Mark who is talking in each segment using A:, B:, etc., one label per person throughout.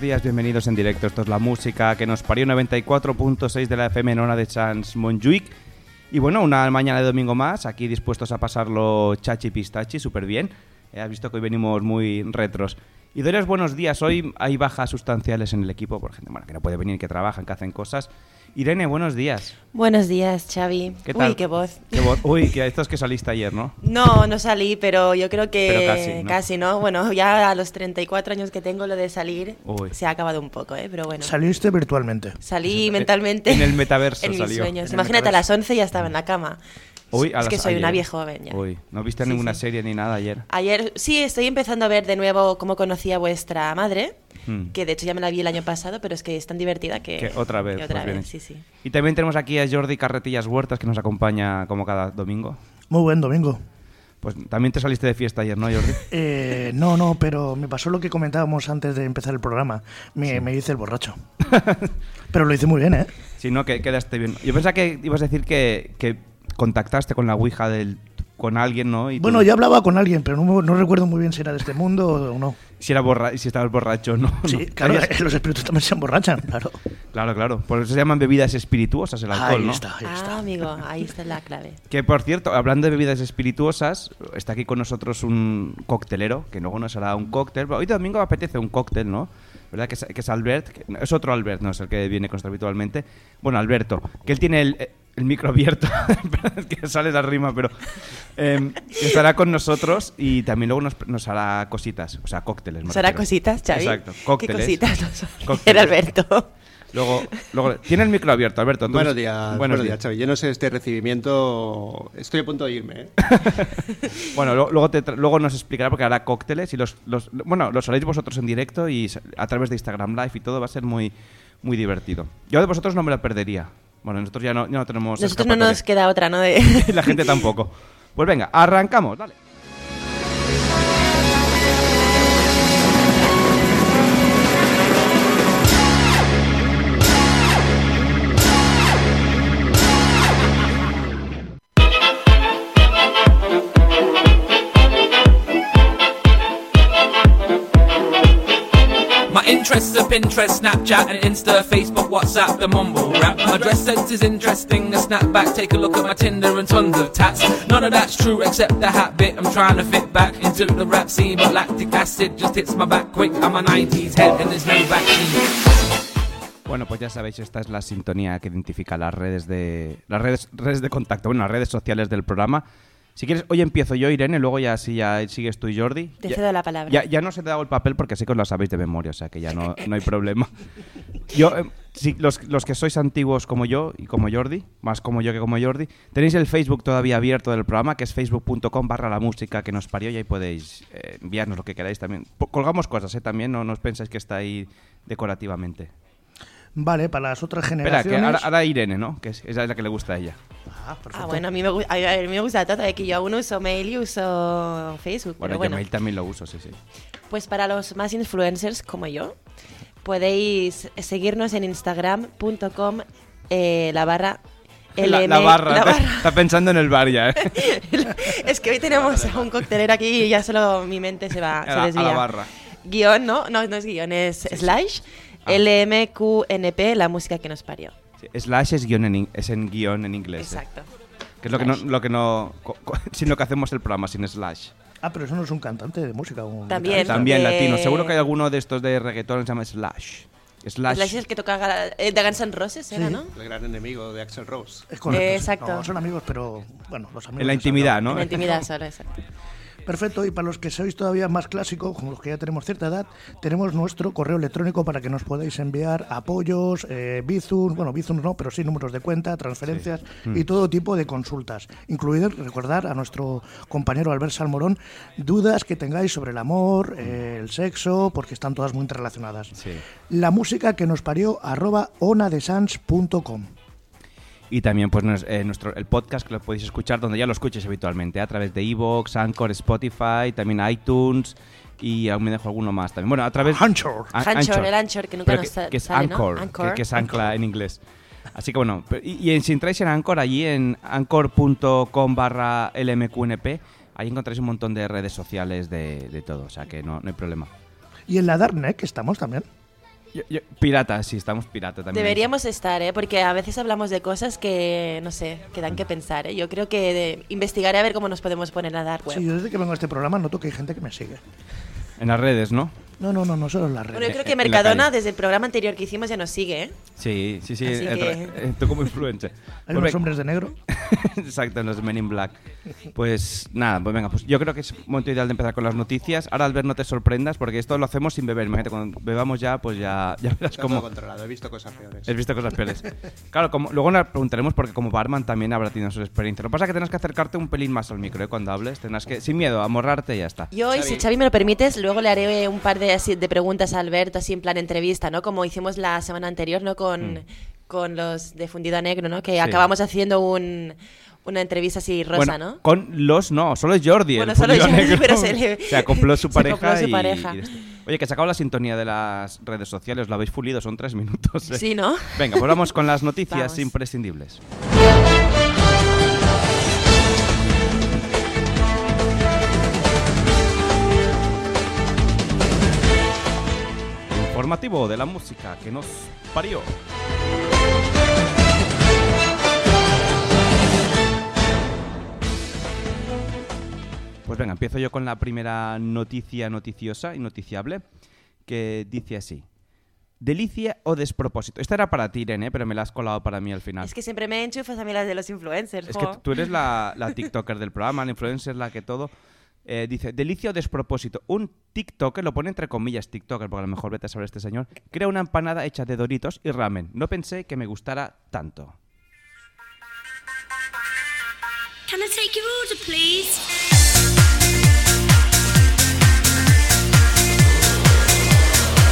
A: días, bienvenidos en directo. Esto es la música que nos parió 94.6 de la FM en hora de Sans Montjuic. Y bueno, una mañana de domingo más, aquí dispuestos a pasarlo chachi pistachi, súper bien. Eh, has visto que hoy venimos muy retros. Y doy los buenos días. Hoy hay bajas sustanciales en el equipo por gente bueno, que no puede venir, que trabajan, que hacen cosas. Irene, buenos días.
B: Buenos días, Xavi.
A: ¿Qué tal?
B: Uy, qué voz.
A: Qué voz. Uy, que esto es que saliste ayer, ¿no?
B: No, no salí, pero yo creo que
A: Pero casi, ¿no?
B: Bueno, ya a los 34 años que tengo lo de salir
A: Uy.
B: se ha acabado un poco, ¿eh? Pero bueno,
C: Saliste virtualmente.
B: salí mentalmente.
A: En el metaverso
B: En mis
A: salió.
B: sueños.
A: En el
B: Imagínate, a
A: metaverso.
B: las 11 ya estaba en la cama.
A: Uy, a
B: es
A: las-
B: que soy una
A: ayer.
B: vieja joven ya.
A: Uy, no viste
B: Sí,
A: ninguna
B: sí.
A: serie ni nada ayer.
B: Ayer, sí, estoy empezando a ver de nuevo cómo conocí a vuestra madre,
A: Hmm.
B: que de hecho ya me la vi el año pasado, pero es que es tan divertida que...
A: Que otra vez.
B: que otra
A: pues bien
B: vez,
A: hecho.
B: sí, sí.
A: Y también tenemos aquí a Jordi Carretillas Huertas que nos acompaña como cada domingo.
C: Muy buen domingo.
A: Pues también te saliste de fiesta ayer, ¿no, Jordi?
C: Eh, no, no, pero me pasó lo que comentábamos antes de empezar el programa. Me, me hice el borracho. pero lo hice muy bien, ¿eh?
A: si no, que quedaste bien. Yo pensaba que ibas a decir que, que contactaste con la Ouija del, con alguien, ¿no? Y
C: Bueno,
A: tú-
C: yo hablaba con alguien, pero no, me- no recuerdo muy bien si era de este mundo o no.
A: Si, era borra si estabas borracho, ¿no?
C: Sí,
A: No.
C: claro,
A: Sabías-
C: los espíritus también se emborrachan, claro.
A: Claro, claro. Por eso se llaman bebidas espirituosas el alcohol,
C: ahí
A: ¿no?
C: está, ahí está.
B: Ah, amigo, ahí está la clave.
A: Que por cierto, hablando de bebidas espirituosas, está aquí con nosotros un coctelero, que luego nos hará un cóctel. Hoy domingo apetece un cóctel, ¿no? ¿Verdad? Que es, que es Albert, que- no, es otro Albert, no es el que viene con nosotros habitualmente. Bueno, Alberto, que él tiene el, eh, el micro abierto, Perdón, es que sale la rima, pero em, que estará con nosotros y también luego nos, nos hará cositas, o sea, cócteles. me
B: ¿Nos hará
A: refiero.
B: cositas, Xavi?
A: Exacto, cócteles.
B: ¿Qué cositas nos hará
A: Cócteles.
B: Alberto?
A: Luego, luego, tiene el micro abierto, Alberto. tú-
D: Buenos días, buenos, días, Xavi. Yo no sé este recibimiento. Estoy a punto de irme. ¿eh?
A: Bueno, lo- luego, te tra- luego nos explicará porque hará cócteles y los, los- bueno, los haréis vosotros en directo y s- a través de Instagram Live y todo va a ser muy, muy divertido. Yo de vosotros no me la perdería. Bueno, nosotros ya no, ya no tenemos.
B: Nosotros no nos
A: escapatoria.
B: queda otra, ¿no? De...
A: La gente tampoco. Pues venga, arrancamos, dale.
E: My interests are Pinterest, Snapchat, and Insta, Facebook, WhatsApp, the mumble rap. My dress sense is interesting, a snapback. Take a look at my Tinder and tons of tats. None of that's true except the hat bit. I'm trying to fit back into the rap scene, but lactic acid just hits my back quick. I'm a 90s head, and there's no vaccine.
A: Bueno, pues ya sabéis, esta es la sintonía que identifica las redes de las redes, redes de contacto, bueno, las redes sociales del programa. Si quieres, hoy empiezo yo, Irene, luego ya, si ya sigues tú y Jordi.
B: Te
A: Ya-
B: cedo la palabra. Ah,
A: Ya, ya no os he dado el papel porque sé que os lo sabéis de memoria, o sea que ya no, no hay problema. Yo, eh, si los, los que sois antiguos como yo y como Jordi, más como yo que como Jordi, tenéis el Facebook todavía abierto del programa, que es facebook.com barra la música que nos parió y ahí podéis eh, enviarnos lo que queráis también. Po- colgamos cosas, ¿eh? También, no, no os pensáis que está ahí decorativamente.
C: Vale, para las otras
A: Espera,
C: generaciones.
A: que ahora, ahora Irene, ¿no? Que es, esa es la que le gusta a ella.
C: Ah, perfecto.
B: Ah, bueno, a mí, me, gu- a ver, a mí me gusta todo, eh, que yo aún uso mail y uso Facebook.
A: Bueno,
B: pero
A: yo
B: bueno,
A: mail también lo uso, sí, sí.
B: pues para los más influencers como yo, podéis seguirnos en instagram.com eh, la barra
A: La,
B: LM
A: la barra,
B: la
A: Está pensando en el bar ya, ¿eh?
B: es que hoy tenemos a un coctelero aquí y ya solo mi mente se va,
A: A
B: se
A: la- a
B: desvía.
A: la barra.
B: Guión, ¿no? No, no es guión, es slash.
A: Ah.
B: LMQNP, la música que nos parió.
A: Sí, Slash es, guión en, in- es en guión en inglés. ¿eh?
B: Exacto.
A: Que es lo que no,
B: Slash.
A: lo que no co- co- sino que hacemos el programa sin slash.
C: Ah, pero eso no es un cantante de música. un
B: También.
C: guitarrista.
A: También
B: Eh,
A: latino. Seguro que hay alguno de estos de reggaetón que se llama slash. Slash.
B: Slash es el que toca eh, The Guns N' Roses, ¿era,
C: Sí.
B: no?
D: El gran enemigo de Axel Rose.
C: Es correcto. sí.
B: Exacto.
C: No, son amigos, pero bueno, los amigos.
A: en la
C: les
A: intimidad,
C: hablan.
A: ¿no?
B: En la intimidad solo, exacto.
C: Perfecto, y para los que sois todavía más clásicos, como los que ya tenemos cierta edad, tenemos nuestro correo electrónico para que nos podáis enviar apoyos, eh, bizums, bueno, bizums no, pero sí números de cuenta, transferencias y todo tipo de consultas. Incluido, recordar a nuestro compañero Albert Salmorón, dudas que tengáis sobre el amor, eh, el sexo, porque están todas muy interrelacionadas.
A: Sí.
C: La música que nos parió, arroba onadesans.com.
A: Y también pues nos- eh, nuestro el podcast que lo podéis escuchar donde ya lo escuchéis habitualmente, ¿eh? a través de Evox, Anchor, Spotify, también iTunes y aún me dejo alguno más también. Bueno, a través
C: Anchor.
A: An-
B: Anchor, el Anchor que nunca
A: Pero
B: nos sa-
A: que es
B: sale, ¿no?
A: Anchor, que-
B: Anchor.
A: Que, es ancla en inglés. Así que bueno, pero- y, y en- si entráis en Anchor, allí en anchor.com barra lmqnp, ahí encontráis un montón de redes sociales de, de todo, o sea que no, no hay problema.
C: Y en la Darknet que estamos también.
A: Yo- yo- pirata, sí, estamos pirata también.
B: Deberíamos estar, ¿eh? Porque a veces hablamos de cosas que, no sé, que dan que pensar, ¿eh? Yo creo que de- investigaré a ver cómo nos podemos poner a dar web.
C: Sí, yo desde que vengo a este programa noto que hay gente que me sigue.
A: En las redes, ¿no?
C: No, no, no, no solo en las
B: Bueno,
C: redes.
B: yo creo
A: en-
B: que
A: en la
B: Mercadona,
A: calle.
B: desde el programa anterior que hicimos, ya nos sigue, ¿eh?
A: Sí, sí, sí.
B: Así
A: eh,
B: que-
A: tra- eh, Tú como influencer. Pues
C: Hay unos
A: venga.
C: hombres de negro.
A: Exacto, en los Men in Black. Pues nada, pues venga, pues yo creo que es momento ideal de empezar con las noticias. Ahora, Albert, no te sorprendas, porque esto lo hacemos sin beber. Imagínate, cuando bebamos ya, pues ya, ya verás
D: Está todo
A: cómo.
D: controlado, he visto cosas peores.
A: Has visto cosas peores. Claro, como, luego nos preguntaremos porque como barman también habrá tenido su experiencia. Lo que pasa es que tendrás que acercarte un pelín más al micro ¿eh? cuando hables. Tendrás que, sin miedo, amorrarte y ya está.
B: Yo, y si Xavi me lo permites, luego le haré un par de, así, de preguntas a Alberto, así en plan entrevista, ¿no? Como hicimos la semana anterior, ¿no? Con, con los de Fundido a Negro, ¿no? Que
A: Mm. Sí.
B: acabamos haciendo un- una entrevista así rosa,
A: Bueno,
B: ¿no?
A: Con los no, solo es Jordi.
B: Bueno,
A: el
B: solo
A: fundido
B: Jordi,
A: negro.
B: pero se le-
A: Se acopló su
B: se
A: pareja.
B: acopló su
A: y-
B: pareja.
A: y esto. Oye, que se acabó la sintonía de las redes sociales, lo habéis pulido, son tres minutos. ¿eh?
B: Sí, ¿no?
A: Venga, pues vamos con las noticias
B: Vamos.
A: imprescindibles. Informativo de la música que nos parió. Pues venga, empiezo yo con la primera noticia noticiosa y noticiable, que dice así. Delicia o despropósito. Esta era para ti, Irene, pero me la has colado para mí al final.
B: Es que siempre me enchufas a mí las de los influencers,
A: Es que
B: jo.
A: tú eres la, la TikToker del programa, la influencer, la que todo. Eh, dice, delicio despropósito. Un TikToker, lo pone entre comillas TikToker, porque a lo mejor vete a saber este señor, crea una empanada hecha de doritos y ramen. No pensé que me gustara tanto.
F: Can I take your order, please?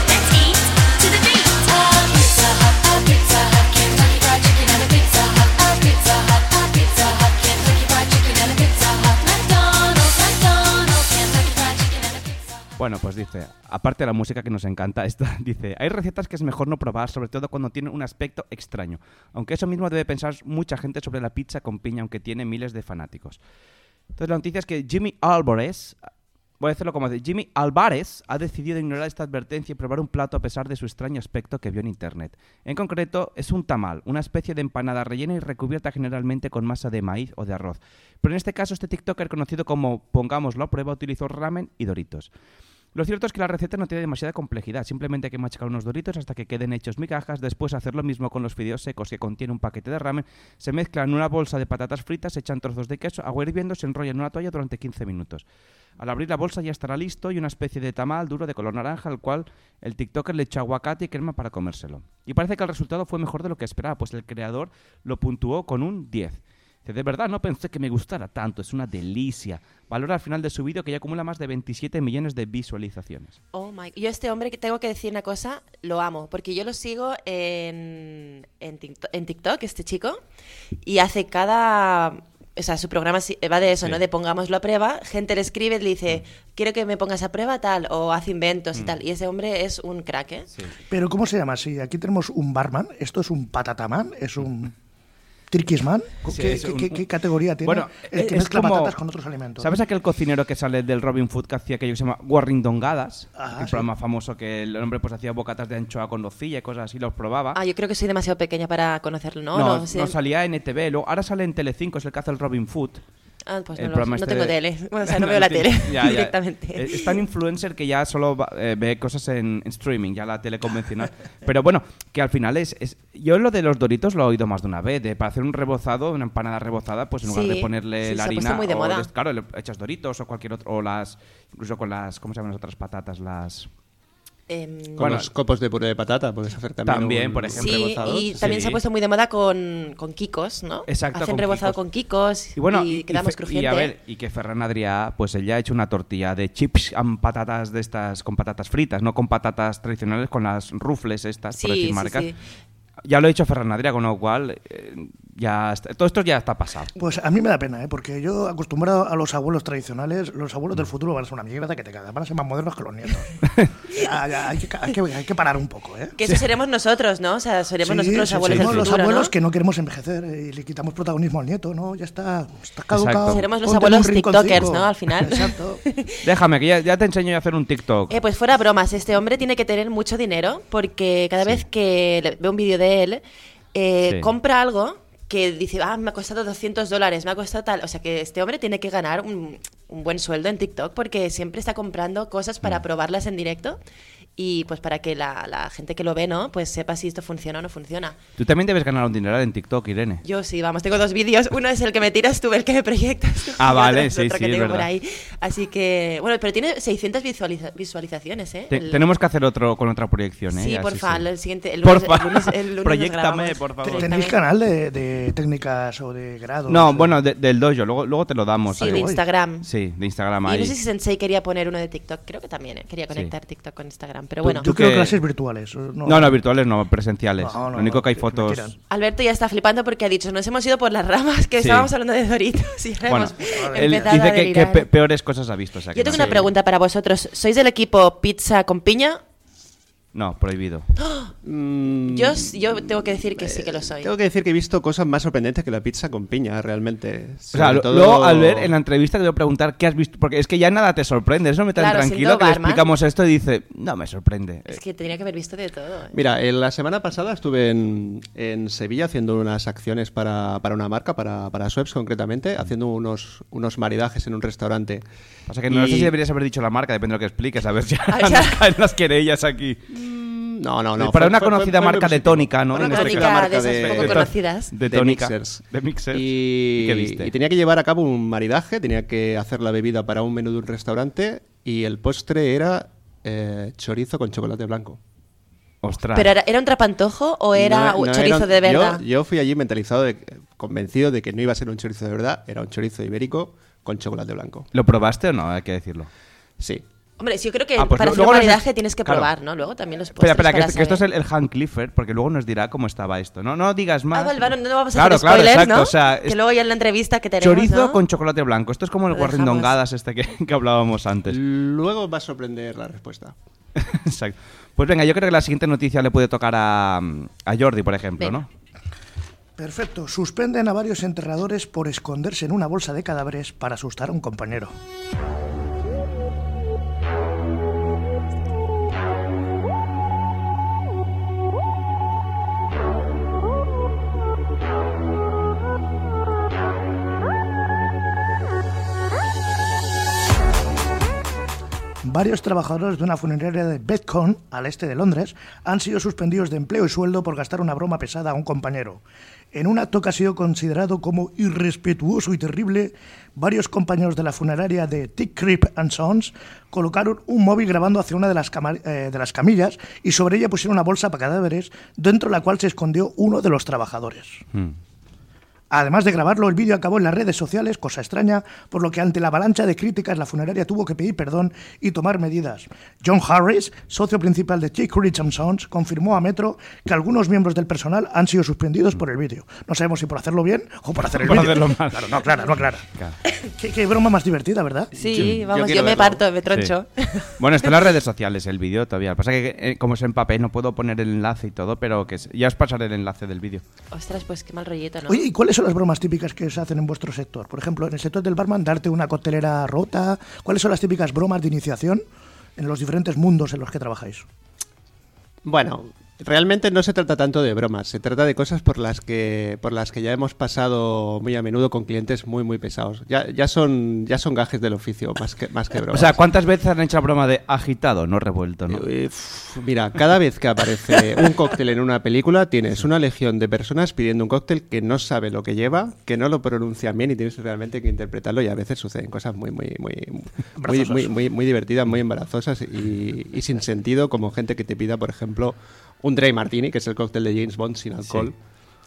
F: Let's eat to the beat.
A: Bueno, pues dice, aparte de la música que nos encanta, esta dice, hay recetas que es mejor no probar, sobre todo cuando tienen un aspecto extraño. Aunque eso mismo debe pensar mucha gente sobre la pizza con piña, aunque tiene miles de fanáticos. Entonces la noticia es que Jimmy Álvarez, voy a decirlo como dice, Jimmy Álvarez ha decidido ignorar esta advertencia y probar un plato a pesar de su extraño aspecto que vio en internet. En concreto, es un tamal, una especie de empanada rellena y recubierta generalmente con masa de maíz o de arroz. Pero en este caso, este TikToker conocido como Pongámoslo a prueba utilizó ramen y doritos. Lo cierto es que la receta no tiene demasiada complejidad, simplemente hay que machacar unos doritos hasta que queden hechos migajas, después hacer lo mismo con los fideos secos que contiene un paquete de ramen, se mezclan en una bolsa de patatas fritas, se echan trozos de queso, agua hirviendo, se enrolla en una toalla durante 15 minutos. Al abrir la bolsa ya estará listo y una especie de tamal duro de color naranja al cual el TikToker le echó aguacate y crema para comérselo. Y parece que el resultado fue mejor de lo que esperaba, pues el creador lo puntuó con un 10. Dice, de verdad no pensé que me gustara tanto, es una delicia. Valora al final de su vídeo que ya acumula más de 27 millones de visualizaciones.
B: Oh my. Yo este hombre que tengo que decir una cosa, lo amo, porque yo lo sigo en, en, TikTok, en TikTok, este chico, y hace cada... O sea, su programa sí- va de eso,
A: Sí. Mm.
B: ¿no? De pongámoslo a prueba, gente le escribe, le dice, quiero que me pongas a prueba tal, o hace inventos y tal. Y ese hombre es un crack, ¿eh?
C: Pero ¿cómo se llama? Si aquí tenemos un barman, esto es un patataman, es un turkisman. ¿Qué,
A: Sí,
C: qué-
A: es un-
C: qué- qué categoría tiene? el que
A: es
C: mezcla
A: como-
C: patatas con otros alimentos.
A: ¿Sabes aquel cocinero que sale del Robin Food que hacía aquello que se llama Warringdongadas?
C: Ah,
A: el
C: sí.
A: programa famoso que el hombre pues hacía bocatas de anchoa con nocilla y cosas así, los probaba.
B: Ah, yo creo que soy demasiado pequeña para conocerlo, ¿no?
A: no,
B: sí.
A: no salía en ETV, luego- ahora sale en Telecinco, es el que hace el Robin Food.
B: Ah, pues
A: El
B: no, lo-
A: programa
B: no
A: este
B: tengo
A: de-
B: tele. Bueno, o sea, no veo la tele
A: Ya, Eh, ya.
B: directamente.
A: Es- Es tan influencer que ya solo va- eh, ve cosas en, en streaming, ya la tele convencional. Pero bueno, que al final es, es- Yo lo de los doritos lo he oído más de una vez. de para hacer un rebozado, una empanada rebozada, pues en lugar
B: Sí,
A: de ponerle
B: sí,
A: la
B: se ha
A: harina.
B: puesto muy de
A: o
B: moda.
A: les- claro, le echas doritos o cualquier otro. O las. Incluso con las. ¿Cómo se llaman las otras patatas? Las.
B: Em,
D: Con
A: Bueno.
D: los copos de puré de patata puedes hacer también.
A: También,
D: un-
A: por
B: Sí,
A: ejemplo.
D: rebozado.
B: y también
A: Sí.
B: se ha puesto muy de moda con, con Kikos, ¿no?
A: Exacto,
B: Hacen
A: con
B: rebozado
A: Kikos.
B: con Kikos
A: Y
B: y,
A: bueno,
B: quedamos
A: Fe-
B: crujiente.
A: y a ver, y que Ferran Adrià, pues él ya ha hecho una tortilla de chips and patatas de estas, con patatas fritas, no con patatas tradicionales, con las rufles estas,
B: Sí,
A: por decir
B: sí,
A: marcas.
B: sí.
A: Ya lo ha hecho Ferran Adrià, con lo cual eh, ya está- todo esto ya está pasado.
C: Pues a mí me da pena, ¿eh? porque yo acostumbrado a los abuelos tradicionales, los abuelos
A: Mm.
C: del futuro van a ser una mierda que te cagas, van a ser más modernos que los nietos. Ya, ya, hay, que, ca- hay que- hay que parar un poco, ¿eh?
B: Que eso seremos nosotros, ¿no? O sea, seremos
C: Sí,
B: nosotros los
C: sí,
B: abuelos
C: somos
B: del
C: los
B: futuro,
C: abuelos
B: ¿no?
C: que no queremos envejecer eh, y le quitamos protagonismo al nieto, ¿no? Ya está, está caducado.
A: Exacto.
B: Seremos los
C: Ponte en un
B: abuelos
C: rinconcito.
B: tiktokers, ¿no? Al final.
C: Exacto.
A: Déjame, que ya, ya te enseño yo a hacer un TikTok.
B: Eh, pues fuera bromas, este hombre tiene que tener mucho dinero porque cada vez que le- veo un vídeo de él, eh,
A: Sí.
B: compra algo que dice, ah, me ha costado 200 dólares, me ha costado tal. O sea que este hombre tiene que ganar un, un buen sueldo en TikTok porque siempre está comprando cosas
A: Mm.
B: para probarlas en directo y pues para que la, la gente que lo ve, ¿no? Pues sepa si esto funciona o no funciona.
A: Tú también debes ganar un dineral en TikTok, Irene.
B: Yo sí, vamos, tengo dos vídeos. Uno es el que me tiras tú, el que me proyectas. tú,
A: Ah,
B: y
A: vale,
B: otro es
A: sí,
B: otro
A: sí,
B: que
A: es
B: tengo por
A: verdad.
B: ahí. Así que, bueno, pero tiene 600 visualiza- visualizaciones, ¿eh?
A: Te-
B: El-
A: tenemos que hacer otro con otra proyección, ¿eh?
B: Sí,
A: Ya,
B: porfa, el siguiente. El lunes,
A: Porfa,
B: el lunes- el lunes nos
A: proyectame,
B: grabamos.
A: por
C: Te-
A: favor.
C: ¿Tenéis canal de, de técnicas o de grados?
A: No,
C: Eh,
A: bueno, de- del dojo, luego, luego te lo damos.
B: Sí,
A: ahí.
B: de Instagram.
A: Sí, de Instagram
B: Y
A: ahí.
B: no sé si Sensei quería poner uno de TikTok. Creo que también, ¿eh? Quería conectar TikTok con Instagram. Pero bueno,
C: Yo
A: ¿Tú
C: creo
A: qué?
C: clases virtuales. No,
A: No, no, virtuales no, presenciales.
C: No, no,
A: lo único
C: no,
A: que hay
C: me
A: fotos...
C: tiran.
B: Alberto ya está flipando porque ha dicho, nos hemos ido por las ramas, que
A: Sí.
B: estábamos hablando de Doritos y ahora
A: Bueno,
B: hemos
A: él
B: empezado
A: dice
B: a
A: que, que
B: delirar.
A: pe- peores cosas ha visto. o sea que
B: Yo tengo
A: no.
B: una pregunta para vosotros. ¿Sois del equipo pizza con piña?
A: No, prohibido. Mm,
B: Yo, yo tengo que decir que sí
A: eh,
B: que lo soy.
D: Tengo que decir que he visto cosas más sorprendentes que la pizza con piña, realmente.
A: O sea,
D: Sobre
A: lo-
D: todo-
A: luego al ver en la entrevista te voy a preguntar qué has visto, porque es que ya nada te sorprende, eso me tan
B: Claro,
A: tranquilo
B: siendo
A: que le
B: barman.
A: explicamos esto y dice, no me sorprende.
B: Es que tenía que haber visto de todo. ¿eh?
D: Mira, eh, la semana pasada estuve en, en Sevilla haciendo unas acciones para, para una marca, para, para Schweppes concretamente, haciendo unos, unos maridajes en un restaurante.
A: O sea que no,
D: Y-
A: sé si deberías haber dicho la marca, depende de lo que expliques, a ver si
B: ver si-
A: nos caen las querellas aquí.
D: No, no, no.
A: Para
D: fue-
A: una
D: fue- fue-
A: conocida
D: fue muy
A: marca de
D: positivo.
A: tónica, ¿no?
D: Una
A: En
B: Una
A: este
B: tónica
A: caso.
D: marca
B: de esas
D: de-
B: poco
A: de-
B: conocidas.
A: De
D: De
A: tónica.
D: mixers.
A: De mixers.
D: Y,
A: qué viste?
D: y tenía que llevar a cabo un maridaje, tenía que hacer la bebida para un menú de un restaurante y el postre era eh, chorizo con chocolate blanco.
A: Ostras.
B: ¿Pero era, era un trapantojo o era
D: No- no
B: chorizo
D: un-
B: de verdad?
D: Yo, yo fui allí mentalizado, de- convencido de que no iba a ser un chorizo de verdad, era un chorizo ibérico con chocolate blanco.
A: ¿Lo probaste o no? Hay que decirlo.
B: Pues
D: Sí.
B: Hombre, sí, yo creo que
A: Ah, pues
B: para
A: lo-
B: hacer un
A: luego nos-
B: maridaje tienes que
A: claro.
B: probar, ¿no? Luego también los
A: Espera,
B: postres
A: espera, que,
B: para
A: esto- que esto es
B: saber.
A: el, el Han Clifford, porque luego nos dirá cómo estaba esto. No, no digas más.
B: Ah, vale, vale, no vamos a
A: claro,
B: hacer spoilers,
A: claro, exacto.
B: ¿no?
A: O sea,
B: que
A: es-
B: luego ya en la entrevista que tenemos,
A: chorizo
B: ¿no?
A: con chocolate blanco. Esto es como el
B: Lo dejamos.
A: guarrindongadas este que, que hablábamos antes.
D: Luego va a sorprender la respuesta.
A: Exacto. Pues venga, yo creo que la siguiente noticia le puede tocar a, a Jordi, por ejemplo,
B: Venga.
A: ¿no?
C: Perfecto. Suspenden a varios enterradores por esconderse en una bolsa de cadáveres para asustar a un compañero. Varios trabajadores de una funeraria de Bedcon, al este de Londres, han sido suspendidos de empleo y sueldo por gastar una broma pesada a un compañero. En un acto que ha sido considerado como irrespetuoso y terrible, varios compañeros de la funeraria de Tick Creep and Sons colocaron un móvil grabando hacia una de las, cama- eh, de las camillas y sobre ella pusieron una bolsa para cadáveres, dentro de la cual se escondió uno de los trabajadores. Además de grabarlo, el vídeo acabó en las redes sociales, cosa extraña, por lo que ante la avalancha de críticas la funeraria tuvo que pedir perdón y tomar medidas. John Harris, socio principal de Chick Rich and Sons, confirmó a Metro que algunos miembros del personal han sido suspendidos por el vídeo. No sabemos si por hacerlo bien o por hacer el
A: Por
C: vídeo.
A: hacerlo mal.
C: Claro, no aclara, no aclara.
A: Claro.
C: Qué, qué broma más divertida, ¿verdad?
B: Sí,
D: Yo-
B: vamos,
D: yo
B: yo,
D: quiero
B: me
D: verlo.
B: parto, me troncho.
A: Sí. Bueno, está en las redes sociales el vídeo todavía. Pasa que eh, como es en papel no puedo poner el enlace y todo, pero que se- ya os pasaré el enlace del vídeo.
B: Ostras, pues qué mal rollito, ¿no?
C: Oye, ¿y cuáles son las bromas típicas que se hacen en vuestro sector? Por ejemplo, en el sector del barman, darte una coctelera rota. ¿Cuáles son las típicas bromas de iniciación en los diferentes mundos en los que trabajáis?
D: Bueno, realmente no se trata tanto de bromas, se trata de cosas por las que, por las que ya hemos pasado muy a menudo con clientes muy, muy pesados. Ya, ya, son, ya son gajes del oficio, más que, más que
A: O
D: bromas.
A: sea, ¿cuántas veces han hecho la broma de agitado, no revuelto, no?
D: Eh, pf, Mira, cada vez que aparece un cóctel en una película, tienes una legión de personas pidiendo un cóctel que no sabe lo que lleva, que no lo pronuncian bien y tienes realmente que interpretarlo y a veces suceden cosas muy, muy, muy, muy,
C: Embarazosas.
D: muy, muy, muy divertidas, muy embarazosas y, y sin sentido, como gente que te pida, por ejemplo, un Dry Martini, que es el cóctel de James Bond sin alcohol.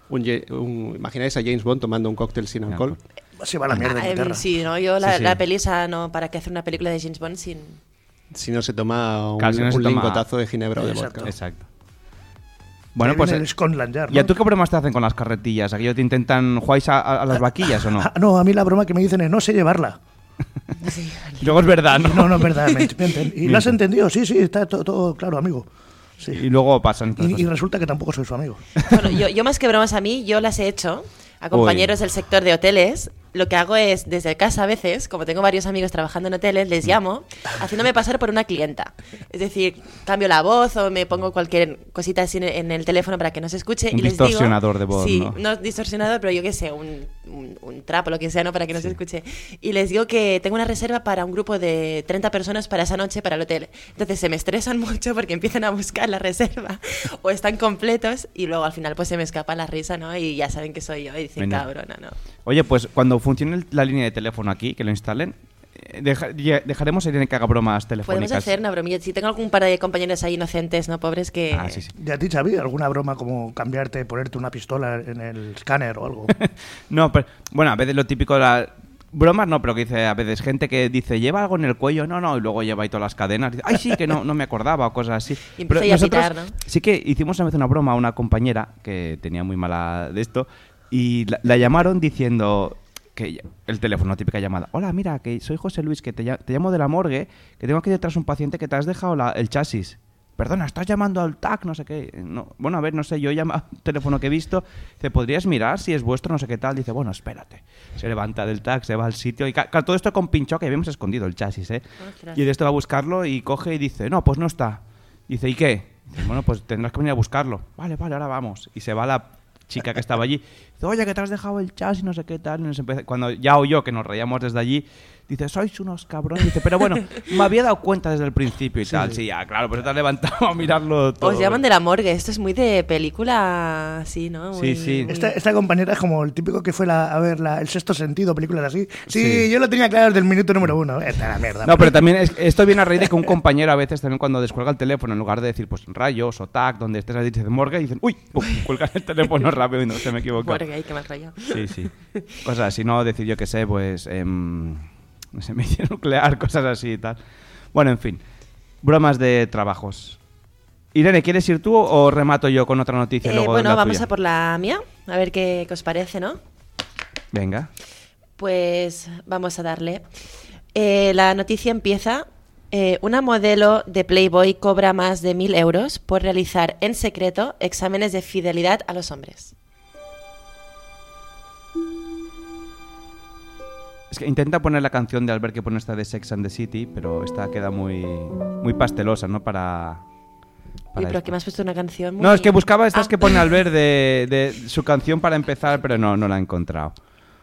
D: Un ye- un- imagináis a James Bond tomando un cóctel sin alcohol.
C: Se va a la
B: Ah,
C: mierda
B: em,
C: Inglaterra.
B: sí, ¿no? Yo la,
A: Sí, sí.
B: la peli, o sea, no, ¿para qué hacer una película de James Bond sin...?
D: Si no se toma un,
A: Claro, si no se
D: un
A: toma-
D: lingotazo de ginebra o de
C: Exacto.
D: vodka.
A: Exacto. Bueno,
C: Ahí
A: pues.
C: viene
A: eh,
C: el Scotland Yard.
A: ¿Y a
C: ¿no?
A: tú qué bromas te hacen con las carretillas? ¿Aquello te intentan jugáis a, a- a las vaquillas o no?
C: Ah, no, a mí la broma que me dicen es no sé llevarla.
A: Luego es verdad, ¿no?
C: No, no, es verdad, me mienten. Y lo has entendido, sí, sí, está to- todo claro, amigo. Sí.
A: Y luego pasan. estas
C: Y, y
A: cosas.
C: resulta que tampoco soy su amigo.
B: Bueno, yo, yo más que bromas a mí, yo las he hecho a compañeros del sector de hoteles. Lo que hago es, desde casa a veces, como tengo varios amigos trabajando en hoteles, les
A: Mm.
B: llamo haciéndome pasar por una clienta. Es decir, cambio la voz o me pongo cualquier cosita así en, en el teléfono para que no se escuche.
A: Un
B: y les digo-
A: distorsionador de voz,
B: Sí,
A: ¿no?
B: no distorsionador, pero yo qué sé, un, un, un trapo, lo que sea, ¿no? Para que no se escuche. Y les digo que tengo una reserva para un grupo de 30 personas para esa noche para el hotel. Entonces se me estresan mucho porque empiezan a buscar la reserva o están completos y luego al final pues se me escapa la risa, ¿no? Y ya saben que soy yo y dicen,
A: Venga.
B: cabrona, ¿no?
A: Oye, pues cuando funcione el- la línea de teléfono aquí, que lo instalen, eh, deja- ya- dejaremos a Irene que haga bromas telefónicas.
B: Podemos hacer una bromilla. Si tengo algún par de compañeros ahí inocentes, ¿no? Pobres que...
A: Ah, sí, sí.
C: ¿Y a ti, Xavi, alguna broma como cambiarte, ponerte una pistola en el escáner o algo?
A: No, pero bueno, a veces lo típico de la... Bromas no, pero que dice a veces gente que dice lleva algo en el cuello, no, no, y luego lleva ahí todas las cadenas. Dice, Ay, sí, que no, no me acordaba o cosas así.
B: Y
A: Pero
B: empieza ya a pitar, ¿no?
A: Sí que hicimos una vez una broma a una compañera que tenía muy mala de esto y la, la llamaron diciendo que ella- el teléfono, típica llamada. Hola, mira, que soy José Luis, que te, lla- te llamo de la morgue, que tengo aquí detrás un paciente que te has dejado la- el chasis. Perdona, estás llamando al TAC, no sé qué. No, bueno, a ver, no sé, yo llama un teléfono que he visto. Dice, ¿podrías mirar si es vuestro, no sé qué tal? Dice, bueno, espérate. Se levanta del TAC, se va al sitio. Y ca- claro, todo esto con pincho que habíamos escondido el chasis, ¿eh?
B: Ostras.
A: Y de esto va a buscarlo y coge y dice, no, pues no está. Dice, ¿y qué? Dice, bueno, pues tendrás que venir a buscarlo. Vale, vale, ahora vamos. Y se va la chica que estaba allí. Dice, oye, que te has dejado el chasis, no sé qué tal. Y nos empieza- Cuando ya oyó que nos reíamos desde allí, dice, sois unos cabrones. Dice, pero bueno, me había dado cuenta desde el principio y tal. Sí, ya, claro, pues te has levantado a mirarlo todo.
B: Os llaman de la morgue. Esto es muy de película, sí, ¿no?
A: Sí,
B: Muy-
A: sí.
B: muy-
C: Esta, esta compañera es como el típico que fue la, a ver la- el sexto sentido, películas así. Sí,
A: Sí.
C: yo lo tenía claro desde el minuto número uno. Esta es la mierda.
A: No, pero también es- esto viene a raíz de que un compañero a veces también cuando descuelga el teléfono, en lugar de decir pues rayos o tac, donde estés a dice morgue, dicen, uy, pum, cuelgan el teléfono rápido y no se me equivoco.
B: Morgue, ay, qué mal rollo.
A: Sí, sí. Cosas así, no decir yo que sé, pues. em, no sé, medicina nuclear, cosas así y tal. Bueno, en fin. Bromas de trabajos. Irene, ¿quieres ir tú o remato yo con otra noticia?
B: Eh,
A: luego
B: bueno,
A: la
B: vamos
A: tuya?
B: a por la mía, a ver qué, qué os parece, ¿no?
A: Venga.
B: Pues vamos a darle. Eh, la noticia empieza. eh, una modelo de Playboy cobra más de mil euros por realizar en secreto exámenes de fidelidad a los hombres.
A: Es que intenta poner la canción de Albert que pone esta de Sex and the City, pero esta queda muy, muy pastelosa, ¿no? Para.
B: Uy,
A: para
B: pero
A: esto.
B: que me has puesto una canción.
A: No,
B: muy-
A: es que buscaba estas
B: Ah.
A: que pone Albert de, de su canción para empezar, pero no, no la he encontrado.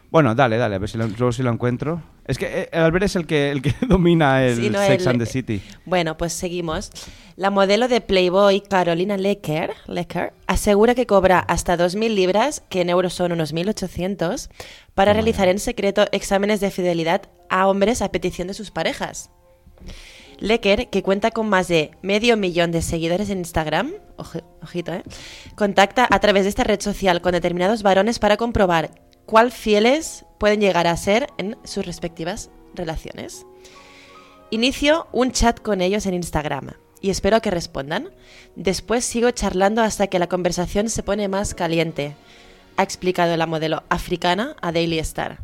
A: Bueno, dale, dale, a ver si lo, luego si lo encuentro. Es que eh, Albert es el que, el que domina el
B: Sí, ¿no?
A: Sex
B: El- eh,
A: and the City.
B: Bueno, pues seguimos. La modelo de Playboy, Carolina Lecker, Lecker asegura que cobra hasta 2.000 libras, que en euros son unos 1.800, para realizar en secreto exámenes de fidelidad a hombres a petición de sus parejas. Lecker, que cuenta con más de medio millón de seguidores en Instagram, oje- ojito, ¿eh? contacta a través de esta red social con determinados varones para comprobar cuál fieles pueden llegar a ser en sus respectivas relaciones. Inicio un chat con ellos en Instagram y espero que respondan. Después sigo charlando hasta que la conversación se pone más caliente, ha explicado la modelo africana a Daily Star.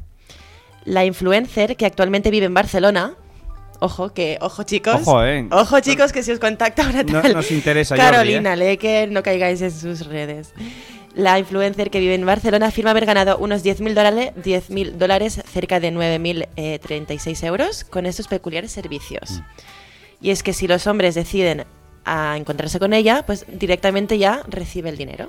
B: La influencer que actualmente vive en Barcelona. Ojo, que, ojo chicos.
A: Ojo, eh.
B: Ojo chicos, que si os contacta ahora
A: No-
B: tal.
A: nos interesa, Jordi, ¿eh?
B: Carolina Lecker, no caigáis en sus redes. La influencer que vive en Barcelona afirma haber ganado unos 10.000 dólares, 10.000 dólares, cerca de eh, 9.036 euros, con estos peculiares servicios.
A: Mm.
B: Y es que si los hombres deciden a encontrarse con ella, pues directamente ya recibe el dinero.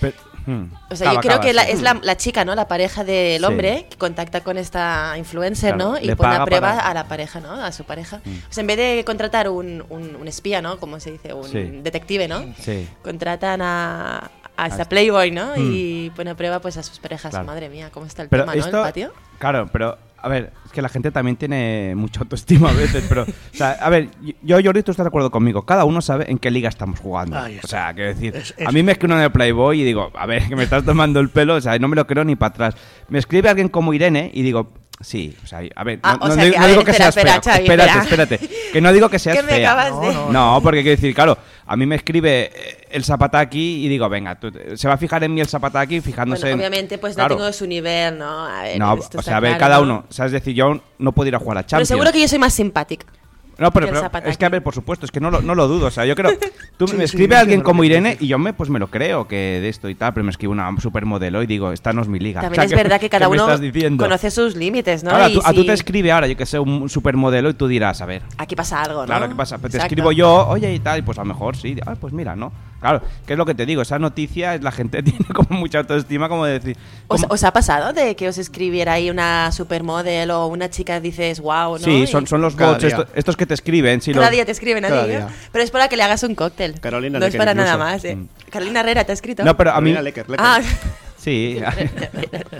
A: Pero- hmm.
B: O sea,
A: Acaba,
B: yo creo
A: acaba,
B: que la-
A: sí.
B: es la, la chica, ¿no? La pareja del
A: Sí.
B: hombre que contacta con esta influencer,
A: Claro,
B: ¿no? Y
A: le
B: pone
A: paga
B: a prueba
A: para- Mm.
B: a la pareja, ¿no? A su pareja. O sea, en vez de contratar un, un- un espía, ¿no? Como se dice, un
A: Sí.
B: detective, ¿no?
A: Sí.
B: Contratan a, a esta
A: este-
B: Playboy, ¿no? Y pone a prueba pues a sus parejas.
A: Claro.
B: Madre mía, ¿cómo está el
A: Pero
B: tema,
A: esto,
B: ¿no? El patio.
A: Claro, pero a ver, es que la gente también tiene mucha autoestima a veces, pero o sea, a ver, yo Jordi tú estás de acuerdo conmigo, cada uno sabe en qué liga estamos jugando.
C: Ahí
A: O
C: está.
A: sea, quiero decir,
C: Es-
A: a
C: es-
A: mí me escribe uno de Playboy y digo, a ver, que me estás tomando el pelo, o sea, no me lo creo ni para atrás. Me escribe alguien como Irene y digo, Sí, o sea, a ver,
B: Ah,
A: no,
B: o
A: no
B: sea
A: digo,
B: que-
A: no
B: a ver,
A: digo que
B: espera,
A: seas fea.
B: espera, Xavi,
A: espérate,
B: espera.
A: espérate. Que no digo que seas
B: ¿Qué me
A: fea.
B: acabas de...?
A: no, porque quiero decir, claro, a mí me escribe eh, el zapataki y digo, venga, tú- se va a fijar en mí el zapataki fijándose
B: Bueno,
A: en-
B: obviamente, pues
A: Claro.
B: no tengo su nivel, ¿no? A ver,
A: No,
B: esto
A: o
B: está
A: sea, a ver,
B: claro,
A: cada
B: ¿no?
A: uno. O sea, es decir, yo aún no puedo ir a jugar a
B: Pero
A: Champions.
B: seguro que yo soy más simpática.
A: No, pero,
B: que el
A: pero
B: Zapataki.
A: es que, a ver, por supuesto, es que no lo, no lo dudo. O sea, yo creo. Tú
C: Sí, sí,
A: me escribe
C: entiendo
A: alguien
C: lo que
A: como
C: quieres
A: Irene
C: decir.
A: y yo me, pues me lo creo que de esto y tal, pero me escribe una supermodelo y digo, esta no es mi liga.
B: También
A: O sea,
B: es verdad que cada
A: me
B: uno
A: estás diciendo?
B: conoce sus límites, ¿no?
A: Ahora,
B: Y
A: tú, a tú
B: si-
A: te escribe ahora, yo que sé, un supermodelo y tú dirás, a ver.
B: Aquí pasa algo, ¿no?
A: Claro, ¿qué pasa? Pues te
B: Exacto.
A: escribo yo, oye y tal, y pues a lo mejor sí. Ah, pues mira, ¿no? Claro, ¿qué es lo que te digo? Esa noticia, la gente tiene como mucha autoestima, como de decir.
B: ¿Os,
A: como-
B: os ha pasado de que os escribiera ahí una supermodel o una chica dices, wow, ¿no?
A: sí,
B: Y
A: son, son los
D: Cada
A: bots,
D: día.
A: estos, estos que te escriben. Sí,
B: Cada
A: los-
B: día te escriben a
D: Cada
B: ti, ¿eh?
D: día.
B: Pero es para que le hagas un cóctel.
D: Carolina
B: No es
D: Lecker
B: para
D: incluso.
B: nada más, ¿eh? Carolina Herrera te ha escrito.
A: Mm. No, pero a mí.
D: Mira, Lecker, Lecker.
B: Ah,
A: Sí.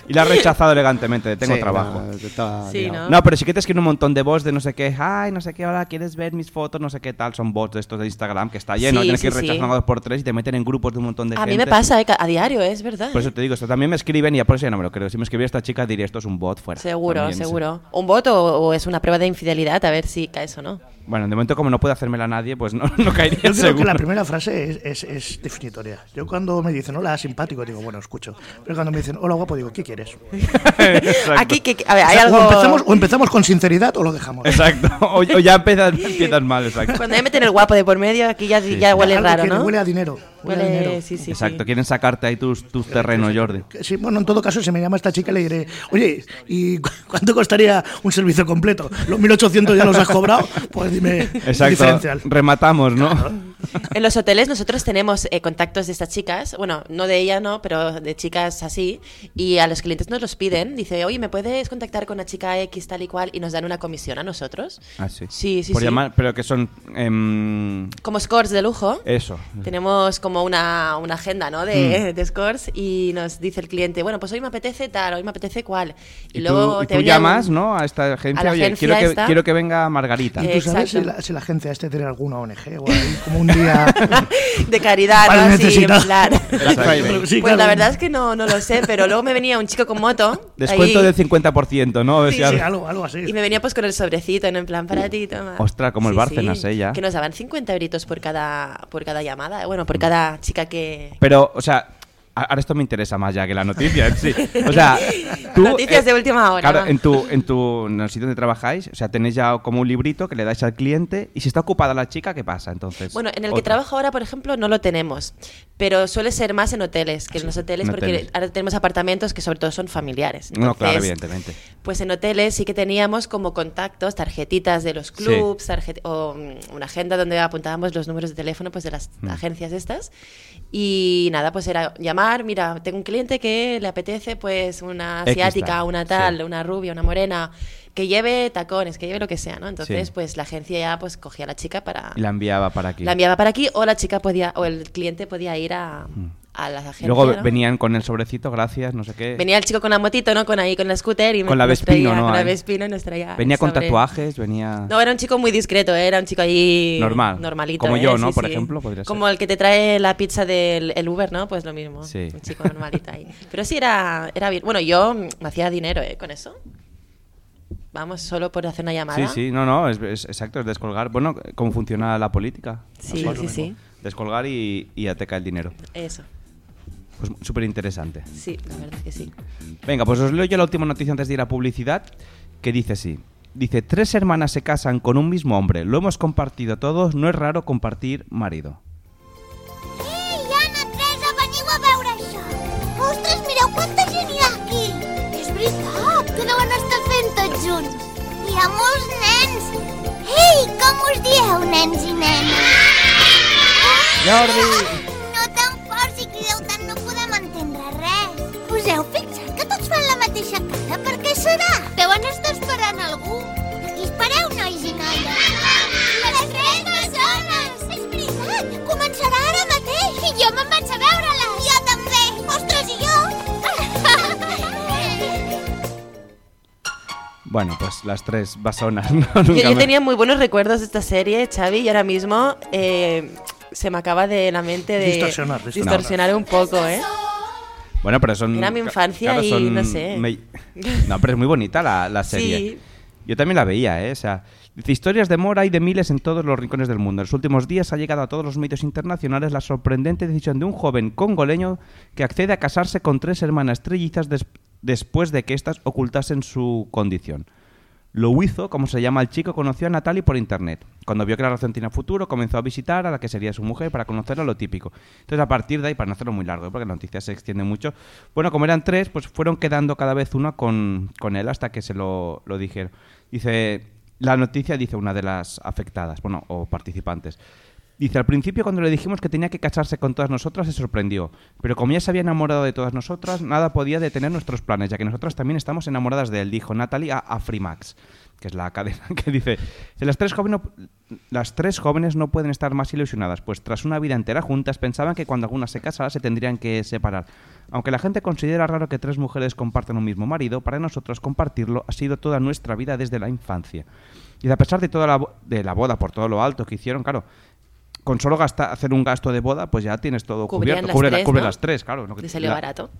A: y la has rechazado elegantemente, de tengo
D: Sí,
A: trabajo.
D: no, estaba
B: Sí,
D: liado.
B: ¿no?
A: No, pero sí que te escriben un montón de bots de no sé qué, ay, no sé qué, ahora quieres ver mis fotos, no sé qué tal, son bots de estos de Instagram que está lleno,
B: Sí,
A: tienes que ir
B: sí, sí.
A: rechazando dos por tres y te meten en grupos de un montón de
B: a
A: gente. Pues
B: mí me pasa, ¿eh? Ca- A diario, ¿eh? es verdad.
A: Por eso
B: ¿eh?
A: te digo, esto también me escriben y ya por eso ya no me lo creo. Si me escribiera esta chica diría esto es un bot fuera.
B: Seguro,
A: También, sí.
B: seguro. ¿Un voto o es una prueba de infidelidad? A ver si caes o no.
A: Bueno, de momento como no puede hacérmela nadie, pues no, no caería
C: Yo creo
A: seguro.
C: que la primera frase es, es- es definitoria. Yo cuando me dicen hola, simpático, digo, bueno, escucho. Pero cuando me dicen hola, guapo, digo, ¿qué quieres?
A: Exacto.
B: Aquí, que, que- a ver,
C: O
B: hay
C: sea,
B: algo...
C: o, empezamos, o empezamos con sinceridad o lo dejamos.
A: Exacto. O, o ya empiezas, empiezas mal, exacto.
B: Cuando ya meten el guapo de por medio, aquí ya, ya huele
C: Algo
B: raro,
C: que
B: ¿no?
C: Huele a dinero. Huele, a dinero.
B: sí, sí, sí.
A: exacto, quieren sacarte ahí tus, tus terrenos, Jordi.
C: Que sí, bueno, en todo caso, si me llama esta chica, le diré, oye, ¿y cu- cuánto costaría un servicio completo? Los 1800 ya los has cobrado, pues dime el
A: Exacto.
C: diferencial.
A: Rematamos, ¿no?
B: En los hoteles nosotros tenemos eh, contactos de estas chicas, bueno, no de ella, no, pero de chicas así, y a los clientes nos los piden, dice, oye, ¿me puedes contactar con una chica X tal y cual? Y nos dan una comisión a nosotros.
A: Ah, sí.
B: Sí, sí,
A: Por
B: sí.
A: llamar, pero que son. em,
B: Como scores de lujo.
A: eso.
B: Tenemos como una, una agenda, ¿no?
A: Mm.
B: De, de scores y nos dice el cliente, bueno, pues hoy me apetece tal, hoy me apetece cual. Y,
A: tú-
B: luego
A: y
B: te
A: tú
B: venía un-
A: llamas, ¿no? A esta agencia,
B: a la
A: oye,
B: agencia
A: quiero, que,
B: esta.
A: quiero que venga Margarita.
C: ¿Y tú sabes si
B: Exacto.
C: la, si la agencia este tiene alguna ONG o hay como un día...
B: de caridad,
C: Para
B: ¿no? Así, en
C: necesitar.
B: plan.
A: Exacto.
C: Sí,
B: Pues
C: claro.
B: la verdad es que no, no lo sé, pero luego me venía un chico con moto.
A: Descuento
B: ahí,
A: del 50%, ¿no?
C: Sí, sí, algo, algo así.
B: Y me venía pues con el sobrecito, ¿no? En plan, para ti, toma.
A: Ostras, como el Bárcenas, eh, ya.
B: Que nos daban 50 euritos por cada, por cada llamada, eh, bueno,
A: Mm.
B: por cada chica que...
A: Pero, o sea, a- ahora esto me interesa más ya que la noticia en sí. O sea, tú, eh,
B: Noticias de última hora.
A: Claro, en tu, en tu en el sitio donde trabajáis, o sea, tenéis ya como un librito que le dais al cliente y si está ocupada la chica, ¿qué pasa entonces?
B: Bueno, en el que
A: Pues, Otra.
B: trabajo ahora, por ejemplo, no lo tenemos, pero suele ser más en hoteles que en los hoteles,
A: en
B: porque
A: hoteles.
B: ahora tenemos apartamentos que sobre todo son familiares.
A: No, claro,
B: Entonces,
A: evidentemente.
B: Pues en hoteles sí que teníamos como contactos, tarjetitas de los clubs, tarjet- o mm, una agenda donde apuntábamos los números de teléfono pues de las
A: Mm.
B: agencias estas. Y nada, pues era llamar, mira, tengo un cliente que le apetece pues una
A: X
B: asiática,
A: tal,
B: una tal,
A: sí.
B: una rubia, una morena, que lleve tacones, que lleve lo que sea, ¿no? Entonces,
A: Sí.
B: pues la agencia ya pues cogía a la chica para
A: Y la enviaba para aquí.
B: la enviaba para aquí o la chica podía o el cliente podía ir a, a las
A: Mm.
B: agencias.
A: Luego
B: ¿no?
A: venían con el sobrecito, gracias, no sé qué.
B: Venía el chico con la motito, ¿no? Con ahí con la scooter y
A: Con la
B: nos
A: Vespino,
B: traía-
A: ¿no?
B: Con la
A: Ahí.
B: Vespino y nos traía
A: venía
B: el
A: con
B: Ah, sobre.
A: tatuajes, venía...
B: No, era un chico muy discreto, ¿eh? era un chico ahí
A: Normal.
B: normalito.
A: Como
B: ¿eh?
A: yo, ¿no?
B: Sí,
A: Por
B: sí.
A: ejemplo, podría ser.
B: Como el que te trae la pizza del el Uber, ¿no? Pues lo mismo.
A: Sí.
B: Un chico normalito ahí. Pero sí era, era bien. Bueno, yo mm, me hacía dinero, ¿eh? Con eso. Vamos, solo por hacer una llamada.
A: Sí, sí, no, no, es, es- exacto, es descolgar. Bueno, cómo funciona la política.
B: Sí,
A: Así,
B: sí, sí.
A: Descolgar y, y ya te cae el dinero.
B: Eso.
A: Pues súper interesante.
B: Sí, la verdad es que sí.
A: Venga, pues os leo yo la última noticia antes de ir a publicidad, que dice así. Dice, tres hermanas se casan con un mismo hombre, lo hemos compartido todos, no es raro compartir marido.
G: Ei, Anna, Teresa, veniu a veure això! Ostres, mireu quanta gent hi ha aquí! És veritat, que deuen estar fent tots junts. Hi ha molts nens! Ei, com us dieu, nens i nenes?
A: Jordi!
G: No tan fort, si crideu tant no podem entendre res. Us heu fixat que tots fan la mateixa cara? Per què serà? Deuen estar esperant algú. Aquí espereu, nois i noies. Les tres bessones! És veritat, començarà ara mateix. I jo me'n vaig a veure-les. Jo també. Ostres, i jo?
A: Bueno, pues las tres basonas. ¿no? Nunca
B: Yo, yo
A: me-
B: tenía muy buenos recuerdos de esta serie, Xavi, y ahora mismo eh, se me acaba de la mente de
C: Distorsionar, distorsionar.
B: distorsionar un poco, ¿eh?
A: Bueno, pero son...
B: Era mi infancia
A: claro,
B: y
A: son
B: no sé.
A: me- No, pero es muy bonita la, la serie.
B: Sí.
A: Yo también la veía, ¿eh? O sea, dice, historias de Mora y de miles en todos los rincones del mundo. En los últimos días ha llegado a todos los medios internacionales la sorprendente decisión de un joven congoleño que accede a casarse con tres hermanas trillizas des- después de que éstas ocultasen su condición. Lo hizo, como se llama el chico, conoció a Natalie por internet. Cuando vio que la relación tenía futuro, comenzó a visitar a la que sería su mujer para conocerla lo típico. Entonces, a partir de ahí, para no hacerlo muy largo, ¿eh? porque la noticia se extiende mucho, bueno, como eran tres, pues fueron quedando cada vez una con, con él hasta que se lo, lo dijeron. Dice, la noticia dice una de las afectadas, bueno, o participantes. Dice, al principio cuando le dijimos que tenía que casarse con todas nosotras se sorprendió, pero como ya se había enamorado de todas nosotras, nada podía detener nuestros planes, ya que nosotras también estamos enamoradas de él, dijo Natalie a, a Freemax, que es la cadena que dice, "Dice, las tres, jóvenes, las tres jóvenes no pueden estar más ilusionadas, pues tras una vida entera juntas pensaban que cuando alguna se casara se tendrían que separar. Aunque la gente considera raro que tres mujeres compartan un mismo marido, para nosotros compartirlo ha sido toda nuestra vida desde la infancia. Y a pesar de toda la, bo- de la boda, por todo lo alto que hicieron, claro, con solo gastar, hacer un gasto de boda, pues ya tienes todo
B: Cubrían
A: cubierto.
B: las
A: cubre la-
B: tres,
A: cubre
B: ¿no?
A: las tres, claro. lo que-
B: Le salió
A: la-
B: barato.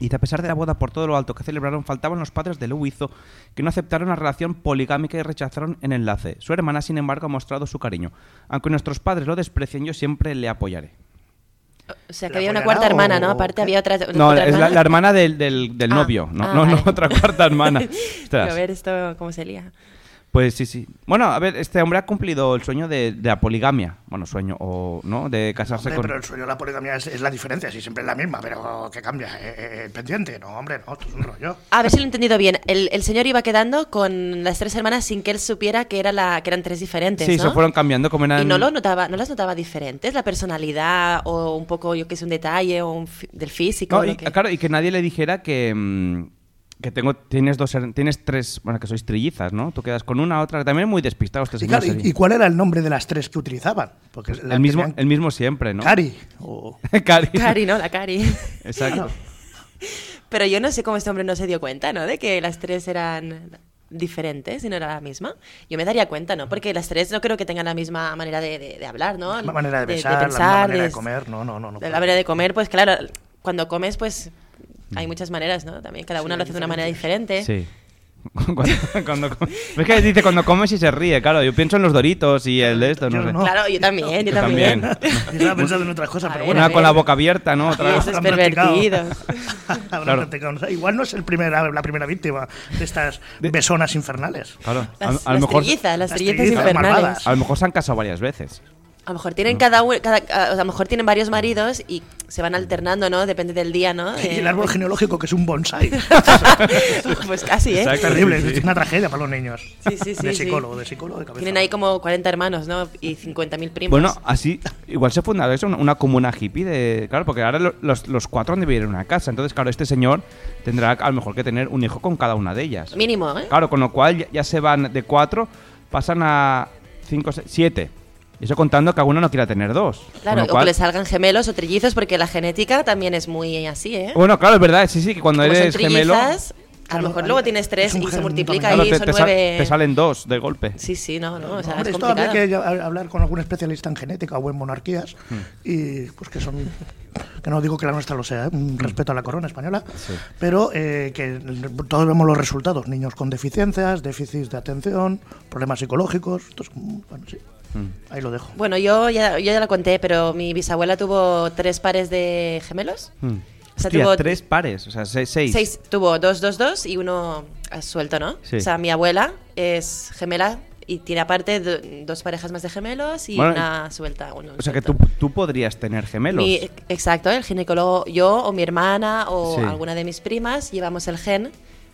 A: Dice, a pesar de la boda por todo lo alto que celebraron, faltaban los padres de Luizo, que no aceptaron la relación poligámica y rechazaron el enlace. Su hermana, sin embargo, ha mostrado su cariño. Aunque nuestros padres lo desprecien, yo siempre le apoyaré.
B: O sea, que
C: ¿La
B: había una
C: abuela
B: cuarta
C: o
B: hermana, ¿no?
C: qué?
B: Aparte había otra,
A: No,
B: otra
A: es la, la hermana del, del- del
B: Ah,
A: novio, no,
B: ah,
A: no, no,
B: vale.
A: otra cuarta hermana. Ostras.
B: A ver esto cómo se lía.
A: Pues sí, sí. Bueno, a ver, este hombre ha cumplido el sueño de, de la poligamia. Bueno, sueño, o no, de casarse
C: Hombre,
A: con...
C: Pero el sueño de la poligamia es, es la diferencia, si siempre es la misma, pero ¿qué cambia? Eh, eh, el pendiente, no, hombre, no, esto es un rollo.
B: Ah, A ver si lo he entendido bien. El, el señor iba quedando con las tres hermanas sin que él supiera que, era la, que eran tres diferentes.
A: Sí,
B: ¿no?
A: se fueron cambiando como eran...
B: ¿Y no, lo notaba, no las notaba diferentes? ¿La personalidad o un poco, yo que sé, un detalle o un fi- del físico?
A: No,
B: o lo
A: y,
B: que-
A: Claro, y que nadie le dijera que, mm, que tengo, tienes dos her- tienes tres, bueno, que sois trillizas, ¿no? Tú quedas con una, otra, también muy despistado este
C: Y,
A: señor.
C: claro, ¿y-
A: sería. Pues
C: y cuál era el nombre de las tres que utilizaban? Porque la
A: el, mismo,
C: tenían-
A: el mismo siempre, ¿no?
C: Cari. o-
A: Cari.
B: Cari, ¿no? La Cari.
A: Exacto.
B: Pero yo no sé cómo este hombre no se dio cuenta, ¿no? De que las tres eran diferentes y no era la misma. Yo me daría cuenta, ¿no? Porque las tres no creo que tengan la misma manera de, de- de hablar, ¿no?
C: La misma manera de besar, la misma manera de comer, no, no, no, no
B: de la
C: puedo.
B: manera de comer, pues claro, cuando comes, pues hay muchas maneras, ¿no? También cada una lo hace de una manera diferente.
A: Mm. Sí. Cuando- cuando com- es que dice cuando comes y se ríe, claro. Yo pienso en los doritos y el de esto, no
C: Yo
A: sé.
C: no.
B: Claro, yo también, yo
A: Yo
B: también.
A: también.
C: Yo estaba pensando en otras cosas,
B: A
C: pero
B: ver,
C: bueno.
B: a
A: Una
B: ver.
A: con la boca abierta, ¿no? Otra.
B: Y esos
C: Habrán practicado.
B: pervertidos.
C: Habrán
A: Claro.
C: practicado, no sé, Igual no es el primera, la primera víctima de estas
A: De-
C: besonas infernales.
A: Claro. A,
B: Las,
A: a lo
B: las
A: mejor,
B: trillizas, las
C: las
B: trillizas
C: trillizas
B: infernales.
C: malvadas.
A: a lo mejor se han casado varias veces.
B: A lo mejor tienen cada, u- cada a, a lo mejor tienen varios maridos y se
A: Mm.
B: van alternando, ¿no? Depende del día, ¿no?
C: Y
B: Eh,
C: el árbol
B: pues-
C: genealógico que es un bonsai.
B: pues casi, ¿eh?
A: Exacto.
C: Es terrible, es una tragedia para los niños.
B: Sí, sí, sí,
C: De
B: sí.
C: psicólogo, de psicólogo de cabeza.
B: Tienen ahí como 40 hermanos, ¿no? Y 50.000 primos.
A: Bueno, así igual se fundaron eso, una, una comuna hippie de. Claro, porque ahora lo- los, los cuatro han de vivir en una casa. Entonces, claro, este señor tendrá a lo mejor que tener un hijo con cada una de ellas.
B: Mínimo, ¿eh?
A: Claro, con lo cual ya, ya se van de cuatro, pasan a cinco, seis, siete. Eso contando que alguno no quiera tener dos. Con
B: Claro,
A: lo
B: o que
A: cual-
B: les salgan gemelos o trillizos, porque la genética también es muy así, ¿eh?
A: Bueno, claro, es verdad, sí, sí, que cuando
B: Como son
A: eres gemelo.
B: trillizas, a lo
C: Claro,
B: mejor
C: ahí-
B: luego tienes tres
C: es un
B: y se
C: gen
B: multiplica
A: claro,
B: y
A: te,
B: son
A: te sal-
B: nueve.
A: te salen dos de golpe.
B: Sí, sí, no, no, o sea,
C: Hombre,
B: es
C: esto habría
B: complicado.
C: que ya- hablar con algún especialista en genética o en monarquías
A: Hmm.
C: y pues que son que no digo que la nuestra lo sea, ¿eh?
A: Hmm.
C: un respeto a la corona española, pero eh, que todos vemos los resultados, niños con deficiencias, déficits de atención, problemas psicológicos, esto es como- bueno, sí.
A: Hmm.
C: Ahí lo dejo.
B: Bueno, yo ya, yo ya la conté, pero mi bisabuela tuvo tres pares de gemelos.
A: Hmm.
B: O sea,
A: Hostia,
B: tuvo
A: tres pares, o sea, se- seis.
B: Seis, tuvo dos, dos, dos y uno eh, suelto, ¿no?
A: Sí.
B: O sea, mi abuela es gemela y tiene aparte do- dos parejas más de gemelos y
A: Bueno,
B: una suelta. uno
A: O sea, que tú,
B: suelto.
A: tú podrías tener gemelos.
B: Mi- exacto, el ginecólogo, yo o mi hermana o
A: Sí.
B: alguna de mis primas llevamos el gen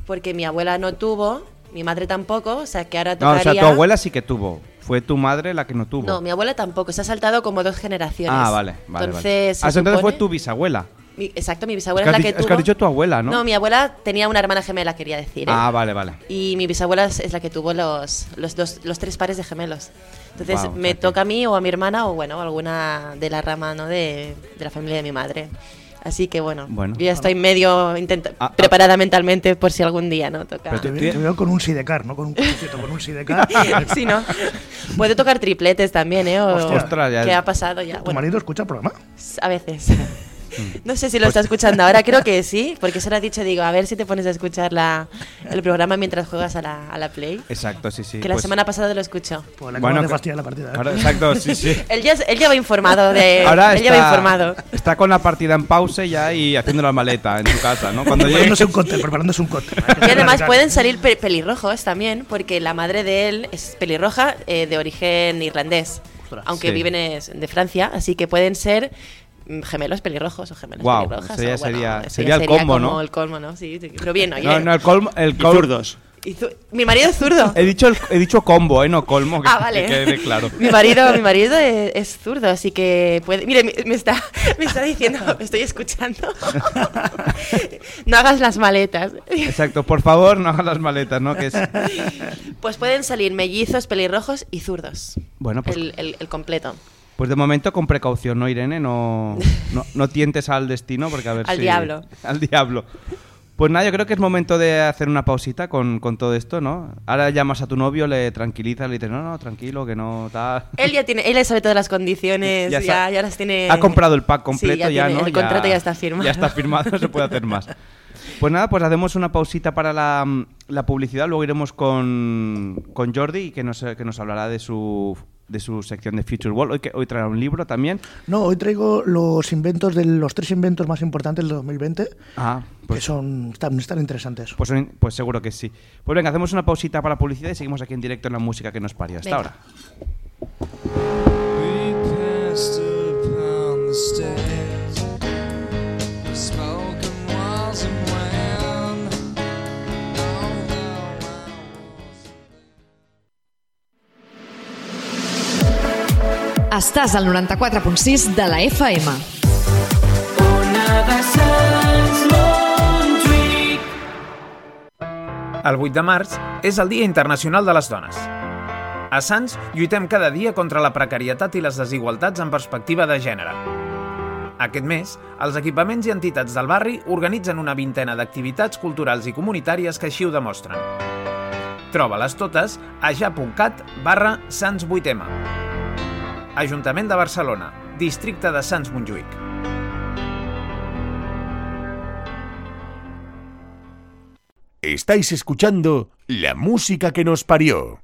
B: porque mi abuela no tuvo, mi madre tampoco, o sea, que ahora
A: No, o
B: tocaría...
A: sea, tu abuela sí que tuvo. Fue tu madre la que no tuvo.
B: No, mi abuela tampoco, se ha saltado como dos generaciones.
A: Ah, vale, vale.
B: Entonces,
A: vale.
B: se
A: Ah, entonces fue
B: supone-
A: tu bisabuela.
B: Mi- exacto, mi bisabuela
A: Es
B: es,
A: que has
B: la que
A: dicho- es
B: tuvo.
A: que has dicho tu abuela, ¿no?
B: No, mi abuela tenía una hermana gemela, quería decir. ¿eh?
A: Ah, vale, vale.
B: Y mi bisabuela es es la que tuvo los, los, dos- los tres pares de gemelos. Entonces
A: Guau,
B: me
A: fíjate.
B: toca a mí o a mi hermana o bueno, alguna de la rama ¿no? de, de la familia de mi madre. Así que bueno,
A: Bueno.
B: yo ya estoy medio intenta-
A: Ah, ah.
B: preparada mentalmente por si algún día no toca.
A: Pero
C: Te, ve-
A: Tú-
C: te veo con un sidecar, no con un cochecito, con un sidecar.
B: sí, ¿no? Puede tocar tripletes también, ¿eh? O,
A: Ostras, ya-
B: ¿Qué ha pasado ya?
C: ¿Tu
B: Bueno,
C: Pues marido escucha el programa?
B: a veces.
A: Mm.
B: No sé si lo
A: Pues-
B: está escuchando ahora, creo que sí, porque se lo ha dicho, digo, a ver si te pones a escuchar la, el programa mientras juegas a la, a la Play.
A: Exacto, sí, sí.
B: que la
A: pues-
B: semana pasada lo escuchó.
C: Pues le acaban de
A: cl-
C: fastidiar la partida. ¿eh?
A: Claro, exacto, sí, sí.
B: Él ya, él ya va informado de...
A: Ahora
B: Eh, él ya va
A: está,
B: informado.
A: está con la partida en pausa ya y haciendo la maleta en su casa, ¿no? Cuando llegue...
C: Preparándose un cóctel, preparándose un cóctel.
B: Y además pueden salir pe- pelirrojos también, porque la madre de él es pelirroja eh, de origen irlandés,
C: Ostras.
B: aunque
A: Sí.
B: viven es- de Francia, así que pueden ser mm, gemelos pelirrojos o gemelos
A: Guau,
B: pelirrojas.
A: eso ya
B: o, bueno,
A: sería-
B: eso
A: sería
B: ya
A: el combo,
B: como
A: ¿no?
B: el colmo, ¿no? Sí, sí, pero bien, oye.
A: No, no, el colmo... El
D: Y
A: col-
D: zurdos.
B: Y zu- Mi marido es zurdo.
A: He dicho, el- he dicho combo, ¿eh? No colmo, que,
B: Ah, vale.
A: que quede claro.
B: Mi marido, mi marido es, es zurdo, así que puede. Mire, me, me está, me está diciendo, me estoy escuchando. no hagas las maletas.
A: Exacto, por favor, no hagas las maletas, ¿no? Que es...
B: Pues pueden salir mellizos, pelirrojos y zurdos.
A: Bueno, pues,
B: El, el- el completo.
A: pues de momento con precaución, ¿no, Irene? No, no, no tientes al destino porque a ver
B: Al
A: si-
B: diablo.
A: Al diablo. Pues nada, yo creo que es momento de hacer una pausita con, con todo esto, ¿no? Ahora llamas a tu novio, le tranquilizas, le dices, no, no, tranquilo, que no tal...
B: Él ya tiene, él ya sabe todas las condiciones, ya,
A: sa-
B: ya las tiene.
A: Ha comprado el pack
B: Eh, Sí,
A: completo ya,
B: tiene-
A: ¿no?
B: El contrato ya, está firmado.
A: Ya está firmado, no se puede hacer más. Pues nada, pues hacemos una pausita para la, la publicidad, luego iremos con, con Jordi y que nos, que nos hablará de su de su sección de Future World. Hoy, que, hoy traerá un libro también.
C: No, hoy traigo los inventos de los tres inventos más importantes del 2020,
A: Ah,
C: que
A: pues,
C: son están, están interesantes.
A: pues, pues seguro que sí. Pues venga, hacemos una pausita para la publicidad y seguimos aquí en directo en la música que nos parió. Hasta
B: Venga.
A: ahora.
H: We passed upon the stairs, smoke and walls and wound. Although I was
I: Estàs al 94.6 de la FM.
J: El 8 de març és el Dia Internacional de les Dones. A Sants lluitem cada dia contra la precarietat i les desigualtats en perspectiva de gènere. Aquest mes, els equipaments i entitats del barri organitzen una vintena d'activitats culturals i comunitàries que així ho demostren. Troba-les totes a ja.cat barra Sants 8M. Ajuntament de Barcelona, districte de Sants Montjuïc.
K: Estáis escuchando la música que nos parió.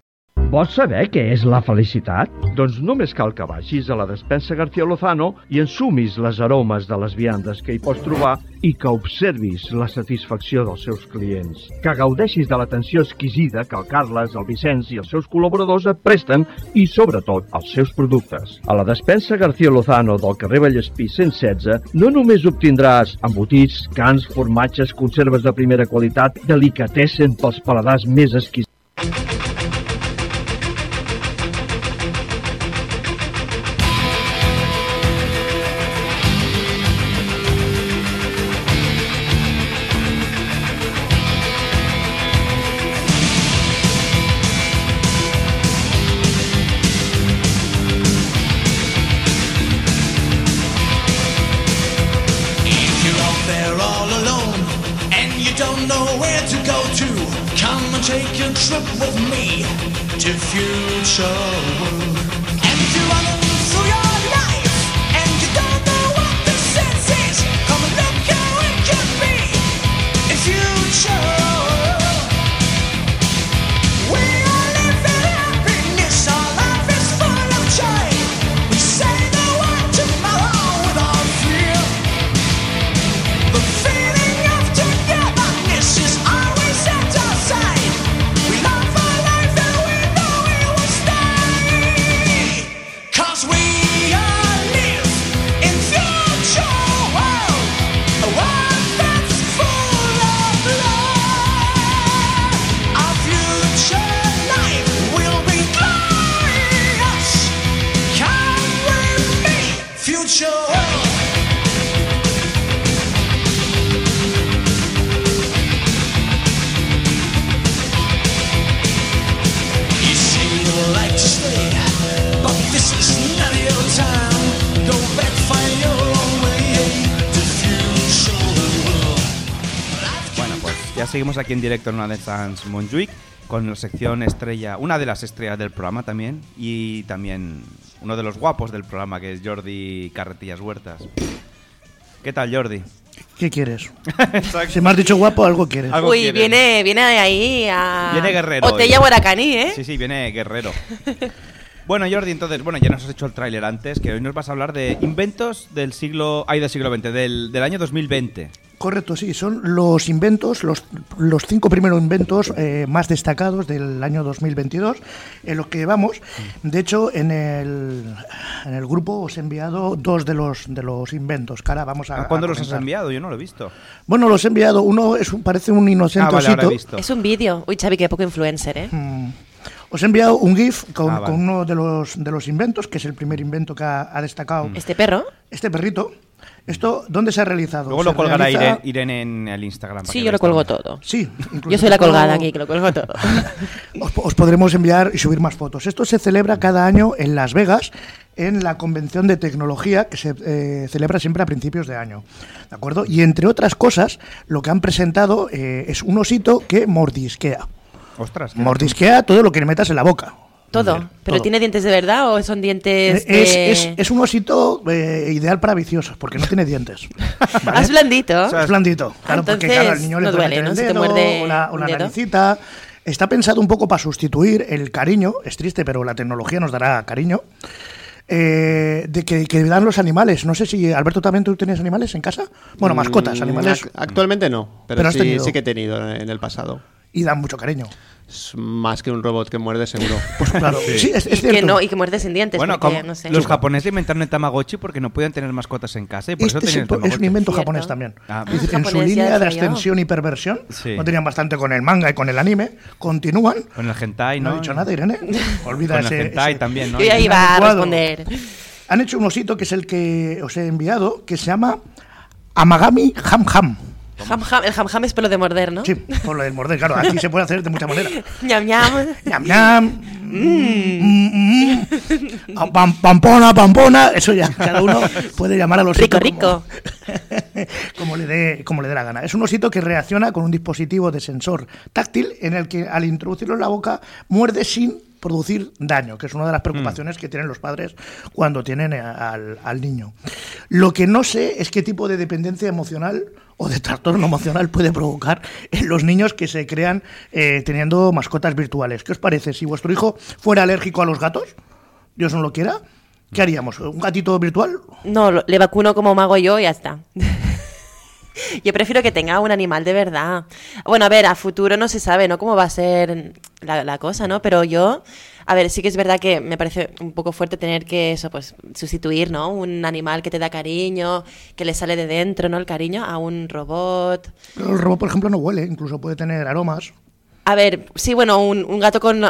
L: Vols saber què és la felicitat? Doncs només cal que vagis a la despensa García Lozano i ensumis les aromes de les viandes que hi pots trobar i que observis la satisfacció dels seus clients. Que gaudeixis de l'atenció exquisida que el Carles, el Vicenç i els seus col·laboradors et presten i, sobretot, els seus productes. A la despensa García Lozano del carrer Vallespí 116 no només obtindràs embotits, cans, formatges, conserves de primera qualitat, delicatessen pels paladars més exquisits
H: If you're out there all alone and you don't know where to go to, come and take a trip with me to Future World. And if you're running through your life and you don't know what the sense is, come and look how it can be in Future World. We are living happiness, our life is full of joy. We say the word tomorrow without fear. The feeling of togetherness is always at our side. We love our life and we know we will stay. 'Cause we all live in future world, a world that's full of love. Our future life will be glorious. Come with me, future world. You say you like to stay, but this is not your time. Go back, find your own way to future world.
A: Bueno, pues ya seguimos aquí en directo en una de Sans Montjuic con la sección estrella, una de las estrellas del programa también y también uno de los guapos del programa que es Jordi Carretillas Huertas. ¿Qué tal, Jordi?
C: ¿Qué quieres? Si me has dicho guapo, algo quieres.
A: Algo
B: Uy,
A: quiere.
B: viene, viene de ahí a...
A: Viene Guerrero.
B: Otella
A: hoy.
B: Guaracani, ¿eh?
A: Sí, sí, viene Guerrero. Bueno, Jordi, entonces, bueno, ya nos has hecho el tráiler antes, que hoy nos vas a hablar de inventos del siglo... Ay, del siglo XX, del, del año 2020.
C: Correcto, sí, son los inventos, los, los cinco primeros inventos eh, más destacados del año 2022 en los que vamos.
A: Mm.
C: De hecho, en el, en el grupo os he enviado dos de los, de los inventos. Cara, vamos a.
A: ¿A cuándo
C: a
A: los has
C: comentar.
A: enviado? Ah, Yo no lo he visto.
C: Bueno, los he enviado. Uno es un- parece un inocente osito.
B: Es un vídeo. Uy, Xavi, qué poco influencer, ¿eh?
A: Hmm.
C: Os he enviado un GIF con,
B: Ah, vale.
C: con uno de los, de los inventos, que es el primer invento que ha, ha destacado.
A: Mm.
B: ¿Este perro?
C: Este perrito. ¿Esto dónde se ha realizado?
A: Luego
C: Se
A: lo colgará
C: realiza-
A: Irene, Irene en el Instagram. para
B: Sí,
A: que
B: yo lo
A: veáis
B: colgo
A: también.
B: todo.
C: Sí,
B: Yo
C: incluso
B: soy la
C: tengo-
B: colgada aquí, que lo colgo todo.
C: Os, os podremos enviar y subir más fotos. Esto se celebra cada año en Las Vegas, en la Convención de Tecnología, que se eh, celebra siempre a principios de año. ¿De acuerdo? Y entre otras cosas, lo que han presentado eh, es un osito que mordisquea.
A: Ostras.
C: Mordisquea todo lo que le metas en la boca.
B: Todo. ¿Pero
C: todo.
B: tiene dientes de verdad o son dientes de...
C: Eh, Es, es- es un osito eh, ideal para viciosos, porque no tiene dientes. ¿vale?
B: Es blandito.
C: Es blandito. Claro, porque
B: Entonces,
C: claro, al niño le
B: no
C: puede
B: duele,
C: meter
B: ¿no?
C: el
B: Si te
C: dedo,
B: muerde
C: una,
B: un
C: una
B: dedo.
C: naricita. Está pensado un poco para sustituir el cariño, es triste, pero la tecnología nos dará cariño, eh, de que, que dan los animales. No sé si, Alberto, también tú tienes animales en casa. Bueno, mascotas,
D: Mm,
C: animales.
D: ac- Actualmente no, pero,
C: Pero has
D: sí,
C: tenido.
D: sí que he tenido en el pasado.
C: Y dan mucho cariño.
D: Es más que un robot que muerde, seguro.
C: Pues claro, sí, es,
B: y que no, y que muerde sin dientes,
A: Bueno,
B: porque,
A: como
B: no sé.
A: los japoneses inventaron el Tamagotchi porque no podían tener mascotas en casa y por
C: Este
A: eso
C: es,
A: tenían el
C: impo- es un
A: Tamagotchi.
C: invento japonés también.
A: Ah,
C: Es decir, en su
B: japonés ya
C: línea de
B: desarrollado.
C: extensión y perversión,
A: Sí.
C: no tenían bastante con el manga y con el anime, continúan.
A: Con el hentai, ¿no?
C: No ha dicho nada, Irene. Olvida
A: Con el
C: ese-
A: hentai
C: ese-
A: también, ¿no?
B: Yo ya iba a
C: inadecuado.
B: responder.
C: Han hecho un osito que es el que os he enviado, que se llama Amagami Ham Ham.
B: Ham, ham, el ham ham es pelo de morder, ¿no?
C: Sí, por lo del morder, claro, aquí se puede hacer de muchas maneras.
B: Ñam, ñam.
C: Ñam, ñam, mm, mm, ah, pam- pampona, pampona, eso ya, cada uno puede llamar a los
B: Rico,
C: como-
B: rico.
C: como le dé como le dé la gana. Es un osito que reacciona con un dispositivo de sensor táctil en el que al introducirlo en la boca muerde sin producir daño, que es una de las preocupaciones que tienen los padres cuando tienen a- al, al niño. Lo que no sé es qué tipo de dependencia emocional o de trastorno emocional puede provocar en los niños que se crean eh, teniendo mascotas virtuales. ¿Qué os parece? Si vuestro hijo fuera alérgico a los gatos, Dios no lo quiera, ¿qué haríamos? ¿Un gatito virtual?
B: No, lo- le vacuno como mago yo y ya está. Yo prefiero que tenga un animal de verdad. Bueno, a ver, a futuro no se sabe, ¿no? Cómo va a ser la, la cosa, ¿no? Pero yo, a ver, sí que es verdad que me parece un poco fuerte tener que eso, pues, sustituir, ¿no? Un animal que te da cariño, que le sale de dentro, ¿no? El cariño a un robot.
C: Pero el robot, por ejemplo, no huele, incluso puede tener aromas.
B: A ver, sí, bueno, un, un gato con,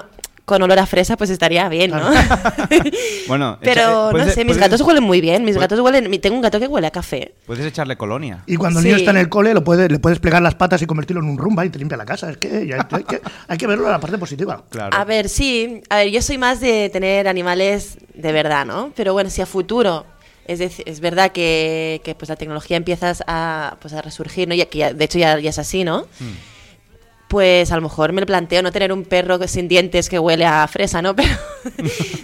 B: con olor a fresa, pues estaría bien, ¿no?
A: Bueno, echa-
B: Pero,
A: eh,
B: no
A: puedes-
B: sé, mis
A: puedes-
B: gatos huelen muy bien. Mis
A: puedes-
B: gatos huelen. mi- Tengo un gato que huele a café.
A: Puedes echarle colonia.
C: Y cuando el
B: Sí.
C: niño está en el cole, lo puede, le puedes plegar las patas y convertirlo en un rumba y te limpia la casa. Es que ya- hay, que, hay que verlo en la parte positiva.
A: Claro.
B: A ver, sí. A ver, yo soy más de tener animales de verdad, ¿no? Pero bueno, si a futuro. Es, deci- es verdad que, que, pues la tecnología empiezas a, pues, a resurgir, ¿no? Y que ya- de hecho ya, ya es así, ¿no?
A: Mm.
B: Pues a lo mejor me planteo no tener un perro que- sin dientes que huele a fresa, ¿no? Pero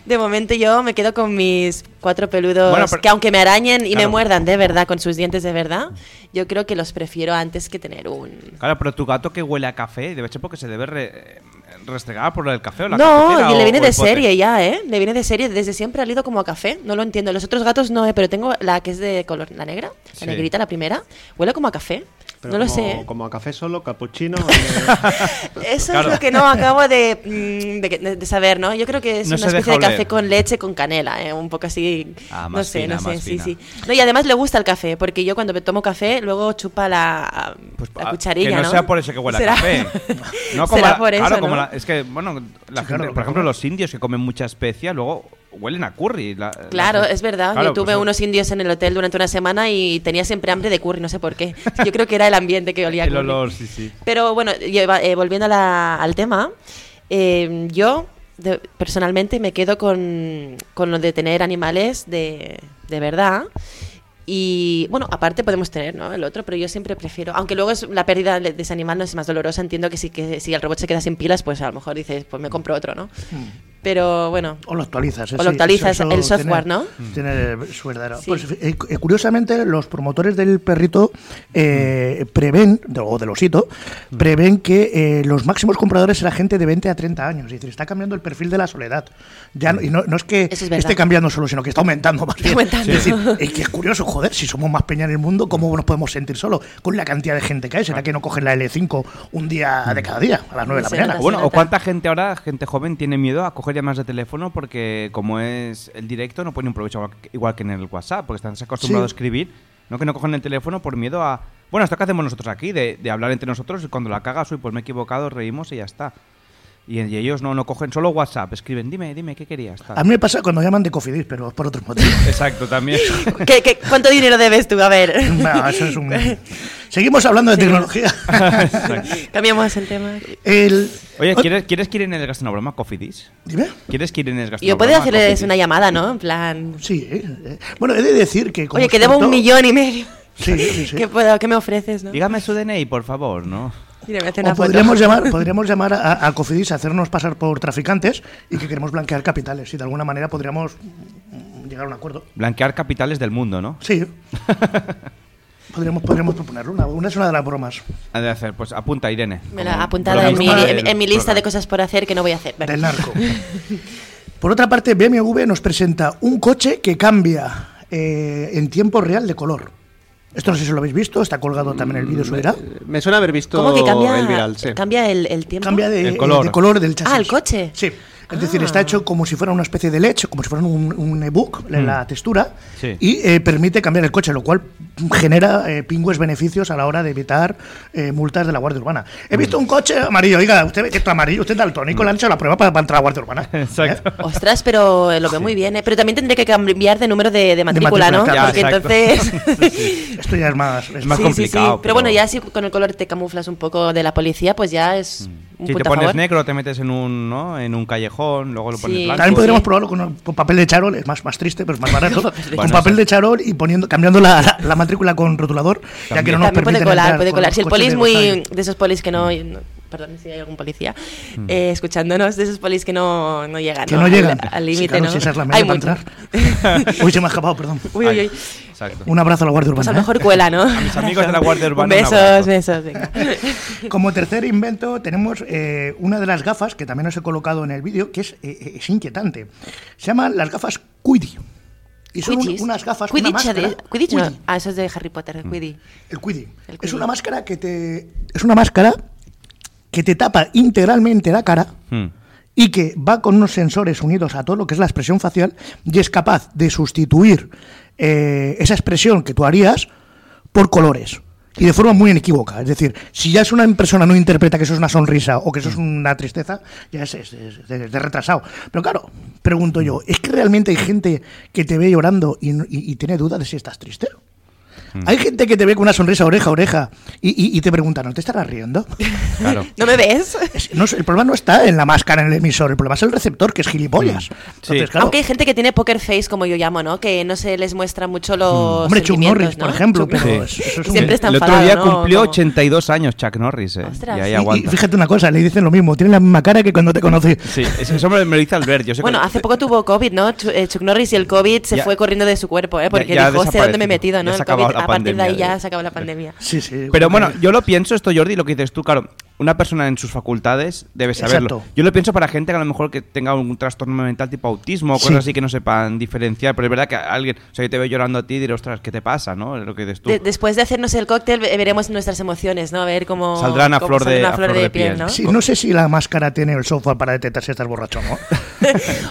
B: de momento yo me quedo con mis cuatro peludos
A: Bueno, pero-
B: que aunque me arañen y me
A: Claro.
B: muerdan de verdad con sus dientes de verdad, yo creo que los prefiero antes que tener un
A: Claro, pero tu gato que huele a café debe ser porque se debe re- eh, restregar por el café o la cafetera
B: No, y
A: o-
B: le viene
A: o el
B: de
A: pote.
B: serie ya, ¿eh? Le viene de serie. Desde siempre ha olido como a café. No lo entiendo. Los otros gatos no, ¿eh? Pero tengo la que es de color, la negra, la
A: Sí.
B: negrita, la primera. Huele como a café.
D: Pero
B: no lo
D: como-
B: sé. ¿eh?
D: Como a café solo, capuchino.
B: Eso
D: Claro.
B: es lo que no acabo de, mm, de, que- de saber, ¿no? Yo creo que es
D: No
B: una
D: se
B: especie
D: deja
B: de
D: oler.
B: café con leche, con canela, ¿eh? Un poco así.
A: Ah,
B: no
A: más
B: sé,
A: fina,
B: no sé.
A: más
B: Sí,
A: fina.
B: sí. No, y además le gusta el café, porque yo cuando me tomo café, luego chupa la, la
A: Ah,
B: cucharilla.
A: Que no, sea por eso que huele
B: Será-
A: a café. No como
B: será
A: la-
B: por
A: claro,
B: eso,
A: como
B: ¿no?
A: la- es que, bueno, la gente,
B: Sí, claro,
A: por ejemplo, los indios que comen mucha especia, luego huelen a curry. la- la-
B: Claro, es verdad.
A: Claro,
B: Yo tuve
A: pues,
B: unos indios en el hotel durante una semana y tenía siempre hambre de curry, no sé por qué. Yo creo que era el ambiente que olía a
A: El
B: curry.
A: olor, eh, sí, sí.
B: Pero bueno, yo iba- eh, volviendo a la- al tema, eh, yo de- personalmente me quedo con, con lo de tener animales de, de verdad. Y bueno, aparte podemos tener ¿no? el otro, pero yo siempre prefiero, aunque luego es, la pérdida de
A: Hmm.
B: de ese animal no es más dolorosa, entiendo que, sí, que si el robot se queda sin pilas, pues a lo mejor dices, pues me compro otro, ¿no? Pero bueno.
C: O lo actualizas. eh,
B: O lo
C: sí,
B: actualizas,
C: eso- eso
B: el software,
C: tiene-
B: ¿no?
C: Tiene su verdadero.
B: Sí.
C: Pues, eh, cu- eh, curiosamente, los promotores del perrito eh, prevén, de- o del osito, prevén que eh, los máximos compradores será gente de 20 a 30 años. Es decir, está cambiando el perfil de la soledad. Ya no, y no, no es que
B: Eso es verdad.
C: esté cambiando solo, sino que está aumentando más bien.
B: aumentando.
C: Es decir, es que es curioso, joder, si somos más peña en el mundo, ¿cómo nos podemos sentir solos? Con la cantidad de gente que hay. ¿Será que no cogen la L5 un día de cada día, a las 9 de la mañana?
A: O Bueno, o cuánta gente ahora, gente joven, tiene miedo a coger llamadas de teléfono porque como es el directo no pone un provecho igual que- igual que en el WhatsApp, porque están acostumbrados a
C: Sí.
A: escribir, no que no cogen el teléfono por miedo a... Bueno, esto que hacemos nosotros aquí, de, de hablar entre nosotros y cuando la cagas, uy, pues me he equivocado, reímos y ya está. Y, y ellos no, no cogen solo WhatsApp, escriben, dime, dime, ¿qué querías? Tal.
C: A mí me pasa cuando llaman de Cofidis, pero es por otros motivos.
A: Exacto, también.
B: ¿Qué, qué, cuánto dinero debes tú? A ver.
C: No, eso es un- Seguimos hablando de tecnología.
B: Cambiamos el tema.
C: El...
A: Oye, ¿quieres, ¿quieres que Irene les una broma, Cofidis?
C: Dime.
A: ¿Quieres que Irene les gaste
B: Yo
A: una
B: puedo
A: broma,
B: hacerles
A: Cofidis?
B: una llamada, ¿no? En plan.
C: Sí, eh, Bueno, he de decir que.
B: Oye, que debo un millón y medio.
C: Sí, sí,
B: ¿Qué, puedo- qué me ofreces, no?
A: Dígame su DNI, por favor, ¿no?
B: Mira, me hace
C: O
B: una foto.
C: podríamos llamar, podríamos llamar a, a Cofidis a hacernos pasar por traficantes y que queremos blanquear capitales. Y de alguna manera podríamos mm, llegar a un acuerdo.
A: Blanquear capitales del mundo, ¿no?
C: Sí. Podríamos, podríamos proponerlo. Una, una es una de las bromas.
A: Ha de hacer, pues apunta Irene.
B: Me la
A: Como
B: ha apuntado en mi,
A: broma
B: en,
A: del
B: en mi lista
A: programa.
B: de cosas por hacer que no voy a hacer. Venga.
C: Del narco. Por otra parte, BMW nos presenta un coche que cambia eh, en tiempo real de color. Esto no sé si lo habéis visto, está colgado también el vídeo, subirá.
D: Me suena haber visto
B: ¿Cómo que cambia
D: el viral, sí.
B: cambia el, el tiempo?
C: Cambia de,
D: El color.
C: de color del chasis.
B: Ah, el coche. Ah.
C: Sí. Es decir, está hecho como si fuera una especie de leche, como si fuera un, un ebook, la-
A: Mm.
C: la textura,
A: Sí.
C: y eh, permite cambiar el coche, lo cual genera eh, pingües beneficios a la hora de evitar eh, multas de la Guardia Urbana. He visto un coche amarillo, oiga, usted ve que está amarillo, usted daltónico, le han hecho la prueba para, para entrar a la Guardia Urbana.
A: ¿Eh?
C: Exacto.
B: Ostras, pero lo veo muy bien, ¿eh? Pero también tendré que cambiar de número de, de matrícula,
C: matrícula,
B: ¿no?
C: claro.
B: Porque
C: Ya,
B: entonces...
C: exacto. Esto ya es más, es
A: más
B: Sí, sí, sí.
A: complicado.
B: Pero bueno, ya si con el color te camuflas un poco de la policía, pues ya es
C: Mm.
B: un
A: Si te
B: punto a
A: pones
B: favor.
A: negro, te metes en un, ¿no? en un callejón, luego lo pones
B: Sí.
A: blanco.
C: También podríamos probarlo con, un- con papel de charol, es más, más triste, pero es más barato. con
A: Bueno,
C: papel de charol y poniendo, cambiando la, la- la matrícula con rotulador, ya que no nos
B: También puede
C: permiten
B: colar,
C: entrar
B: puede
C: con
B: colar.
C: los
B: Si el
C: coches
B: poli
C: de
B: es muy...
C: Volkswagen.
B: De esos polis que no... no- perdón si hay algún policía eh, escuchándonos, de esos polis que no, no llegan.
C: Mm. Que no llegan.
B: Al- Al
C: Sí,
B: límite,
C: claro,
B: ¿no?
C: si esa es la meta
B: Hay
C: para
B: mucho.
C: entrar. pues Uy, se me ha escapado, perdón.
B: Uy, uy, uy.
C: Un abrazo a la Guardia
B: Pues a
C: Urbana.
B: lo mejor cuela, ¿no?
A: A mis amigos de la Guardia Urbana, un
B: Besos,
A: abrazo.
B: besos, venga.
C: ¿eh? Como tercer invento tenemos eh, una de las gafas que también os he colocado en el vídeo, que es, eh, es inquietante. Se llaman las gafas Quidi. Y son un-
B: Quidditch.
C: unas gafas, una
B: Quidditch
C: máscara.
B: de- Quidditch no.
C: Quidi.
B: Ah, eso es de Harry Potter,
A: Mm.
B: el Quidditch.
C: El Quidi.
B: El Quidditch.
C: Es una máscara que te... Es una máscara que te tapa integralmente la cara
A: Hmm.
C: y que va con unos sensores unidos a todo lo que es la expresión facial y es capaz de sustituir eh, esa expresión que tú harías por colores. Y de forma muy inequívoca. Es decir, si ya es una persona no interpreta que eso es una sonrisa o que eso es una tristeza, ya es, es- es de, de retrasado. Pero claro, pregunto yo, ¿es que realmente hay gente que te ve llorando y, no- y- y tiene duda de si estás triste? Hay gente que te ve con una sonrisa oreja a oreja y, y- y te pregunta, ¿no te estarás riendo?
A: Claro.
B: ¿No me ves?
C: No, el problema no está en la máscara, en el emisor, el problema es el receptor, que es gilipollas.
A: Mm.
C: Entonces, claro,
B: Aunque hay gente que tiene poker face, como yo llamo, ¿no? Que no se les muestra mucho los.
C: Mm. hombre, Chuck
B: sentimientos,
C: Norris,
B: ¿no?
C: por ejemplo, pero
A: Sí.
C: eso- eso es un-
B: Siempre está
A: el otro
B: enfadado,
A: día
B: ¿no?
A: cumplió
B: Como-
A: 82 años Chuck Norris, ¿eh?
B: Ostras.
A: Y
B: Y-
A: ahí
B: y
C: Y, y
A: aguanta.
C: fíjate una cosa, le dicen lo mismo, tienen la macara que cuando te conocí.
A: Sí, ese ese hombre me lo dice Albert. Yo sé que-
B: Bueno, hace poco tuvo COVID, ¿no? Chu- eh, Chuck Norris y el COVID se
A: Ya-
B: fue corriendo de su cuerpo, ¿eh? Porque
A: ya ha
B: dijo, hostia, ¿dónde me he
A: desaparecido.
B: metido, no?
A: Ya se
B: El
A: ha acabado
B: COVID,
A: la
B: a partir de ahí
A: pandemia,
B: ya
A: de-
B: se acabó la pandemia.
C: Sí, sí. Eh,
A: Pero bueno, yo lo pienso esto, Jordi, lo que dices tú, claro, una persona en sus facultades debe saberlo.
C: Exacto.
A: Yo lo pienso para gente que a lo mejor que tenga un trastorno mental tipo autismo o
C: Sí.
A: cosas así que no sepan diferenciar, pero es verdad que alguien, o sea, yo te veo llorando a ti y diré, ostras, ¿qué te pasa, no? Lo que dices tú.
B: De- después de hacernos el cóctel ve- veremos nuestras emociones, ¿no? A ver cómo
A: Saldrán a
B: cómo
A: flor de-
B: salen
A: a flor de piel.
B: ¿no?
C: Sí, no sé si la máscara tiene el software para detectar si estás borracho o no.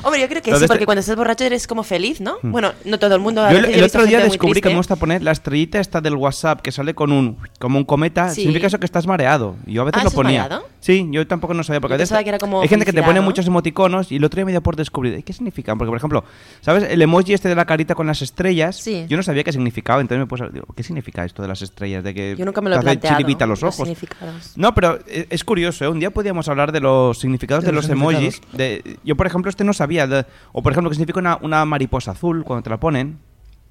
B: Hombre, yo creo que sí,
A: Entonces,
B: porque
A: te-
B: cuando estás borracho eres como feliz, ¿no? Bueno, no todo el mundo. a
A: Yo
B: veces
A: el,
B: he
A: el
B: visto
A: otro día
B: gente muy
A: descubrí que
B: triste. ¿eh?
A: me gusta poner la estrellita esta del WhatsApp que sale con un como un cometa.
B: Sí.
A: Significa eso que estás mareado. Y yo a veces
B: Ah,
A: lo
B: ¿eso es
A: ponía.
B: mareado?
A: sí, yo tampoco no sabía porque
B: Yo
A: a veces
B: pensaba que era como
A: hay gente que te
B: felicidad,
A: pone
B: ¿no?
A: muchos emoticonos y el otro día me dio por descubrir "Ay, qué significan. Porque por ejemplo, sabes el emoji este de la carita con las estrellas.
B: Sí.
A: Yo no sabía qué significaba. Entonces me puse digo, ¿qué significa esto de las estrellas? De que
B: Yo nunca me lo
A: te
B: he
A: hace
B: planteado.
A: chiribita los
B: los
A: ojos.
B: significados.
A: No, pero es, es curioso, ¿eh? Un día podíamos hablar de los significados
C: De
A: de,
C: los
A: los, emojis. De, yo, por ejemplo, este no sabía. de- o, por ejemplo, qué significa una, una mariposa azul cuando te la ponen.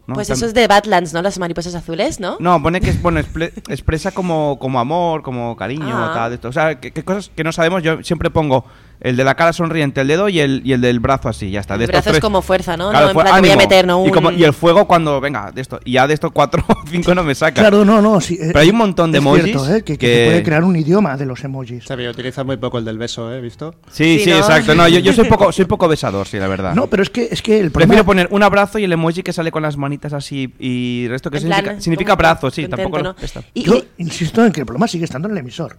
A: ¿no?
B: Pues
A: Tam-
B: eso es de Badlands, ¿no? Las mariposas azules, ¿no?
A: No, pone que es, bueno, expre- expresa como, como amor, como cariño,
B: Ah.
A: tal, esto. O sea, que, que cosas que no sabemos. Yo siempre pongo El de la cara sonriente, el dedo y el, y el del brazo así, ya está. De
B: El
A: estos
B: brazo es
A: tres-
B: como fuerza, ¿no?
A: Claro,
B: no en
A: fue
B: plan, que voy a
A: ánimo.
B: meter, ¿no?
A: Y, como-
B: Un-
A: y el fuego cuando, venga, de esto. Y ya de estos cuatro o cinco no me saca.
C: Claro, no, no. Sí, eh,
A: Pero hay un montón de
C: es
A: emojis
C: cierto, eh, que, que
A: que-
C: se puede crear un idioma de los emojis.
D: Sabia, utiliza muy poco el del beso, ¿eh? ¿Visto?
A: Sí, sí,
D: ¿no?
A: exacto. No, yo, yo soy poco, soy poco besador, sí, la verdad.
C: No, pero es que, es que el problema...
A: Prefiero poner un abrazo y el emoji que sale con las manitas así y el resto que
C: En
A: significa,
C: plan,
A: significa
C: como
A: abrazo, sí,
C: contento,
A: tampoco lo-
C: ¿no?
A: está.
C: Yo insisto en que el problema sigue estando en el emisor.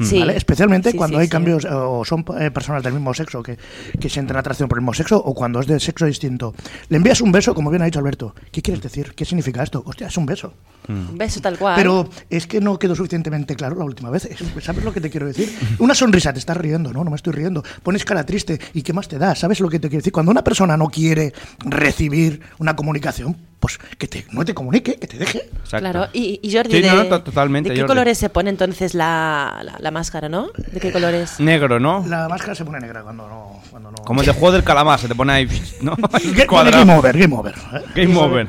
A: Sí.
C: ¿vale? Especialmente
A: Sí,
C: cuando
A: sí,
C: hay
A: sí.
C: cambios eh, o son eh, personas del mismo sexo que, que sienten atracción por el mismo sexo o cuando es de sexo distinto. Le envías un beso, como bien ha dicho Alberto. ¿Qué quieres decir? ¿Qué significa esto? Hostia, es un beso.
B: Un Mm. beso tal cual.
C: Pero es que no quedó suficientemente claro la última vez. Es- ¿Sabes lo que te quiero decir? Una sonrisa, te estás riendo, ¿no? No me estoy riendo. Pones cara triste y ¿qué más te da? ¿Sabes lo que te quiero decir? Cuando una persona no quiere recibir una comunicación, pues que te, no te comunique, que te deje.
B: Claro, y, y Jordi,
A: Sí,
B: de,
A: no, no, to- totalmente,
B: ¿de qué
A: Jordi.
B: colores se pone entonces la, la, la máscara, no? ¿De qué colores?
A: Negro, ¿no?
C: La máscara se pone negra cuando no. Cuando no.
A: Como el de juego del calamar, se te pone ahí. ¿no? Cuadrado.
C: Game over, game over. ¿eh?
A: Game over.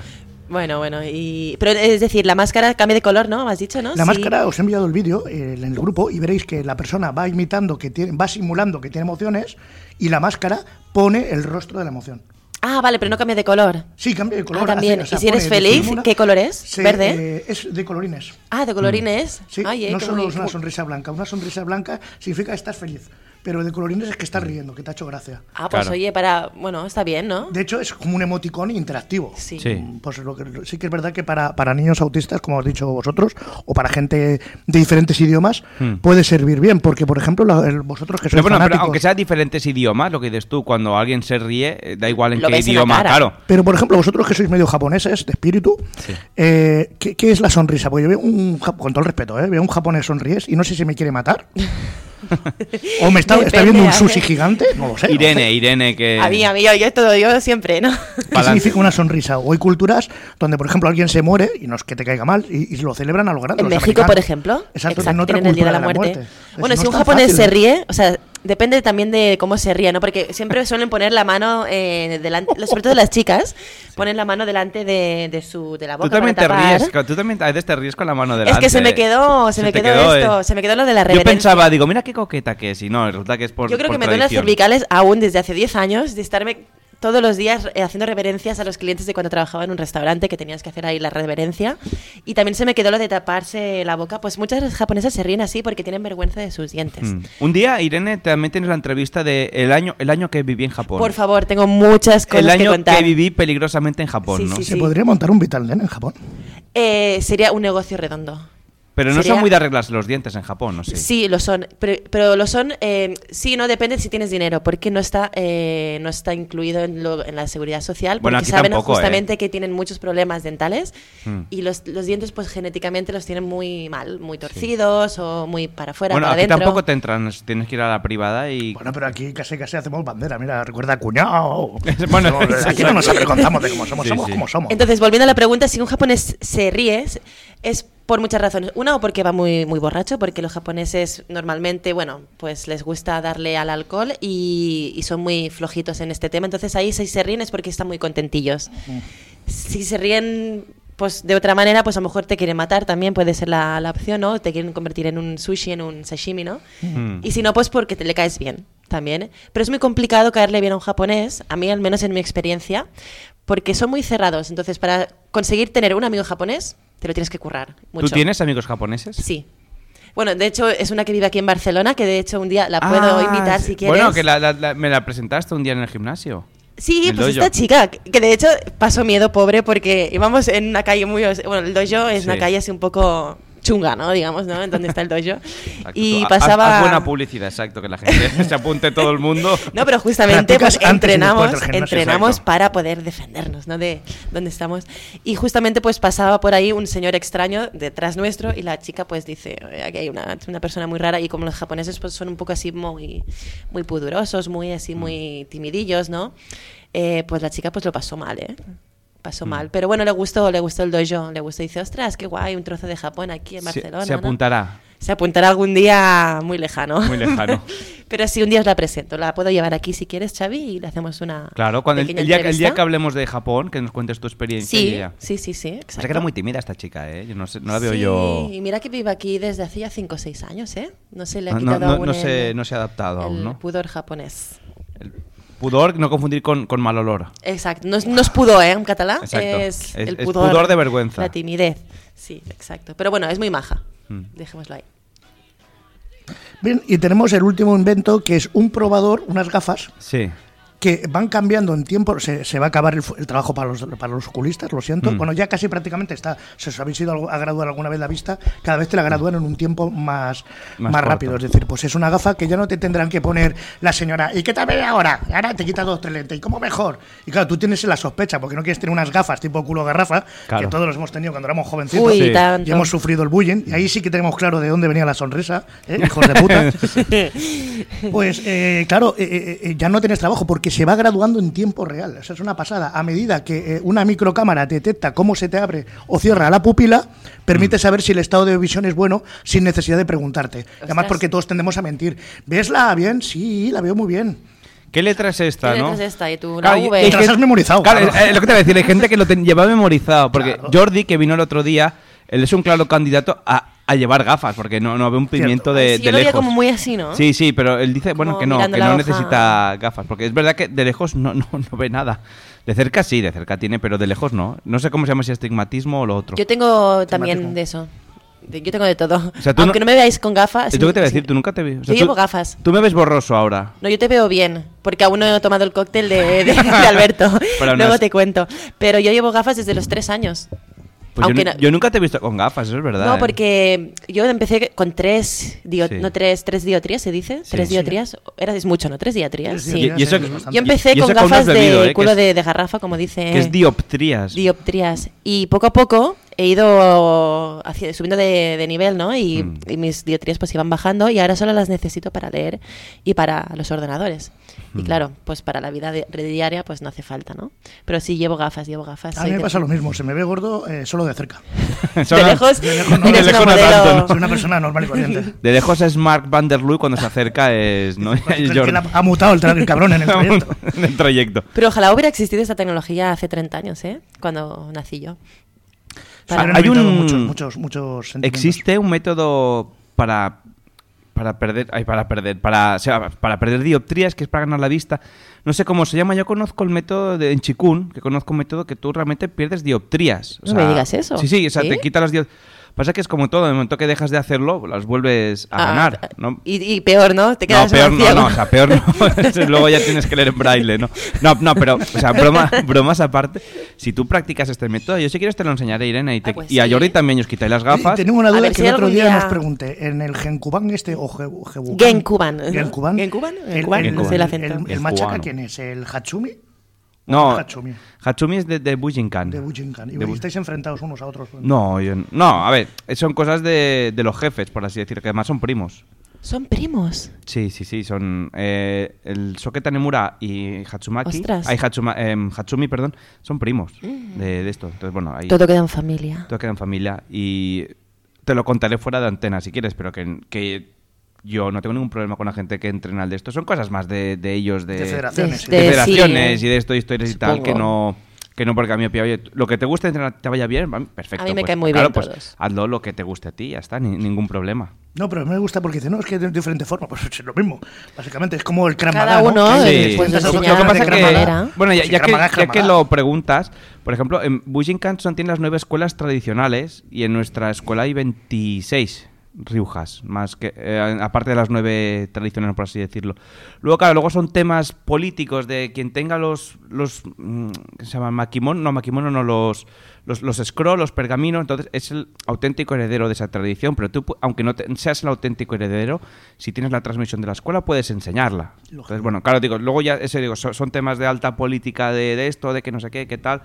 B: Bueno, bueno, y... Pero es decir, la máscara cambia de color, ¿no? ¿Me has dicho, no?
C: La
B: Ah, Sí.
C: máscara, os he enviado el vídeo eh, en el grupo y veréis que la persona va imitando, que tiene, va simulando que tiene emociones y la máscara pone el rostro de la emoción.
B: Ah, vale, pero no cambia de color.
C: Sí, cambia de color,
B: Ah, también.
C: hace- o sea,
B: y si eres
C: pone
B: feliz,
C: disimula.
B: ¿qué color es?
C: Sí,
B: ¿Verde?
C: eh, es de colorines.
B: ah, de
A: Mm.
B: colorines.
C: Sí,
B: Ay, eh,
C: no
B: qué
C: solo
B: boni-
C: es una sonrisa blanca. Una sonrisa blanca significa que estás feliz, pero de colorines es que estás riendo, que te ha hecho gracia.
B: Ah, pues
C: Claro.
B: oye, para... Bueno, está bien, ¿no?
C: De hecho, es como un emoticón interactivo.
B: Sí.
C: Mm, Pues lo que, sí que es verdad que para, para niños autistas, como has dicho vosotros, o para gente de diferentes idiomas,
A: Hmm.
C: puede servir bien. Porque, por ejemplo, la- el- vosotros que sois
A: Pero bueno, pero
C: fanáticos-
A: aunque sean diferentes idiomas, lo que dices tú, cuando alguien se ríe, eh, da igual en
C: Lo
A: qué
C: ves en la
A: idioma,
C: cara.
A: claro.
C: Pero, por ejemplo, vosotros que sois medio japoneses, de espíritu, eh, ¿qué, qué es la sonrisa? Porque yo veo un, jap- con todo el respeto, ¿eh? veo un japonés sonríes y no sé si me quiere matar. o me está, está
B: Depende,
C: viendo
B: ¿eh?
C: un sushi gigante, no lo sé. no
A: Irene,
C: sé.
A: Irene, que.
B: A mí, a mí, yo, yo todo, yo siempre, ¿no?
C: ¿Qué significa una sonrisa? O hay culturas donde, por ejemplo, alguien se muere y no es que te caiga mal y, y lo celebran a lo grande.
B: En
C: los
B: México, por
C: americanos.
B: ejemplo.
C: Exacto, en otra
B: tienen el Día de la,
C: cultura
B: Muerte.
C: Es
B: Bueno, si
C: decir, no
B: un
C: es tan
B: japonés
C: fácil.
B: se ríe, o sea, depende también de cómo se ríe, ¿no? Porque siempre suelen poner la mano, eh, delante, sobre todo las chicas, ponen la mano delante de, de su, de la
A: Tú
B: boca
A: también te
B: para tapar.
A: ríes, co- tú también a veces te ríes con la mano
B: Es
A: delante.
B: que se me quedó, se me
A: te
B: quedó, esto,
A: eh.
B: se me quedó lo de la
A: Yo
B: reverencia.
A: pensaba, digo, mira qué coqueta que es, y no, resulta que es por.
B: Yo creo
A: por
B: que me duelen las
A: tradición.
B: cervicales aún desde hace 10 años de estarme todos los días eh, haciendo reverencias a los clientes de cuando trabajaba en un restaurante que tenías que hacer ahí la reverencia. Y también se me quedó lo de taparse la boca. Pues muchas japonesas se ríen así porque tienen vergüenza de sus dientes.
A: Mm. Un día, Irene, también tienes la entrevista de el año, el año que viví en Japón.
B: Por favor, tengo muchas cosas
A: el año
B: que contar.
A: viví peligrosamente en Japón, ¿no?
C: Se podría montar un Vital Den en Japón.
B: Eh, sería un negocio redondo.
A: Pero no
B: sería-
A: son muy de arreglarse los dientes en Japón, ¿no? Sí.
B: Sí, lo son. Pero, pero lo son, eh, sí, no depende si tienes dinero, porque no está, eh, no está incluido en, lo- en la seguridad social,
A: Bueno,
B: porque
A: aquí
B: saben
A: tampoco, ¿eh?
B: justamente que tienen muchos problemas dentales
A: Mm.
B: y los, los dientes, pues genéticamente los tienen muy mal, muy torcidos o muy para afuera,
A: bueno,
B: para
A: aquí
B: adentro.
A: tampoco te entran, tienes que ir a la privada y...
C: Bueno, pero aquí casi casi hacemos bandera. Mira, recuerda a cuñado.
A: Bueno,
C: aquí no nos avergonzamos de cómo somos,
A: Sí,
C: somos
A: sí.
C: como somos.
B: Entonces, volviendo a la pregunta, si un japonés se ríe, es- es por muchas razones. Una, o porque va muy, muy borracho, porque los japoneses normalmente, bueno, pues les gusta darle al alcohol y, y son muy flojitos en este tema. Entonces, ahí si se ríen es porque están muy contentillos. Si se ríen pues de otra manera, pues a lo mejor te quieren matar también, puede ser la, la opción, ¿no? Te quieren convertir en un sushi, en un sashimi, ¿no?
F: Mm.
B: Y si no, pues porque te le caes bien también. Pero es muy complicado caerle bien a un japonés, a mí al menos en mi experiencia, porque son muy cerrados. Entonces, para conseguir tener un amigo japonés, te lo tienes que currar mucho.
A: ¿Tú tienes amigos japoneses?
B: Sí. Bueno, de hecho, es una que vive aquí en Barcelona, que de hecho un día la
A: Ah,
B: puedo invitar si quieres.
A: Bueno, que la- la- la- me la presentaste un día en el gimnasio.
B: Sí,
A: El
B: pues
A: dojo.
B: esta chica, que de hecho pasó miedo pobre porque íbamos en una calle muy... os- Bueno, el dojo es
A: Sí.
B: una calle así un poco chunga, ¿no? Digamos, ¿no? En donde está el dojo.
A: Haz-
B: y
A: haz
B: pasaba...
A: buena publicidad, exacto, que la gente se apunte todo el mundo.
B: No, pero justamente
A: Practicas antes y
B: pues, entrenamos,
A: después del gimnasio.
B: entrenamos
A: Exacto.
B: para poder defendernos, ¿no? De dónde estamos. Y justamente pues pasaba por ahí un señor extraño detrás nuestro y la chica pues dice, "Oye, aquí hay una, una persona muy rara y como los japoneses pues son un poco así muy, muy pudurosos, muy así, muy timidillos, ¿no? Eh, pues la chica pues lo pasó mal, ¿eh? Pasó
A: Mm.
B: mal. Pero bueno, le gustó, le gustó el dojo, le gustó. Dice, ostras, qué guay, un trozo de Japón aquí en
A: Se,
B: Barcelona.
A: se
B: ¿no?".
A: apuntará.
B: Se apuntará algún día muy lejano.
A: Muy lejano.
B: Pero sí, un día os la presento. La puedo llevar aquí si quieres, Xavi, y le hacemos una.
A: Claro, cuando el,
B: pequeña
A: el día, el día
B: entrevista.
A: que hablemos de Japón, que nos cuentes tu experiencia.
B: Sí,
A: y ella.
B: sí, sí, sí,
A: Pasa
B: exacto.
A: que era muy tímida esta chica, ¿eh? Yo no, sé- no la veo
B: Sí,
A: yo...
B: Y mira que vive aquí desde hacía 5 o 6 años, ¿eh? No se le ha
A: No, no,
B: quitado
A: no-
B: aún
A: no se,
B: el-
A: no se ha adaptado aún,
B: el
A: ¿no?
B: pudor japonés.
A: Pudor, no confundir con, con mal olor.
B: Exacto, no es, no es pudor, ¿eh? En catalán
A: Exacto.
B: es,
A: Es-
B: el
A: es
B: pudor.
A: pudor de vergüenza.
B: La timidez. Sí, exacto. Pero bueno, es muy maja.
A: Mm.
B: Dejémoslo ahí.
C: Bien, y tenemos el último invento que es un probador, unas gafas
A: Sí.
C: que van cambiando en tiempo, se, se va a acabar el, fu- el trabajo para los, para los oculistas, lo siento.
A: Mm.
C: Bueno, ya casi prácticamente está, se os habéis ido algo- a graduar alguna vez la vista, cada vez te la gradúan en un tiempo más,
A: Más
C: más,
A: corto.
C: rápido. Es decir, pues es una gafa que ya no te tendrán que poner la señora, ¿y qué tal ve ahora? Ahora te quita dos, tres lentes, ¿y cómo mejor? Y claro, tú tienes la sospecha, porque no quieres tener unas gafas tipo culo garrafa,
A: Claro.
C: que todos los hemos tenido cuando éramos jovencitos,
B: Uy, Sí. tanto.
C: y hemos sufrido el bullying, y ahí sí que tenemos claro de dónde venía la sonrisa, ¿eh? hijos de puta. Pues eh, claro, eh, eh, eh, ya no tienes trabajo porque se va graduando en tiempo real. Eso es una pasada. A medida que eh, una microcámara detecta cómo se te abre o cierra la pupila,
B: Mm.
C: permite saber si el estado de visión es bueno sin necesidad de preguntarte. Además,
B: Ostras.
C: porque todos tendemos a mentir. ¿Ves la bien? Sí, la veo muy bien.
A: ¿Qué letra es esta,
B: ¿Qué
A: no?
B: letra es esta? Y tú, la
A: Claro, y-
B: V.
A: y
C: Y te las has memorizado.
A: Claro,
C: claro.
A: eh, lo que te voy a decir, hay gente que lo ten- lleva memorizado, porque Jordi, que vino el otro día, él es un claro candidato a, a llevar gafas, porque no, no ve un pimiento de,
B: Ay, sí, yo
A: de
B: lo veía
A: lejos.
B: como muy así, ¿no?
A: Sí, sí, pero él dice, bueno,
B: Como
A: que no,
B: mirando
A: que
B: la
A: no
B: hoja.
A: necesita gafas, porque es verdad que de lejos no, no, no ve nada. De cerca sí, de cerca tiene, pero de lejos no. No sé cómo se llama, si estigmatismo o lo otro.
B: Yo tengo también
C: Temático.
B: de eso. De- Yo tengo de todo.
A: O sea, tú
B: Aunque
A: no-
B: no... me veáis con gafas.
A: Es lo que te voy a
B: sí-
A: decir, tú nunca te vi. o sea,
B: Yo
A: tú-
B: llevo gafas.
A: Tú me ves borroso ahora.
B: No, yo te veo bien, porque aún no he tomado el cóctel de, de- de Alberto.
A: Pero no
B: Luego
A: es-
B: te cuento. Pero yo llevo gafas desde los tres años.
A: Pues yo,
B: Aunque
A: nu-
B: no-
A: yo nunca te he visto con gafas, eso es verdad.
B: No,
A: ¿eh?
B: porque yo empecé con tres, dio-
A: Sí.
B: no tres, tres diotrías, ¿se dice?
A: Sí.
B: tres
A: Sí.
B: diotrías, era, es mucho, ¿no? Tres diotrías,
C: Tres
B: eh, sí.
A: Y, y eso,
C: Sí, es bastante.
B: Yo empecé
A: y eso
B: con
A: que aún no has
B: gafas
A: bebido, ¿eh?
B: de
A: Que
B: culo
A: es-
B: de, de garrafa, como dice...
A: Que es dioptrías.
B: dioptrías. Y poco a poco he ido hacia- subiendo de, de nivel, ¿no? Y,
A: Mm.
B: y mis dioptrías pues iban bajando y ahora solo las necesito para leer y para los ordenadores.
A: Mm.
B: Y claro, pues para la vida de- diaria pues no hace falta, ¿no? Pero sí llevo gafas, llevo gafas.
C: A
B: soy
C: mí me
B: de-
C: pasa lo mismo, se me ve gordo eh, solo de cerca.
A: Son-
B: De lejos,
C: De lejos no,
B: eres
A: de
B: una
A: lejos no
B: modelo-
A: tanto,
C: Soy una persona normal y corriente.
A: De lejos es Mark Van Der Loo y cuando se acerca es, ¿no? Es
C: Pues, Que- que
A: Jordi.
C: la- ha mutado el, tra- el cabrón en el trayecto.
A: En el trayecto.
B: Pero ojalá hubiera existido esta tecnología hace 30 años, ¿eh? Cuando nací yo.
C: Se
B: Para-
C: hubieran
A: Ah, Hay un-
C: evitado muchos, muchos, muchos sentimientos.
A: Existe un método para para perder, ay, para perder, para, o sea, para perder dioptrías, que es para ganar la vista. No sé cómo se llama, yo conozco el método de, en Chikun, que conozco un método que tú realmente pierdes dioptrías. O
B: No
A: sea,
B: me digas eso.
A: Sí, sí, o sea,
B: ¿Sí?
A: te quita las dioptrías. Pasa que es como todo, en el momento que dejas de hacerlo, las vuelves a ganar.
B: Ah,
A: ¿no?
B: y, y peor, ¿no? Te
A: No,
B: quedas
A: peor no,
B: ciego.
A: no, o sea, peor no. Entonces, Luego ya tienes que leer en braille, ¿no? No, no, pero, o sea, broma- bromas aparte, si tú practicas este método, yo si quieres te lo enseñaré, Irene, y, te-
B: Ah, pues
A: y a
B: sí.
A: Jordi también os quitáis las
C: Y
A: gafas.
C: Tenemos una
B: A
C: duda
B: ver
C: que
B: si
C: el otro
B: algún
C: día,
B: día-
C: nos pregunté. En el Genkuban este o Ge- Gebukan-
B: Genkuban, ¿no?
C: Genkuban.
B: Genkuban,
C: El-
B: Genkuban,
C: el-
A: no sé el
B: acento.
C: el- El,
A: El
C: machaca,
A: cubano.
C: ¿quién es? ¿El Hatsumi?
A: No,
C: Hatsumi.
A: Hatsumi es de, de Bujinkan.
C: De Bujinkan. Y
A: De Bu-
C: estáis enfrentados unos a otros.
A: No, yo- no, a ver, eh, son cosas de, de los jefes, por así decir, que además son primos.
B: Son primos.
A: Sí, sí, sí, son eh, el Soke Tanemura y Hatsumaki.
B: Ostras. Mm.
A: Ay, Hatsuma- em, Hatsumi, perdón, son primos de, de esto. Entonces, bueno, ahí.
B: Todo queda en familia.
A: Todo queda en familia y te lo contaré fuera de antena si quieres, pero que, que yo no tengo ningún problema con la gente que entrena al de esto. Son cosas más de, de ellos, de,
C: De federaciones,
A: de
B: sí. De-
A: federaciones
B: Este, sí.
A: y de esto, historias y tal,
B: Supongo.
A: que no, que no porque a mí me pilla, oye, lo que te guste entrenar te vaya bien, va, perfecto.
B: A mí me
A: pues,
B: caen muy
A: claro,
B: bien
A: pues,
B: todos.
A: Hazlo lo que te guste a ti, ya está, ni- ningún problema.
C: No, pero me gusta porque dice, no, es que de diferente forma. Pues es lo mismo. Básicamente es como el
B: Cada
C: Kramaga.
B: uno,
C: ¿no?
A: Sí.
B: eh,
A: Pues
B: pues,
A: lo,
C: Intentas
A: lo
B: enseñar
A: que pasa
C: de
A: es
B: otra
A: que,
B: manera.
A: bueno, ya,
C: Pues si
A: ya que,
C: Kramaga es
A: ya que
C: Kramaga.
A: lo preguntas, por ejemplo, en Bujinkan-son tiene las nueve escuelas tradicionales y en nuestra escuela hay 26 riujas, más que eh, aparte de las nueve tradicionales, por así decirlo. Luego, claro, luego son temas políticos de quien tenga los, los mm, ¿qué se llaman? Maquimón, no, maquimono no, los, los, los scroll, los pergaminos, entonces es el auténtico heredero de esa tradición, pero tú, pu- aunque no te- seas el auténtico heredero, si tienes la transmisión de la escuela, puedes enseñarla. Entonces, bueno, claro, digo, luego ya, ese, digo, so- son, temas de alta política de, de esto, de que no sé qué, qué tal,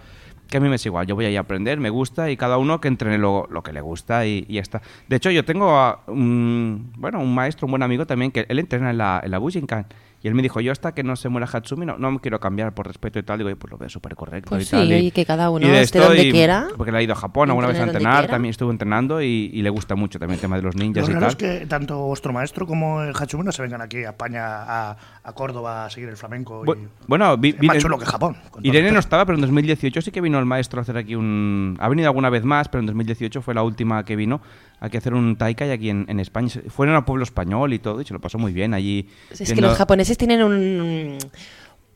A: que a mí me es igual, yo voy ahí a aprender, me gusta, y cada uno que entrene lo, lo que le gusta y, y ya está. De hecho, yo tengo a un, bueno, un maestro, un buen amigo también, que él entrena en la, en la Bujinkan, Y él me dijo, yo hasta que no se muera Hatsumi no, no me quiero cambiar por respeto y tal. Digo, "Y pues lo veo súper correcto.
B: Pues
A: y
B: sí,
A: tal".
B: y que cada uno
A: de
B: esté
A: esto,
B: donde
A: y-
B: quiera.
A: Porque él ha ido a Japón alguna vez a
B: Entrene donde
A: entrenar,
B: quiera.
A: también estuvo entrenando y, y le gusta mucho también el tema de los ninjas
C: Lo
A: y
C: raro
A: tal.
C: es que tanto vuestro maestro como el Hatsumi no se vengan aquí a España, a, a Córdoba, a seguir el flamenco.
A: Bu-
C: y-
A: Bueno, vi-
C: Es
A: vi-
C: más chulo que Japón, con todo
A: Irene
C: respeto.
A: no estaba, pero en 2018 sí que vino el maestro a hacer aquí un. Ha venido alguna vez más, pero en 2018 fue la última que vino aquí a hacer un taikai aquí en, en España. Se- Fueron al pueblo español y todo, y se lo pasó muy bien allí.
B: Es que
A: viendo-
B: los japoneses tienen un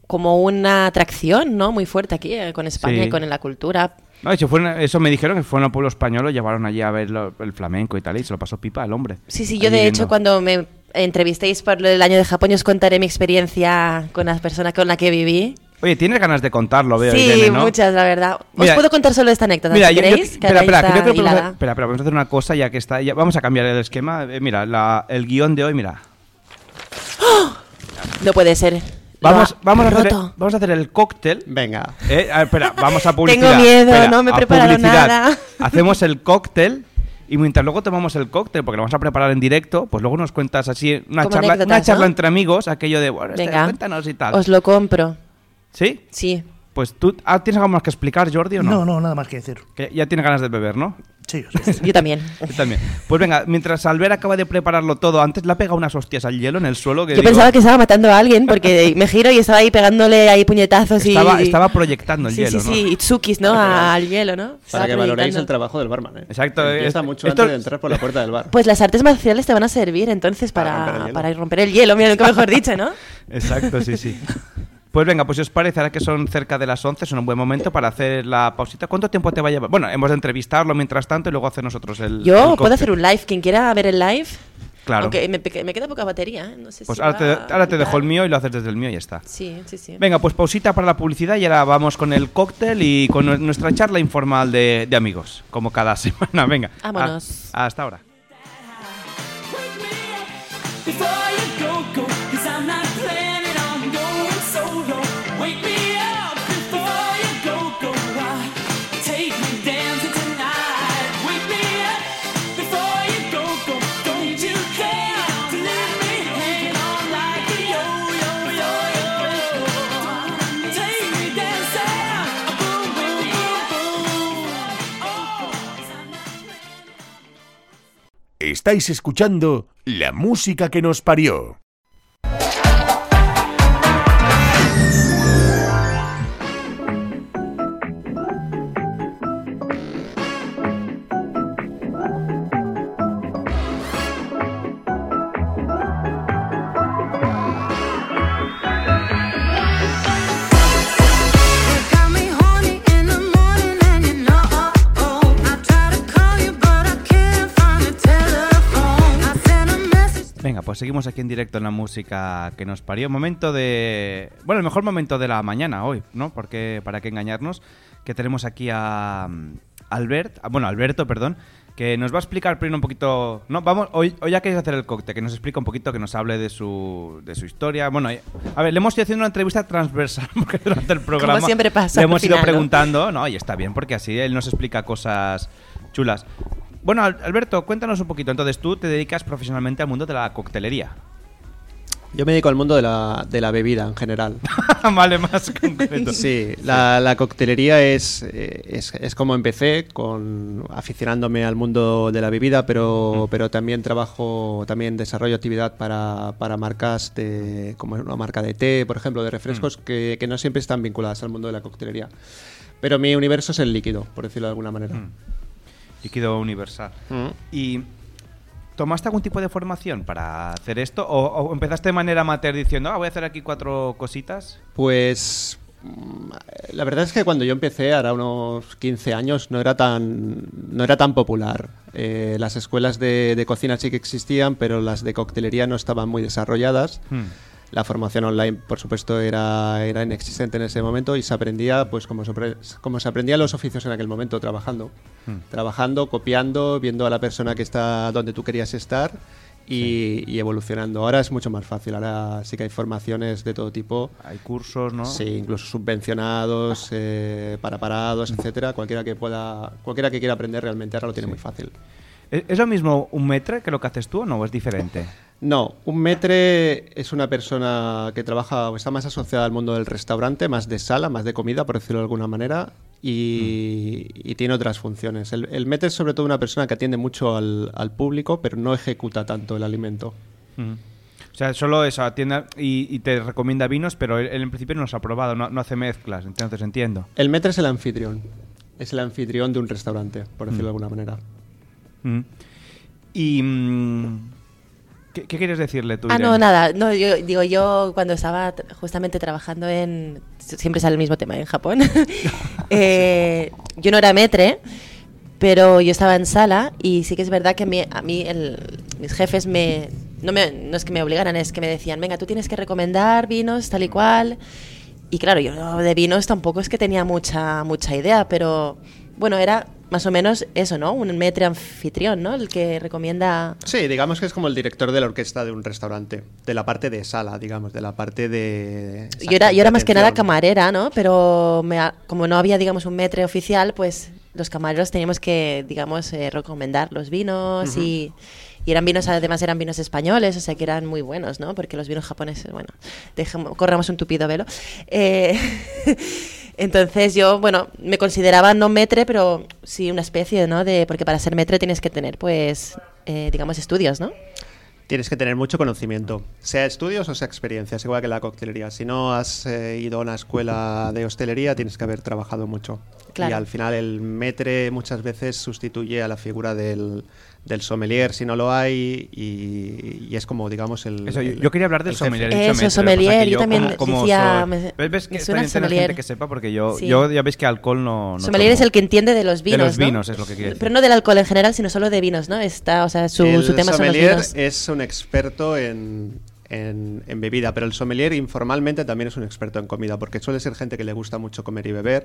B: como una atracción, ¿no? Muy fuerte aquí eh, con España
A: Sí.
B: y con la cultura.
A: No, y se fueron- eso me dijeron que fueron al pueblo español, lo llevaron allí a ver lo- el flamenco y tal, y se lo pasó pipa el hombre.
B: Sí, sí, yo
A: Allí
B: de
A: viendo.
B: hecho cuando me entrevistéis por el año de Japón, yo os contaré mi experiencia con las personas con la que viví.
A: Oye, tienes ganas de contarlo, veo.
B: sí,
A: Irene, ¿no?
B: muchas, la verdad.
A: Mira,
B: os puedo contar solo esta anécdota,
A: Mira,
B: si
A: yo- yo-
B: queréis, que
A: espera,
B: ahí
A: espera,
B: está
A: creo que podemos-
B: hilada.
A: espera, espera, vamos a hacer una cosa ya que está. ya- vamos a cambiar el esquema. Eh, mira, la- el guión de hoy, mira.
B: No puede ser.
A: Vamos,
B: Lo ha
A: vamos, a hacer,
B: roto.
A: vamos a hacer el cóctel.
D: Venga.
A: espera, vamos a publicidad.
B: Tengo miedo,
A: Espera,
B: no me he
A: a
B: preparado
A: publicidad.
B: nada.
A: Hacemos el cóctel y mientras luego tomamos el cóctel, porque lo vamos a preparar en directo, pues luego nos cuentas así una,
B: Como
A: charla,
B: anécdotas,
A: una charla
B: ¿no?
A: entre amigos, aquello de, bueno, este,
B: Venga.
A: cuéntanos y tal.
B: Os lo compro.
A: ¿Sí?
B: Sí.
A: Pues tú, ah, ¿tienes algo más que explicar, Jordi, o no?
C: No, no, nada más que decir.
A: Que ya tiene ganas de beber, ¿no?
C: Sí,
B: Yo también.
A: Yo también. Pues venga, mientras Albert acaba de prepararlo todo, antes le ha pegado unas hostias al hielo en el suelo. Que
B: Yo
A: digo,
B: pensaba que estaba matando a alguien porque me giro y estaba ahí pegándole ahí puñetazos y...
A: estaba, estaba proyectando el
B: sí,
A: hielo,
B: sí,
A: ¿no?
B: sí, Itsukis, ¿no? A- Al hielo, ¿no?
D: Para
B: Estaba
D: que valoréis
B: proyectando.
D: el trabajo del barman, ¿eh?
A: Exacto.
D: Empieza
A: es-
D: mucho
A: esto-
D: antes de entrar por la puerta del bar.
B: Pues las artes marciales te van a servir entonces para, para romper el hielo, mira, nunca mejor dicho, ¿no?
A: Exacto, sí, sí. Pues venga, pues si os parece, ahora que son cerca de las 11, es un buen momento para hacer la pausita. ¿Cuánto tiempo te va a llevar? Bueno, hemos de entrevistarlo mientras tanto y luego hacer nosotros el. el
B: Yo puedo
A: cóctel.
B: hacer un live, quien quiera ver el live.
A: Claro.
B: Aunque me, pe- me queda poca batería, ¿eh? no sé
A: Pues
B: si
A: ahora
B: va
A: te, ahora te
B: a
A: dejo el
B: quitar.
A: mío y lo haces desde el mío y ya está.
B: Sí, sí, sí.
A: Venga, pues pausita para la publicidad y ahora vamos con el cóctel y con nu- nuestra charla informal de, de amigos, como cada semana. Venga. a-
E: Vámonos.
A: hasta ahora.
E: Before you go, go, cause I'm not planning on going solo. Wake me up before you go, go. Why? Take me dancing tonight. Wake me up before you go, go. Don't you care to let me hang on like a yo, yo, yo, yo, yo. Take me dancing. Boom, boom, boom, boom.
K: Estáis escuchando la música que nos parió.
G: oh,
A: Venga, pues seguimos aquí en directo en la música que nos parió. Momento de. Bueno, el mejor momento de la mañana hoy, ¿no? Porque, para qué engañarnos, que tenemos aquí a. mm, Albert, ah, bueno, Alberto, perdón, que nos va a explicar primero un poquito. No, vamos, hoy, hoy ya queréis hacer el cóctel, que nos explica un poquito, que nos hable de su, de su historia. Bueno, eh, a ver, le hemos ido haciendo una entrevista transversal, porque durante el programa.
B: siempre pasa
A: Le
B: al
A: hemos ido
B: final, ¿no?
A: preguntando, ¿no? Y está bien, porque así él nos explica cosas chulas. Bueno, Al- Alberto, cuéntanos un poquito. Entonces, tú te dedicas profesionalmente al mundo de la coctelería.
D: Yo me dedico al mundo de la, de la bebida en general.
A: vale, más concreto.
D: Sí, la, la coctelería es, eh, es, es como empecé, con aficionándome al mundo de la bebida, pero, pero también trabajo, también desarrollo actividad para, para marcas de, como una marca de té, por ejemplo, de refrescos, que, que no siempre están vinculadas al mundo de la coctelería. Pero mi universo es el líquido, por decirlo de alguna manera.
A: Mm. Líquido universal.
D: Mm.
A: ¿Y tomaste algún tipo de formación para hacer esto? ¿O, o empezaste de manera amateur diciendo, ah, voy a hacer aquí cuatro cositas?
D: Pues mm, la verdad es que cuando yo empecé, ahora unos 15 años, no era tan, no era tan popular. Eh, las escuelas de, de cocina sí que existían, pero las de coctelería no estaban muy desarrolladas.
A: Hmm.
D: La formación online, por supuesto, era, era inexistente en ese momento y se aprendía pues como se, apre- como se aprendían los oficios en aquel momento, trabajando.
A: Hmm.
D: Trabajando, copiando, viendo a la persona que está donde tú querías estar y, y evolucionando. Ahora es mucho más fácil, ahora sí que hay formaciones de todo tipo.
A: Hay cursos, ¿no?
D: Sí, incluso subvencionados, eh, para parados, etcétera. Cualquiera que pueda, cualquiera
A: ¿E-,
D: que quiera aprender realmente ahora lo tiene muy fácil.
A: ¿Es, es lo mismo un metre que lo que haces tú o no? ¿O es diferente?
D: No, un metre es una persona que trabaja o está más asociada al mundo del restaurante, más de sala, más de comida, por decirlo de alguna manera, y, y tiene otras funciones. El, el metre es sobre todo una persona que atiende mucho al, al público, pero no ejecuta tanto el alimento.
A: Mm. O sea, solo eso, atiende y, y te recomienda vinos, pero él, él en principio no los ha probado, no, no hace mezclas, entonces entiendo.
D: El metre es el anfitrión, es el anfitrión de un restaurante, por decirlo de alguna manera.
A: Mm. Y... mm, ¿Qué, qué quieres decirle tú?
B: Ah,
A: Irene?
B: no, nada. No, yo digo, yo cuando estaba tra- justamente trabajando en. Siempre sale el mismo tema en Japón. Eh, yo no era metre, pero yo estaba en sala y sí que es verdad que mi- a mí el- mis jefes me no, me. no es que me obligaran, es que me decían, venga, tú tienes que recomendar vinos tal y cual. Y claro, yo de vinos tampoco es que tenía mucha, mucha idea, pero bueno, era más o menos eso, ¿no? Un metre anfitrión, ¿no? El que recomienda.
D: Sí, digamos que es como el director de la orquesta de un restaurante, de la parte de sala, digamos, de la parte de...
B: Yo era, yo era más que nada
D: Atención.
B: camarera, ¿no? Pero me ha- como no había, digamos, un metre oficial, pues los camareros teníamos que, digamos, eh, recomendar los vinos
M: Ujú.
B: y, y eran vinos, además eran vinos españoles, o sea que eran muy buenos, ¿no? Porque los vinos japoneses, bueno, dejemos, corramos un tupido velo. Eh, Entonces yo, bueno, me consideraba no metre, pero sí una especie, ¿no? De, porque para ser metre tienes que tener, pues, eh, digamos, estudios, ¿no?
D: Tienes que tener mucho conocimiento, sea estudios o sea experiencias, igual que la coctelería. Si no has eh, ido a una escuela de hostelería, tienes que haber trabajado mucho.
B: Claro.
D: Y al final el metre muchas veces sustituye a la figura del, del sommelier si no lo hay y, y es como, digamos, el...
A: Eso, yo-
D: el-
A: yo quería hablar del
D: el jefe.
A: sommelier. he dicho
B: Eso,
A: metre, lo que pasa
B: sommelier,
A: es que
B: yo también decía, me-
A: ¿Ves, ves que
B: me
A: es
B: suena
A: tan interesante
B: sommelier.
A: que sepa porque yo,
B: Sí.
A: yo ya veis que alcohol no. no
B: Sommelier
A: tomo.
B: es el que entiende de los vinos,
A: De los
B: ¿no?
A: vinos es lo que quiere decir.
B: Pero no del alcohol en general, sino solo de vinos, ¿no? Está, o sea, su,
D: el
B: su tema son los
D: sommelier
B: vinos.
D: es un experto en, en- en bebida, pero el sommelier informalmente también es un experto en comida, porque suele ser gente que le gusta mucho comer y beber,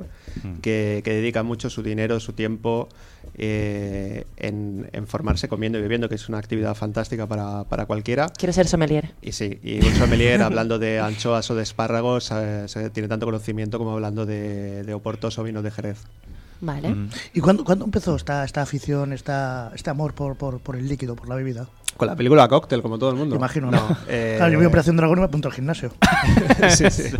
D: que, que dedica mucho su dinero, su tiempo eh, en, en formarse comiendo y bebiendo, que es una actividad fantástica para, para cualquiera.
B: Quiero ser sommelier.
D: Y sí, y un sommelier hablando de anchoas o de espárragos eh, se- tiene tanto conocimiento como hablando de, de oportos o vino de Jerez.
B: Vale.
C: ¿Y cuándo, cuándo empezó esta, esta afición, esta, este amor por, por, por el líquido, por la bebida?
D: Con la película Cóctel, como todo el mundo.
C: Imagino,
D: No,
C: ¿no?
D: eh,
C: Claro, yo vi Operación Dragón y me apunto al gimnasio.
D: Sí, sí.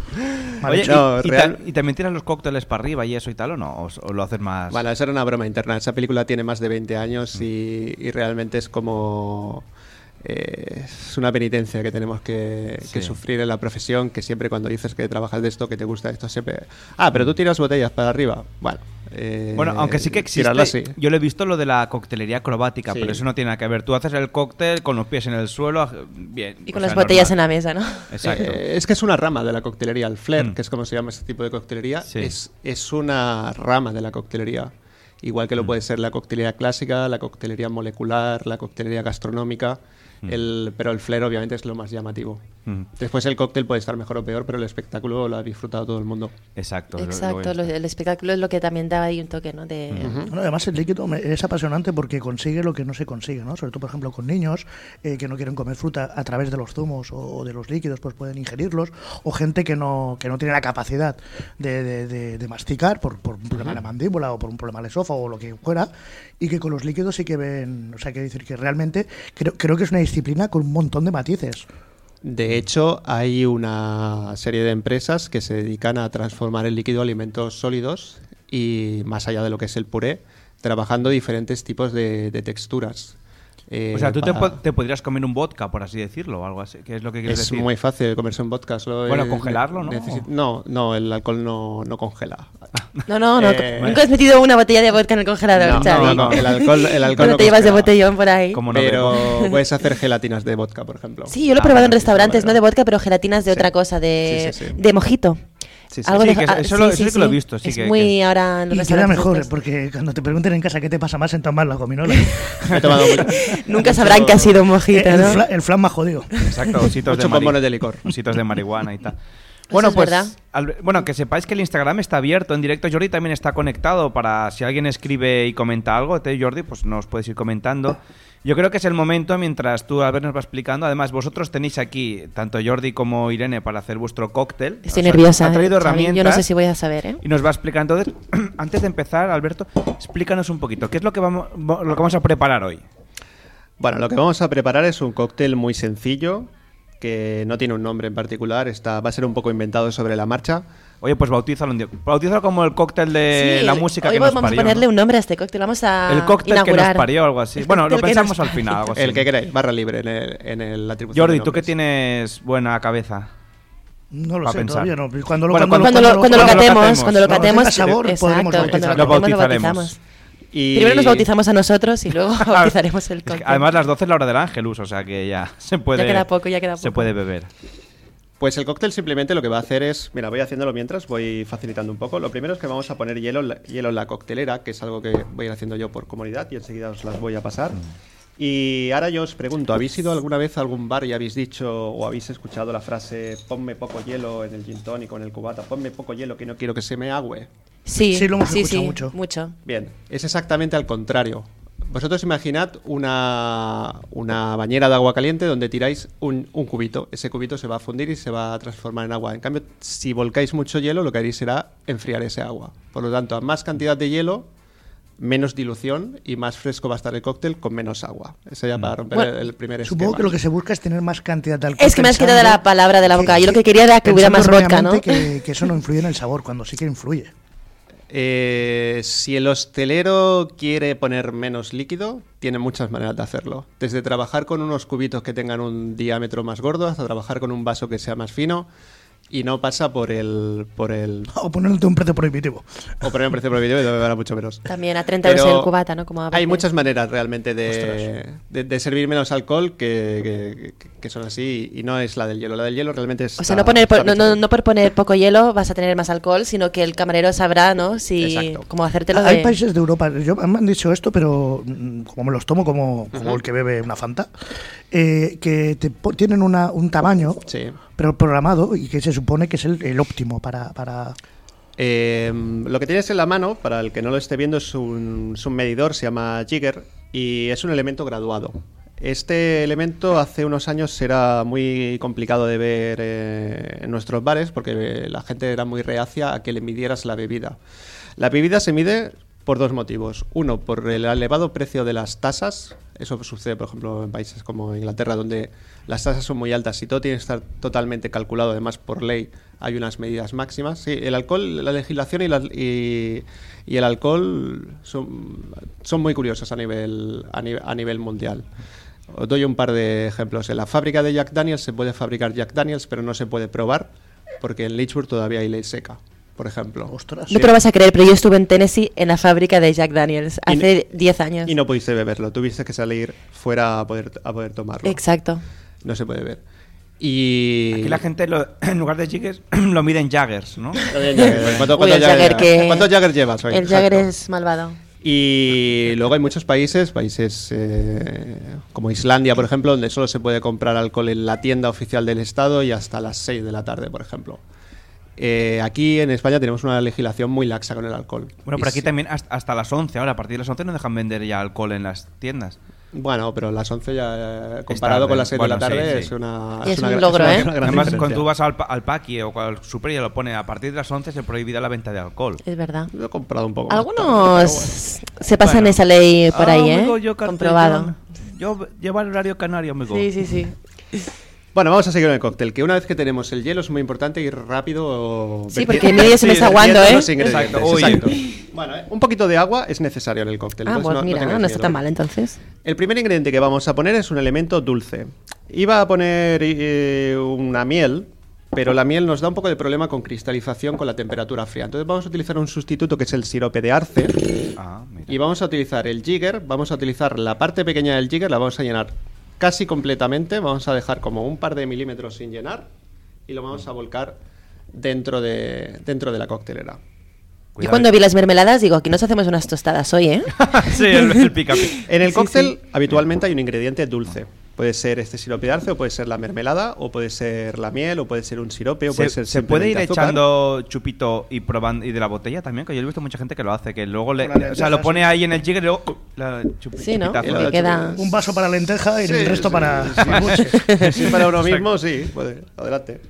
C: Mal
A: Oye,
C: hecho.
A: y-
D: No,
A: y,
D: real-
A: ta- y también tiras los cócteles para arriba y eso y tal, ¿o no? ¿O, s- o lo haces más.?
D: Bueno, eso era una broma interna. Esa película tiene más de 20 años y, y realmente es como... eh, es una penitencia que tenemos que,
A: Sí.
D: que sufrir en la profesión, que siempre cuempre cuando dices que trabajas de esto, que te gusta esto, siempre... Ah, pero tú tiras botellas para arriba. Bueno, eh,
A: Bueno, aunque sí que existe.
D: tirarlas sí.
A: Yo lo he visto lo de la coctelería acrobática,
D: Sí.
A: pero eso no tiene nada que ver. Tú haces el cóctel con los pies en el suelo, aj- bien.
B: Y
A: o
B: con
A: sea,
B: las botellas
A: normal.
B: en la mesa, ¿no?
A: Exacto. Mm.
D: Eh, es que es una rama de la coctelería, el flair, que es como se llama ese tipo de coctelería, es, es una rama de la coctelería. Igual
A: Mm.
D: que lo puede ser la coctelería clásica, la coctelería molecular, la coctelería gastronómica, el, pero el flair obviamente es lo más llamativo.
A: Mm.
D: Después el cóctel puede estar mejor o peor, pero el espectáculo lo ha disfrutado todo el mundo.
A: Exacto.
B: Exacto, lo- el espectáculo es lo que también daba ahí un toque, ¿no? De...
C: Bueno, además el líquido me- es apasionante porque consigue lo que no se consigue, ¿no? Sobre todo, por ejemplo, con niños eh, que no quieren comer fruta a través de los zumos o, o de los líquidos, pues pueden ingerirlos, o gente que no, que no tiene la capacidad de, de- de- de masticar por, por un problema de la mandíbula o por un problema del esófago o lo que fuera, y que con los líquidos sí que ven, o sea, que decir que realmente creo, creo que es una disciplina con un montón de matices.
D: De hecho, hay una serie de empresas que se dedican a transformar el líquido a alimentos sólidos y más allá de lo que es el puré, trabajando diferentes tipos de, de texturas. Eh,
A: o sea, tú te,
D: para-
A: po- te podrías comer un vodka, por así decirlo, o algo así. ¿Qué es lo que quieres
D: es
A: decir?
D: muy fácil comerse un vodka. solo
A: Bueno,
D: es-
A: congelarlo, ¿no?
D: necesi- No, no, el alcohol no, no congela.
B: No, no, no.
D: Eh,
B: Nunca has metido una botella de vodka en el congelador,
D: No,
B: Xavi.
D: no, no, el alcohol- el alcohol
B: Cuando
D: no
B: te llevas de
D: congela.
B: botellón por ahí.
D: pero puedes hacer gelatinas de vodka, por ejemplo. Ah,
B: Sí, yo lo he probado en restaurantes, no de vodka, pero gelatinas de otra cosa, de,
D: Sí, sí, sí.
B: de mojito.
D: Sí, sí.
B: Algo
D: Sí,
B: de
D: que
B: ah,
D: eso lo- eso sí que lo he visto, sí
B: es
D: que-
B: muy
D: que-
B: ahora en los
C: Y queda
B: restaurantes
C: mejor,
B: estos.
C: porque cuando te pregunten en casa qué te pasa más en tomar la eh, gominola.
D: He tomado mucho-
B: Nunca sabrán que ha sido un mojito,
C: El,
B: ¿no?
C: fla- el flan más jodido.
A: Exacto, ositos
D: Ocho
A: de, mari-
D: bombones de licor.
A: ositos de marihuana y tal. Bueno,
B: es
A: pues
B: verdad.
A: al- bueno, que sepáis que el Instagram está abierto en directo. Jordi también está conectado para si alguien escribe y comenta algo, te Jordi, pues nos puedes ir comentando. Yo creo que es el momento mientras tú Albert nos va explicando. Además, vosotros tenéis aquí tanto Jordi como Irene para hacer vuestro cóctel.
B: Estoy
A: O sea,
B: nerviosa.
A: Ha traído
B: eh, Xavi.
A: herramientas.
B: Yo no sé si voy a saber, ¿eh?
A: Y nos va a explicar. Entonces, antes de empezar, Alberto, explícanos un poquito. ¿Qué es lo que vamos, lo que vamos a preparar hoy?
D: Bueno, lo que vamos a preparar es un cóctel muy sencillo, que no tiene un nombre en particular, está, va a ser un poco inventado sobre la marcha.
A: Oye, pues bautízalo un día. Bautízalo como el cóctel de
B: Sí,
A: la
B: el-
A: música
B: hoy
A: que nos
B: vamos
A: parió.
B: a ponerle
A: ¿no?
B: un nombre a este cóctel. Vamos a
A: El cóctel que nos
B: inaugurar.
A: parió, algo así.
B: El
A: Bueno, lo
B: cóctel que
A: pensamos
B: nos
A: al final, algo así.
D: El que queráis, barra libre en, el- en el- la atribución.
A: Pues Jordi,
D: de
A: tú que
D: nombres.
A: tienes buena cabeza.
C: No lo
A: Pa'
C: sé,
A: pensar.
C: todavía no. Cuando lo,
A: Bueno,
C: cuando,
B: cuando lo- cuando lo catemos, cuando lo
C: Cuando tenga
B: catemos,
C: sabor,
B: exacto, cuando
C: podremos
B: lo
C: bautizarlo.
B: catemos, lo bautizaremos.
D: Y-
B: Primero nos bautizamos a nosotros y luego bautizaremos el
A: Ah, Es que
B: cóctel.
A: Además, las 12 es la hora del Ángelus, o sea que ya se puede.
B: queda poco, ya queda
A: Se
B: poco.
A: puede beber.
D: Pues el cóctel simplemente lo que va a hacer es, mira, voy haciéndolo mientras, voy facilitando un poco. Lo primero es que vamos a poner hielo, en la- hielo en la coctelera, que es algo que voy a ir haciendo yo por comodidad y enseguida os las voy a pasar. Y ahora yo os pregunto, ¿habéis ido alguna vez a algún bar y habéis dicho o habéis escuchado la frase ponme poco hielo en el gin tónico, en el cubata, ponme poco hielo que no quiero que se me agüe?
B: Sí,
D: Sí, lo hemos
B: sí,
D: escuchado
B: sí,
D: mucho.
B: mucho.
D: Bien, es exactamente al contrario. Vosotros imaginad una, una bañera de agua caliente donde tiráis un, un cubito. Ese cubito se va a fundir y se va a transformar en agua. En cambio, si volcáis mucho hielo, lo que haréis será enfriar ese agua. Por lo tanto, a más cantidad de hielo, menos dilución y más fresco va a estar el cóctel con menos agua. Eso ya para romper
C: Mm. Bueno,
D: el primer esquema.
C: Supongo que lo que se busca es tener más cantidad de alcohol.
B: Es que me has
C: pensando-
B: quitado la palabra de la boca. Yo lo que quería era que hubiera más
C: pensando
B: vodka, ¿no?
C: erróneamente Que, que eso no influye en el sabor, cuando sí que influye.
D: Eh, si el hostelero quiere poner menos líquido, tiene muchas maneras de hacerlo. Desde trabajar con unos cubitos que tengan un diámetro más gordo, hasta trabajar con un vaso que sea más fino. Y no pasa por el. por el.
C: O ponerle un precio prohibitivo.
D: o por el precio prohibido y debe mucho menos.
B: También a 30 euros
D: Pero
B: el cubata, ¿no? Como a
D: Hay
B: veces.
D: muchas maneras realmente de, de, de servir menos alcohol que, que- que son así y no es la del hielo. La del hielo realmente es.
B: O sea, no, poner por, no, no- no por poner poco hielo vas a tener más alcohol, sino que el camarero sabrá, ¿no? Si, cómo hacértelo
C: Hay
B: de-
C: países de Europa, yo, me han dicho esto, pero mm, como me los tomo como, como
B: Ujú.
C: el que bebe una Fanta, eh, que te po- tienen una, un tamaño pero programado y que se supone que es el, el óptimo para... para
D: Eh, lo que tienes en la mano, para el que no lo esté viendo, es un, es un medidor, se llama Jigger, y es un elemento graduado. Este elemento hace unos años era muy complicado de ver eh, en nuestros bares porque la gente era muy reacia a que le midieras la bebida. La bebida se mide por dos motivos. Uno, por el elevado precio de las tasas. Eso sucede, por ejemplo, en países como Inglaterra, donde las tasas son muy altas y todo tiene que estar totalmente calculado. Además, por ley hay unas medidas máximas. Sí, el alcohol, la legislación y, la- y- y el alcohol son, son muy curiosos a nivel, a nive- a nivel mundial. Os doy un par de ejemplos. En la fábrica de Jack Daniels se puede fabricar Jack Daniels, pero no se puede probar porque en Lynchburg todavía hay ley seca, por ejemplo.
B: No te lo vas a creer, pero yo estuve en Tennessee en la fábrica de Jack Daniels
D: Y-
B: hace 10 años.
D: Y no pudiste beberlo, tuviste que salir fuera a poder, a poder tomarlo.
B: Exacto.
D: No se puede ver. Y.
A: Aquí la gente, lo- en lugar de jiggers, lo miden jaggers, ¿no?
D: miden Jaggers. ¿Cuánto-
B: Uy, el Jagger que...
D: ¿Cuántos Jagger llevas hoy?
B: El Jagger es malvado.
D: Y luego hay muchos países, países eh, como Islandia, por ejemplo, donde solo se puede comprar alcohol en la tienda oficial del Estado y hasta las 6 de la tarde, por ejemplo. Eh, aquí en España tenemos una legislación muy laxa con el alcohol.
A: Bueno,
D: Y
A: pero aquí
D: sí-
A: también hasta, hasta las 11, ahora a partir de las 11 no dejan vender ya alcohol en las tiendas.
D: Bueno, pero las 11 ya, eh,
A: Es
D: comparado
A: tarde.
D: con las 6
A: Bueno,
D: de la tarde,
A: sí, sí.
D: es una.
B: Y es
D: una
B: un
D: gra-
B: logro,
D: una
B: ¿eh?
D: gran
A: Además,
D: diferencia.
A: cuando tú vas al, pa- al paqui o al super ya lo pone, a partir de las 11 se prohibirá la venta de alcohol.
B: Es verdad.
D: Lo he comprado un poco.
B: Algunos se pasan esa ley por ahí,
J: Ah,
A: Ah,
B: ¿eh? Comprobado.
A: Yo llevo el horario canario, amigo.
B: Sí, sí, Ah, sí.
D: Bueno, vamos a seguir con el cóctel, que una vez que tenemos el hielo es muy importante ir rápido.
B: Sí,
D: vertiendo-
B: porque medio se me está aguando,
D: vertiendo
B: ¿eh?
D: los ingredientes,
A: Exacto, oye.
D: exacto. Bueno, eh, un poquito de agua es necesario en el cóctel.
B: Ah,
D: entonces
B: pues
D: no- no
B: mira,
D: tengáis
B: no está
D: miedo.
B: tan mal ¿eh? entonces.
D: El primer ingrediente que vamos a poner es un elemento dulce. Iba a poner eh, una miel, pero la miel nos da un poco de problema con cristalización con la temperatura fría. Entonces vamos a utilizar un sustituto que es el sirope de arce.
A: Ah,
D: Y vamos a utilizar el jigger, vamos a utilizar la parte pequeña del jigger, la vamos a llenar casi completamente, vamos a dejar como un par de milímetros sin llenar y lo vamos a volcar dentro de, dentro de la coctelera.
B: Yo cuando vi las mermeladas digo, aquí nos hacemos unas tostadas hoy, ¿eh?
A: sí, el, pica
D: En el cóctel habitualmente hay un ingrediente dulce. Puede ser este sirope de arce, o puede ser la mermelada, o puede ser la miel, o puede ser un sirope, o
A: ¿Se,
D: puede ser
A: se puede ir
D: simplemente pues, azúcar.
A: echando chupito y probando y de la botella también? Que yo he visto mucha gente que lo hace, que luego le,
C: Con la
A: o sea, lo
C: lentejas.
A: pone ahí en el jigger y luego uh, la chupi-
B: Sí, ¿no?
A: chupitazo.
B: Te queda...
C: Un vaso para lenteja y el resto para...
D: Sí, para uno mismo, sí. puede. Adelante.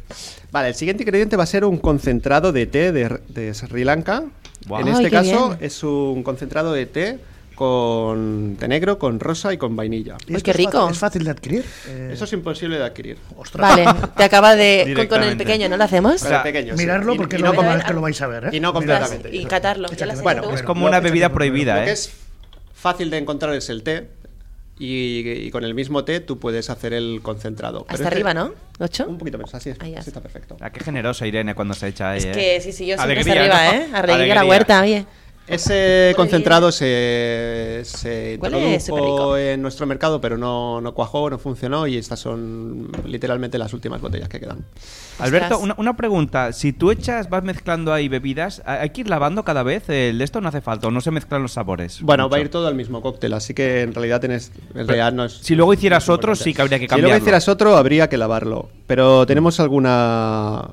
D: Vale, el siguiente ingrediente va a ser un concentrado de té de, de Sri Lanka. En
A: Ay,
D: este
A: qué
D: caso
A: bien.
D: es un concentrado de té con de negro, con rosa y con vainilla.
C: Eh.
B: Uy, qué rico.
C: fácil de adquirir? eh,
D: Eso es imposible de adquirir.
B: Vale, te acaba de. con- Con, el pequeño, ¿no lo hacemos?
D: Con el pequeño, sí.
C: Miradlo
D: Y-
C: porque
D: y
C: no,
D: com-
C: que lo vais a ver. ¿eh?
D: Y no completamente.
B: Y catarlo. ya la sé
D: Bueno,
B: tú.
A: Es como una bebida prohibida,
D: Lo que
A: ¿eh?
D: es fácil de encontrar es el té. Y, y con el mismo té tú puedes hacer el concentrado. Pero
B: Hasta
D: este-
B: arriba, ¿no? ¿Ocho? Un
D: poquito menos, así es.
B: Ahí
D: está perfecto.
A: Ah, qué generosa Irene cuando se echa ahí,
B: Es
A: ¿eh?
B: que sí, sí, yo siempre hasta
A: Alegría,
B: arriba,
A: ¿no?
B: ¿eh? Arreglar la
A: Alegría.
B: huerta, oye.
D: Ese concentrado se, se
B: Huele superrico.
D: introdujo en nuestro mercado, pero no, no cuajó, no funcionó y estas son literalmente las últimas botellas que quedan.
A: Alberto, una, una pregunta. Si tú echas, vas mezclando ahí bebidas, ¿ha- ¿hay que ir lavando cada vez? ¿El esto no hace falta o no se mezclan los sabores?
D: Bueno, va a
A: mucho?
D: ir todo al mismo cóctel, así que en realidad tenés, en realidad no es.
A: Si luego hicieras otro, sí que habría que
D: Si luego
A: cambiarlo.
D: hicieras otro, habría que lavarlo. Pero tenemos alguna.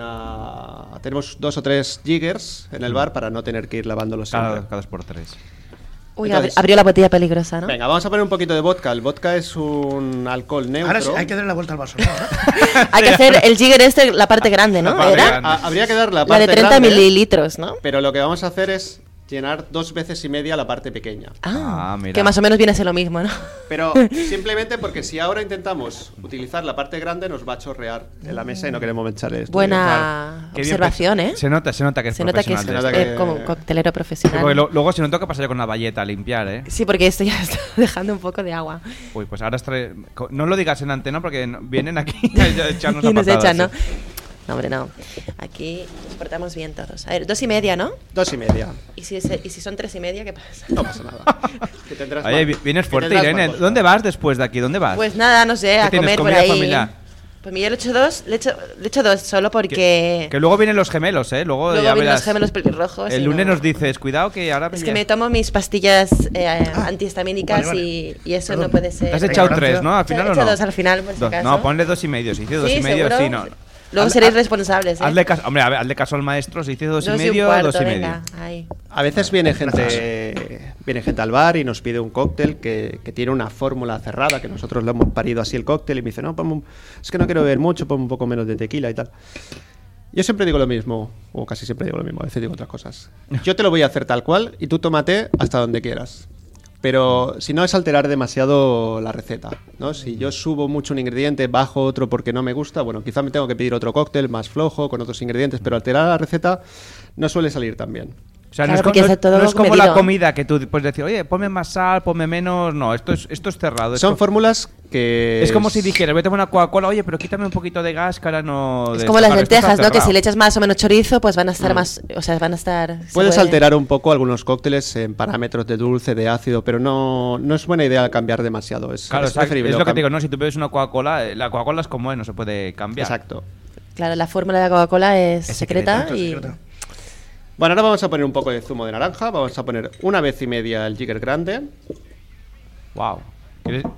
D: alguna. Tenemos dos o tres jiggers en el bar para no tener que ir lavándolos siempre.
A: Cada, cada dos por tres.
B: Uy,
D: Entonces-
B: abri- abrió la botella peligrosa, ¿no?
D: Venga, vamos a poner un poquito de vodka. El vodka es un alcohol neutro.
C: Ahora sí, hay que darle la vuelta al vaso.
B: Hay que hacer el jigger este, la parte grande, ¿no? ¿Era?
D: Ha- Habría que dar la
B: La
D: parte
B: de 30
D: grande, ¿eh?
B: mililitros, ¿no?
D: Pero lo que vamos a hacer es llenar dos veces y media la parte pequeña.
B: Ah, Que más o menos viene a ser lo mismo, ¿no?
D: Pero simplemente porque si ahora intentamos utilizar la parte grande, nos va a chorrear en la mesa y no queremos echarle esto.
B: Buena
A: Qué bien
B: observación,
A: pe-
B: ¿eh?
A: Se nota, se nota que es
B: Se nota que es
A: profesional
B: eh,
A: de esto.
B: como un coctelero
A: Sí, porque
B: profesional.
A: lo- luego se nos toca pasar con una valleta a limpiar, ¿eh?
B: Sí, porque esto ya está dejando un poco de agua.
A: Uy, pues ahora os trae- co- no lo digas en antena porque no- vienen aquí a echarnos a
B: Y nos
A: patadas,
B: echan,
A: ¿eh?
B: ¿no? No, hombre, no. Aquí nos portamos bien todos. A ver, dos y media, ¿no?
D: Dos y media.
B: ¿Y si, se- y si son tres y media, qué pasa?
D: No pasa nada. Que tendrás
A: Oye,
D: más-
A: vi- vienes
D: que
A: fuerte,
D: tendrás
A: Irene.
D: más cosas.
A: ¿Dónde vas después de aquí? ¿Dónde vas?
B: Pues nada, no sé,
A: Ah. ¿Qué
B: a
A: tienes,
B: comer por
A: comida
B: ahí.
A: familiar?
B: Pues mira, le echo dos, le echo, le echo dos solo porque...
A: Que luego vienen los gemelos, ¿eh? Luego,
B: eh, Luego
A: ya
B: vienen
A: verás.
B: los gemelos pelirrojos
A: El
B: y
A: lunes
B: no-
A: nos dices, cuidado que ahora...
B: Es
A: me-
B: que me tomo mis pastillas eh, antihistamínicas y- Y, eso no puede ser.
A: Te has echado tres, ¿no? Al
B: He
A: final o
B: echado
A: no.
B: dos al final, por si
A: Dos.
B: acaso.
A: No, ponle dos y medio. Si dice dos
B: Sí,
A: y medio,
B: seguro.
A: sí, no. no.
B: Luego
A: Hazle-
B: seréis
A: haz-
B: responsables, ¿eh?
A: Hazle caso, hombre, a ver, hazle caso al maestro. Si dice dos,
B: Dos
A: y
B: y un
A: medio,
B: cuarto,
A: dos y medio.
B: venga. Ay.
D: A veces viene gente, viene gente al bar y nos pide un cóctel que, que tiene una fórmula cerrada, que nosotros lo hemos parido así el cóctel, y me dice, no, ponme un- es que no quiero beber mucho, ponme un poco menos de tequila y tal. Yo siempre digo lo mismo, o casi siempre digo lo mismo, a veces digo otras cosas. Yo te lo voy a hacer tal cual y tú tómate hasta donde quieras. Pero si no es alterar demasiado la receta, ¿no? Si yo subo mucho un ingrediente, bajo otro porque no me gusta, bueno, quizá me tengo que pedir otro cóctel más flojo, con otros ingredientes, pero alterar la receta no suele salir tan bien.
A: O sea, no es, co- no es- no es como la comida que tú puedes decir, oye, ponme más sal, ponme menos. No, esto es, esto es cerrado.
D: Son
A: esto-
D: fórmulas que...
A: Es como si dijeras, voy a tomar una Coca-Cola, oye, pero quítame un poquito de gas, que ahora no...
B: Es como las lentejas, ¿no? Que si le echas más o menos chorizo, pues van a
A: Mm.
B: estar más... O sea, van a estar... se
D: Puedes
B: puede-
D: alterar un poco algunos cócteles en parámetros de dulce, de ácido, pero no, no es buena idea cambiar demasiado. Es,
A: Claro,
D: es
A: o sea, es,
D: preferible
A: lo que te
D: cam-
A: digo, ¿no? Si tú bebes una Coca-Cola, eh, la Coca-Cola es como es, no se puede cambiar.
D: Exacto.
B: Claro, la fórmula de la Coca-Cola es,
A: Es secreta,
B: secreta, y...
D: Bueno, ahora vamos a poner un poco de zumo de naranja, vamos a poner una vez y media el jigger grande.
A: Wow.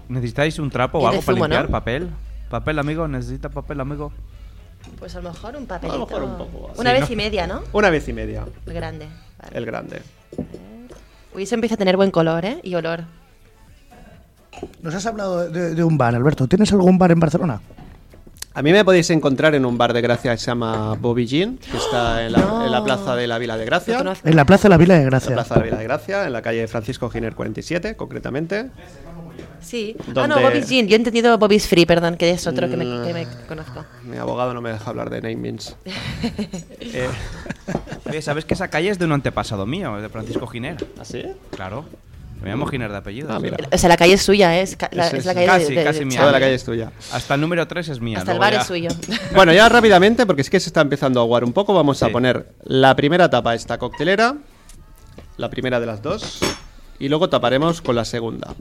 A: ¿Necesitáis un trapo
B: Y
A: o
B: de
A: algo para
B: zumo, ¿no?
A: limpiar? ¿Papel? ¿Papel, amigo? ¿Necesita papel, amigo?
B: Pues a lo mejor un papelito.
D: A lo mejor un poco así,
B: Una vez
D: ¿no?
B: y media, ¿no?
D: Una vez y media
B: El grande.
D: el grande.
B: Uy, eso empieza a tener buen color, ¿eh? Y olor.
C: Nos has hablado de, de un bar, Alberto. ¿Tienes algún bar en Barcelona?
D: A mí me podéis encontrar en un bar de Gracia que se llama Bobby Jean, que está en la, en la plaza de la Vila de Gracia.
C: En la Plaza de la Vila de Gracia.
D: La plaza de la Vila de Gracia, en la calle Francisco Giner 47, concretamente.
B: Sí. Ah,
D: Donde-
B: no, Bobby's Gin. Yo he entendido Bobby's Free, perdón, que es otro que me, que me conozco.
D: Mi abogado no me deja hablar de namings. Eh,
A: Oye, ¿Sabes que esa calle es de un antepasado mío, de Francisco Giner?
D: ¿Ah, sí?
A: Claro. Me llamo Giner de apellido.
D: Ah, mira.
B: O sea, la calle es suya, ¿eh? Es, ca- la,
A: Sí,
B: es
A: sí,
B: la
A: sí.
B: calle
A: casi,
B: de- de-
A: casi
B: de-
A: mía.
D: Toda la calle es tuya.
A: Hasta el número 3 es mía.
B: Hasta el
A: luego
B: bar
A: ya-
B: es suyo.
D: Bueno, ya rápidamente, porque sí que se está empezando a aguar un poco, vamos a poner la primera tapa a esta coctelera, la primera de las dos, y luego taparemos con la segunda.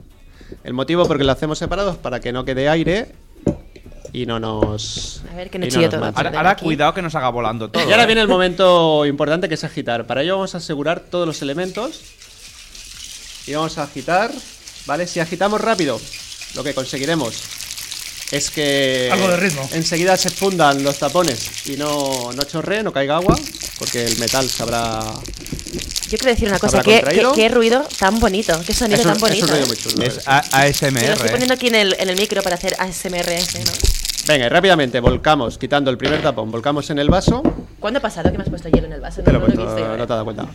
D: El motivo por que la hacemos separados para que no quede aire y no nos...
B: A ver, que no
D: y
B: chille
D: nos
B: todo.
D: manche.
A: Ahora, ahora cuidado que nos haga volando todo.
D: Y ahora
A: ¿eh?
D: viene el momento importante que es agitar. Para ello vamos a asegurar todos los elementos. Y vamos a agitar. ¿Vale? Si agitamos rápido, lo que conseguiremos es que
C: Algo de ritmo.
D: enseguida se fundan los tapones y no, no chorree, no caiga agua, porque el metal se habrá...
B: Yo quiero decir una cosa.
D: ¿Habrá
B: ¿Qué, qué,
D: contraído?
B: qué ruido tan bonito. Qué sonido
D: Es un-
B: tan bonito.
D: es un ruido muy chulo. ¿eh?
A: Es A-
B: Me lo estoy
A: ASMR. ¿eh?
B: poniendo aquí en el, en el micro para hacer ASMR. ¿no?
D: Venga, y rápidamente volcamos, quitando el primer tapón, volcamos en el vaso.
B: ¿Cuándo ha pasado que me has puesto hielo en el vaso?
D: Te lo
B: No, no lo he
D: cuento,
B: visto yo,
D: no
B: ¿eh?
D: te has dado cuenta.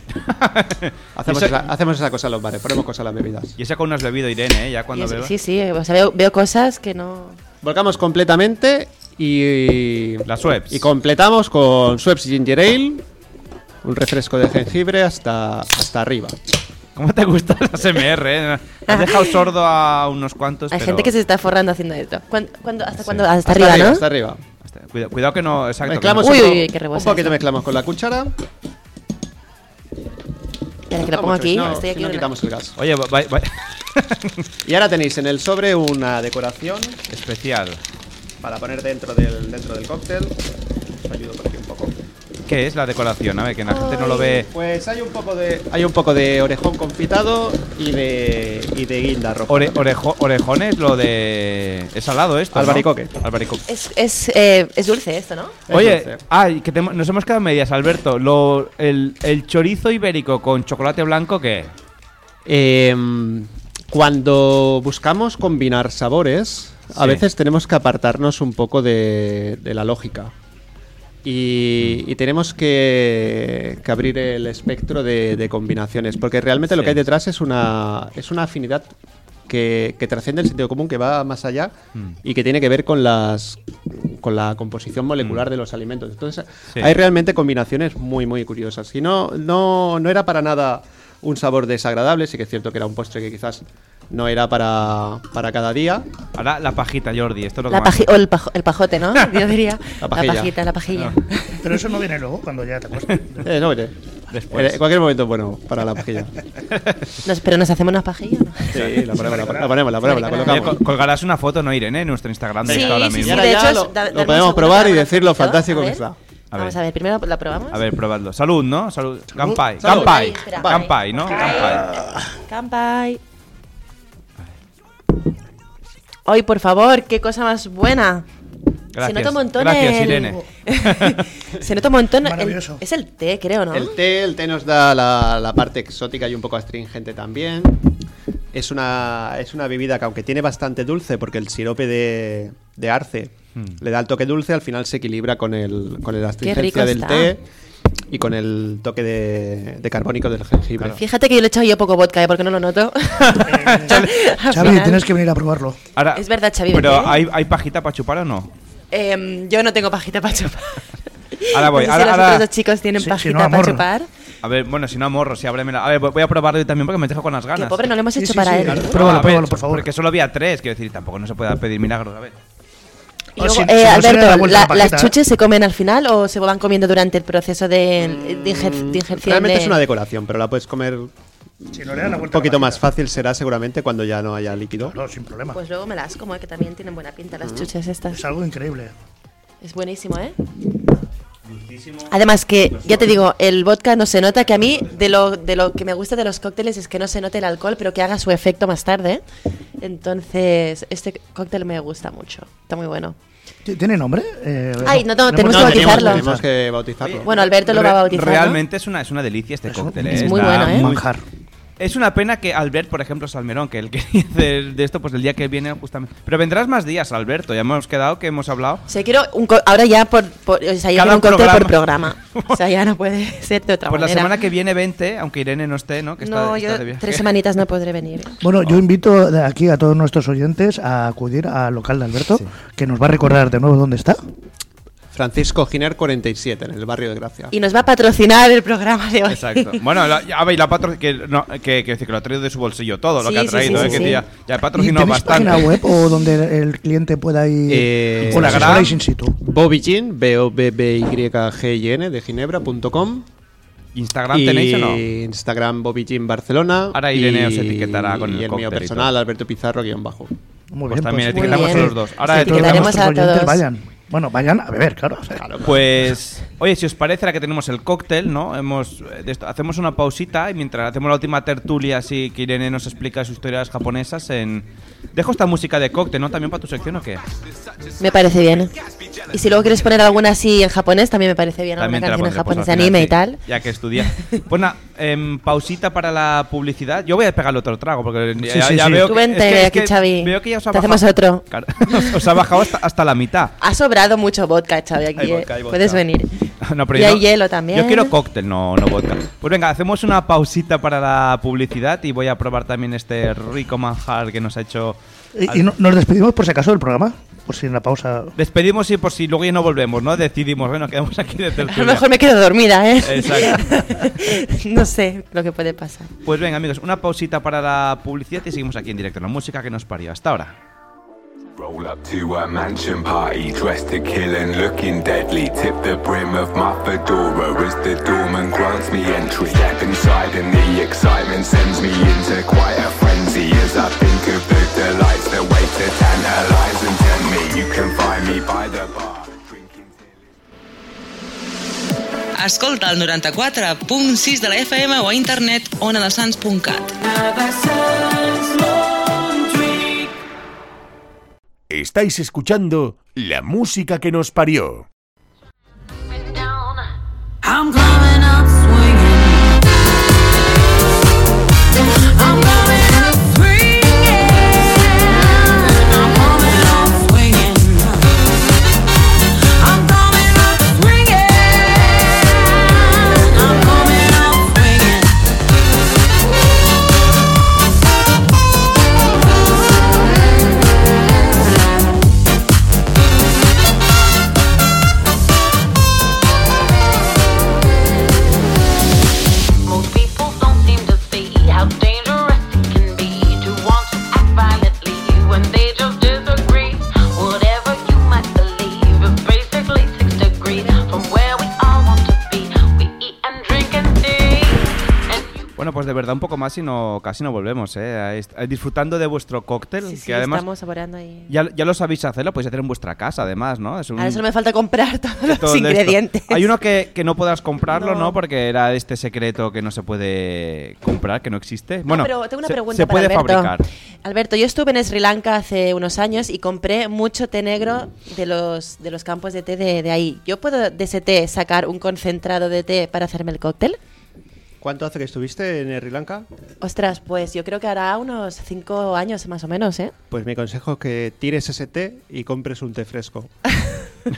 D: hacemos,
A: Y eso-
D: esa, hacemos esa cosa en los bares, ponemos cosas a las bebidas.
A: Y esa con no has bebido, Irene, ¿eh? ya cuando
B: Sí,
A: bebas.
B: Sí, sí, o sea, veo, veo cosas que no...
D: Volcamos completamente y.
A: Las Schweppes.
D: Y completamos con Schweppes Ginger Ale, un refresco de jengibre hasta, hasta arriba.
A: ¿Cómo te gustan las MR? eh? Has dejado sordo a unos cuantos.
B: Hay
A: pero-
B: gente que se está forrando haciendo esto. ¿Cuándo, cuándo- hasta cuándo? Hasta,
D: Hasta
B: arriba,
D: arriba,
B: ¿no?
D: hasta arriba.
A: Hasta- cuida- Cuidado, que no. Exacto.
D: Mezclamos
A: que no-
B: Uy,
D: otro-
B: uy, uy, que
D: un
B: rebosa
D: poquito
B: eso.
D: mezclamos con la cuchara.
B: Espera, que lo pongo
D: Vamos,
B: aquí.
D: no,
B: estoy
D: si
B: aquí
D: no
B: ordenando.
D: quitamos el gas.
A: Oye, va- va- va-
D: Y ahora tenéis en el sobre una decoración
A: especial.
D: para poner dentro del, dentro del cóctel. Os ayudo por aquí un poco.
A: ¿Qué es la decoración? A ver, que la gente no lo ve.
D: Pues hay un poco de, hay un poco de orejón confitado y de, y de guinda roja.
A: Ore- orejo- orejones, lo de. Es salado esto. ¿no?
D: Albaricoque.
A: Albaricoque.
B: Es, es, eh, es dulce esto, ¿no?
A: Oye, ay, que te- nos hemos quedado medias, Alberto. Lo, el, el chorizo ibérico con chocolate blanco, ¿qué?
D: Em, cuando buscamos combinar sabores, a
A: Sí.
D: veces tenemos que apartarnos un poco de, de la lógica. Y, y tenemos que, que abrir el espectro de, de combinaciones, porque realmente lo
A: Sí.
D: que hay detrás es una, es una afinidad que, que trasciende el sentido común, que va más allá
A: Mm.
D: y que tiene que ver con, las, con la composición molecular de los alimentos. Entonces,
A: Mm. Sí.
D: hay realmente combinaciones muy, muy curiosas. Y no, no, no era para nada un sabor desagradable, sí que es cierto que era un postre que quizás no era para, para cada día.
A: Ahora la pajita, Jordi. Esto es lo que
B: La
A: más-
B: paji o el, pajo- el pajote, ¿no? Yo diría.
D: La pajilla.
B: La pajita, la pajilla.
C: Pero eso no viene luego, cuando ya te acuestas.
D: Eh, no, eh,
A: Después.
D: En cualquier momento es bueno para la pajilla.
B: Nos- pero nos hacemos una pajilla, ¿no?
D: Sí, la ponemos, la ponemos, la ponemos, la ponemos, la
A: Oye,
D: colocamos.
A: col- colgarás una foto, ¿no, Irene? En nuestro Instagram de
B: Sí,
A: esto ahora
B: sí,
A: mismo.
B: sí,
D: Y ahora
B: de
D: ya
B: hecho,
D: lo-
B: da- dame
D: lo
B: un
D: podemos
B: segundo,
D: probar y
B: dame un
D: decir lo
B: segundo. ¿eh?
D: fantástico
B: A
D: que
B: ver.
D: está.
A: A
B: Vamos
A: ver.
B: a ver, primero la probamos.
A: A ver, probadlo. Salud, ¿no? Salud. Gampai.
D: Salud.
A: Gampai.
B: Ay, espera.
A: Gampai, ¿no? Gampai.
B: Campai. Hoy, por favor, qué cosa más buena. Se
A: Gracias.
B: nota un montón
A: Gracias,
B: el-
A: Irene.
B: Se nota un montón. el-
C: Maravilloso.
B: es el té, creo, ¿no?
D: El té, el té nos da la, la parte exótica y un poco astringente también. Es una, es una bebida que aunque tiene bastante dulce, porque el sirope de, de arce le da el toque dulce, al final se equilibra con el, con el astringencia del
B: está.
D: té y con el toque de, de carbónico del jengibre.
B: Fíjate que yo le he echado yo poco vodka, ¿eh? porque no lo noto. Al
C: Xavi,
B: final-
C: tienes que venir a probarlo.
A: Ahora,
B: Es verdad, Xavi,
A: Pero
B: ¿eh?
A: ¿hay, ¿hay pajita para chupar o no?
B: Em, yo no tengo pajita para chupar.
A: Ahora voy,
B: No sé
A: ahora-
B: si los
A: ahora-
B: otros dos chicos tienen
C: Sí, si
B: pajita
C: no,
B: para
C: amor.
B: chupar.
A: A ver, bueno, si no, morro, sí, ábremela. A ver, voy a probarlo yo también porque me dejo con las
B: Que
A: ganas.
B: pobre, no lo hemos
C: Sí,
B: hecho
C: sí,
B: para
C: sí,
B: él.
C: claro.
A: No,
C: Pruébalo,
A: a ver,
C: pruébalo, por favor.
A: Porque solo había tres, quiero decir, tampoco no se puede pedir milagros. A ver.
B: Y
C: Ah,
B: luego,
C: si-
B: eh,
C: si no se le
B: Alberto,
C: da vuelta
B: la-
C: la pajita,
B: ¿las
C: ¿eh?
B: chuches se comen al final o se van comiendo durante el proceso de, de, inger- de injerción?
D: Mm, Realmente
B: de-
D: es una decoración, pero la puedes comer
C: Si no le dan la
D: un
C: vuelta a la
D: poquito más
C: pajita.
D: fácil, será seguramente cuando ya no haya líquido.
C: No, sin problema.
B: Pues luego me las como, eh, que también tienen buena pinta las chuches estas.
C: Es algo increíble.
B: Es buenísimo, ¿eh? Además que, ya te digo, el vodka no se nota, que a mí de lo, de lo que me gusta de los cócteles es que no se note el alcohol, pero que haga su efecto más tarde. Entonces, este cóctel me gusta mucho, está muy bueno.
C: ¿Ti- ¿Tiene nombre? Eh,
B: Ay, no, no, tenemos que
C: hemos dado-
D: No, tenemos,
B: bautizarlo.
D: tenemos que bautizarlo.
B: Bueno, Alberto lo va a
A: Re-
B: bautizar. ¿no?
A: Realmente es, una, es una delicia este
C: Es un-
A: cóctel.
B: es
A: eh,
B: muy
A: está
B: bueno, ¿eh?
C: Un manjar.
A: Es una pena que Albert, por ejemplo, Salmerón, que él quería hacer de esto, pues el día que viene justamente. Pero vendrás más días, Alberto. Ya hemos quedado que hemos hablado.
B: O sea, quiero un co- ahora ya por, por- o sea, yo
A: Cada
B: quiero un cóctel
A: programa.
B: por programa. O sea, ya no puede ser de otra
A: Pues la
B: manera.
A: semana que viene 20, aunque Irene no esté, ¿no? Que está-
B: no,
A: está
B: yo
A: de viaje.
B: tres semanitas no podré venir.
C: Bueno,
A: Ah.
C: yo invito de aquí a todos nuestros oyentes a acudir al local de Alberto, que nos va a recordar de nuevo dónde está.
D: Francisco Giner 47, en el barrio de Gracia.
B: Y nos va a patrocinar el programa de hoy.
A: Exacto. Bueno, la, a ver, y la patro- que, no, que, quiero decir, que lo ha traído de su bolsillo todo lo
B: Sí,
A: que ha
B: sí,
A: traído.
B: sí,
A: ¿eh?
B: sí,
A: que
B: sí.
A: Ya, ya
C: ¿Y
A: patrocinó
C: tenéis
A: bastante.
C: página web o donde el cliente pueda ir
D: Eh,
C: o la
A: Instagram.
C: asesoráis in situ?
D: Bobby Gin, B-O-B-B-Y-G-I-N, de ginebra.com.
A: ¿Instagram tenéis o no?
D: Instagram Bobby Gin Barcelona.
A: Ahora Irene
D: y-
A: os etiquetará con el
D: Y el
A: cóctel y
D: mío personal,
A: todo.
D: Alberto Pizarro, guión bajo.
C: Muy
A: Pues también
B: Muy
A: etiquetamos
B: bien.
A: a los dos. Ahora
B: Sí,
C: que todos
A: etiquetamos.
B: etiquetaremos
C: nuestros
B: a
C: oyentes
B: todos.
C: Vayan. Bueno, vayan a beber, claro.
A: Pues, oye, si os parece, ahora que tenemos el cóctel, ¿no? Hemos, eh, de esto- hacemos una pausita y mientras hacemos la última tertulia, así que Irene nos explica sus historias japonesas, en... dejo esta música de cóctel, ¿no? ¿También para tu sección o qué?
B: Me parece bien. Y si luego quieres poner alguna así en japonés, también me parece bien. Alguna
A: También te la
B: canción
A: pondré,
B: en
A: pues,
B: japonés de
A: al final,
B: anime y
A: sí,
B: tal.
A: Ya que estudia. Pues nada, em, pausita para la publicidad. Yo voy a pegarle otro trago porque ya,
C: sí,
A: ya
C: sí.
A: veo
B: Tú
A: que-
B: vente
A: es que- es
B: aquí,
A: que
B: Xavi.
A: Veo que ya os ha
B: Te
A: bajado.
B: hacemos otro.
A: Claro, os ha bajado hasta, hasta la mitad.
B: Ha sobrado mucho vodka, Xavi, aquí.
D: Hay
B: eh.
D: vodka, hay vodka.
B: Puedes venir.
A: No, pero
B: Y
A: yo
B: hay
A: no-
B: hielo también.
A: Yo quiero cóctel, no, no vodka. Pues venga, hacemos una pausita para la publicidad y voy a probar también este rico manjar que nos ha hecho.
C: Y, y no- nos despedimos por si acaso del programa, por si en la pausa.
A: Despedimos y por si luego ya no volvemos, ¿no? Decidimos, bueno, quedamos aquí de tertulia.
B: A lo mejor me quedo dormida, ¿eh?
A: Exacto.
B: no sé lo que puede pasar.
A: Pues venga, amigos, una pausita para la publicidad y seguimos aquí en directo. La música que nos parió. Hasta ahora.
M: Roll up to a mansion party, dressed to kill and looking deadly. Tip the brim of my fedora as the doorman grants me entry. Step inside and the excitement sends me into quite a frenzy as I think of the delights that wait to tantalize and tempt me. You can find me by the bar.
N: Escolta el 94.6 de la FM o a internet onadesans.cat.
K: Estáis escuchando la música que nos parió.
H: I'm coming up swinging. I'm coming up swinging. I'm coming up swinging. I'm coming up swinging. I'm coming up swinging.
O: Most people don't seem to see how dangerous it can be to want to act violently when they just disagree. Whatever you might believe is basically six degrees from where we all want to be. We eat and drink and see.
A: Bueno, pues de verdad un poco más y no, casi no volvemos, ¿eh? Ahí est- eh, Disfrutando de vuestro cóctel,
B: Sí, sí,
A: que además
B: estamos saboreando ahí.
A: ya, ya lo sabéis hacer, lo podéis hacer en vuestra casa, además, ¿no? Es un-
B: Ahora solo me falta comprar todos
A: todo
B: los
A: de esto.
B: ingredientes.
A: Hay uno que, que no podrás comprarlo,
B: No.
A: no. Porque era este secreto que no se puede comprar, que no existe.
B: No,
A: bueno,
B: Ah, pero tengo una
A: se,
B: pregunta
A: se
B: para
A: puede
B: Alberto.
A: fabricar.
B: Alberto, yo estuve en Sri Lanka hace unos años y compré mucho té negro de los, de los campos de té de, de ahí. ¿Yo puedo de ese té sacar un concentrado de té para hacerme el cóctel?
D: ¿Cuánto hace que estuviste en Sri Lanka?
B: Ostras, pues yo creo que hará unos cinco años más o menos, ¿eh?
D: Pues mi consejo es que tires ese té y compres un té fresco.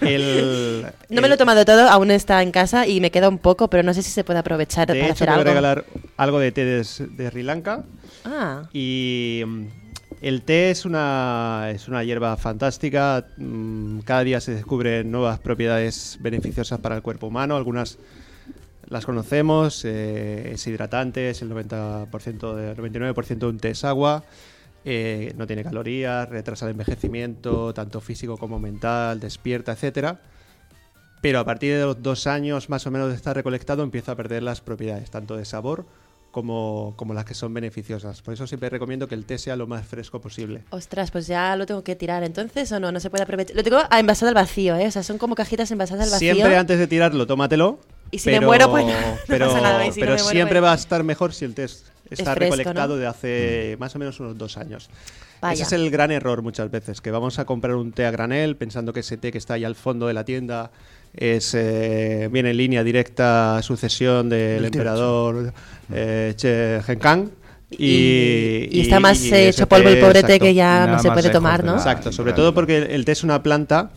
D: El,
B: No me lo he tomado todo, aún está en casa y me queda un poco, pero no sé si se puede aprovechar
D: de
B: para
D: hecho,
B: hacer
D: te voy a
B: algo.
D: regalar algo de té de, S- de Sri Lanka.
B: Ah.
D: Y mm, el té es una, es una hierba fantástica. mm, Cada día se descubren nuevas propiedades beneficiosas para el cuerpo humano. Algunas las conocemos. eh, es hidratante, es el 90%, de- 99% de un té es agua. eh, no tiene calorías, retrasa el envejecimiento, tanto físico como mental, despierta, etcétera. Pero a partir de los dos años más o menos de estar recolectado empieza a perder las propiedades, tanto de sabor como, como las que son beneficiosas. Por eso siempre recomiendo que el té sea lo más fresco posible.
B: Ostras, pues ya lo tengo que tirar entonces o no, no se puede aprovechar. Lo tengo ah, envasado al vacío, ¿eh? O sea, son como cajitas envasadas al vacío.
D: Siempre antes de tirarlo, tómatelo.
B: Y si me muero, pues no, no
D: pero,
B: pasa nada, y si no
D: pero
B: me muero,
D: siempre
B: pues-
D: va a estar mejor si el té es- está
B: fresco,
D: recolectado
B: ¿no?
D: de hace más o menos unos dos años.
B: Vaya.
D: Ese es el gran error muchas veces, que vamos a comprar un té a granel pensando que ese té que está ahí al fondo de la tienda es eh, viene en línea directa a sucesión del
B: Del tío
D: emperador eh, Che Genkang. Y,
B: y está más, eh,
D: ese
B: hecho polvo el pobre té
D: exacto.
B: que ya no Nada se más puede lejos tomar, de ¿no? la
D: Exacto, sobre
B: realidad.
D: todo porque el- el té es una planta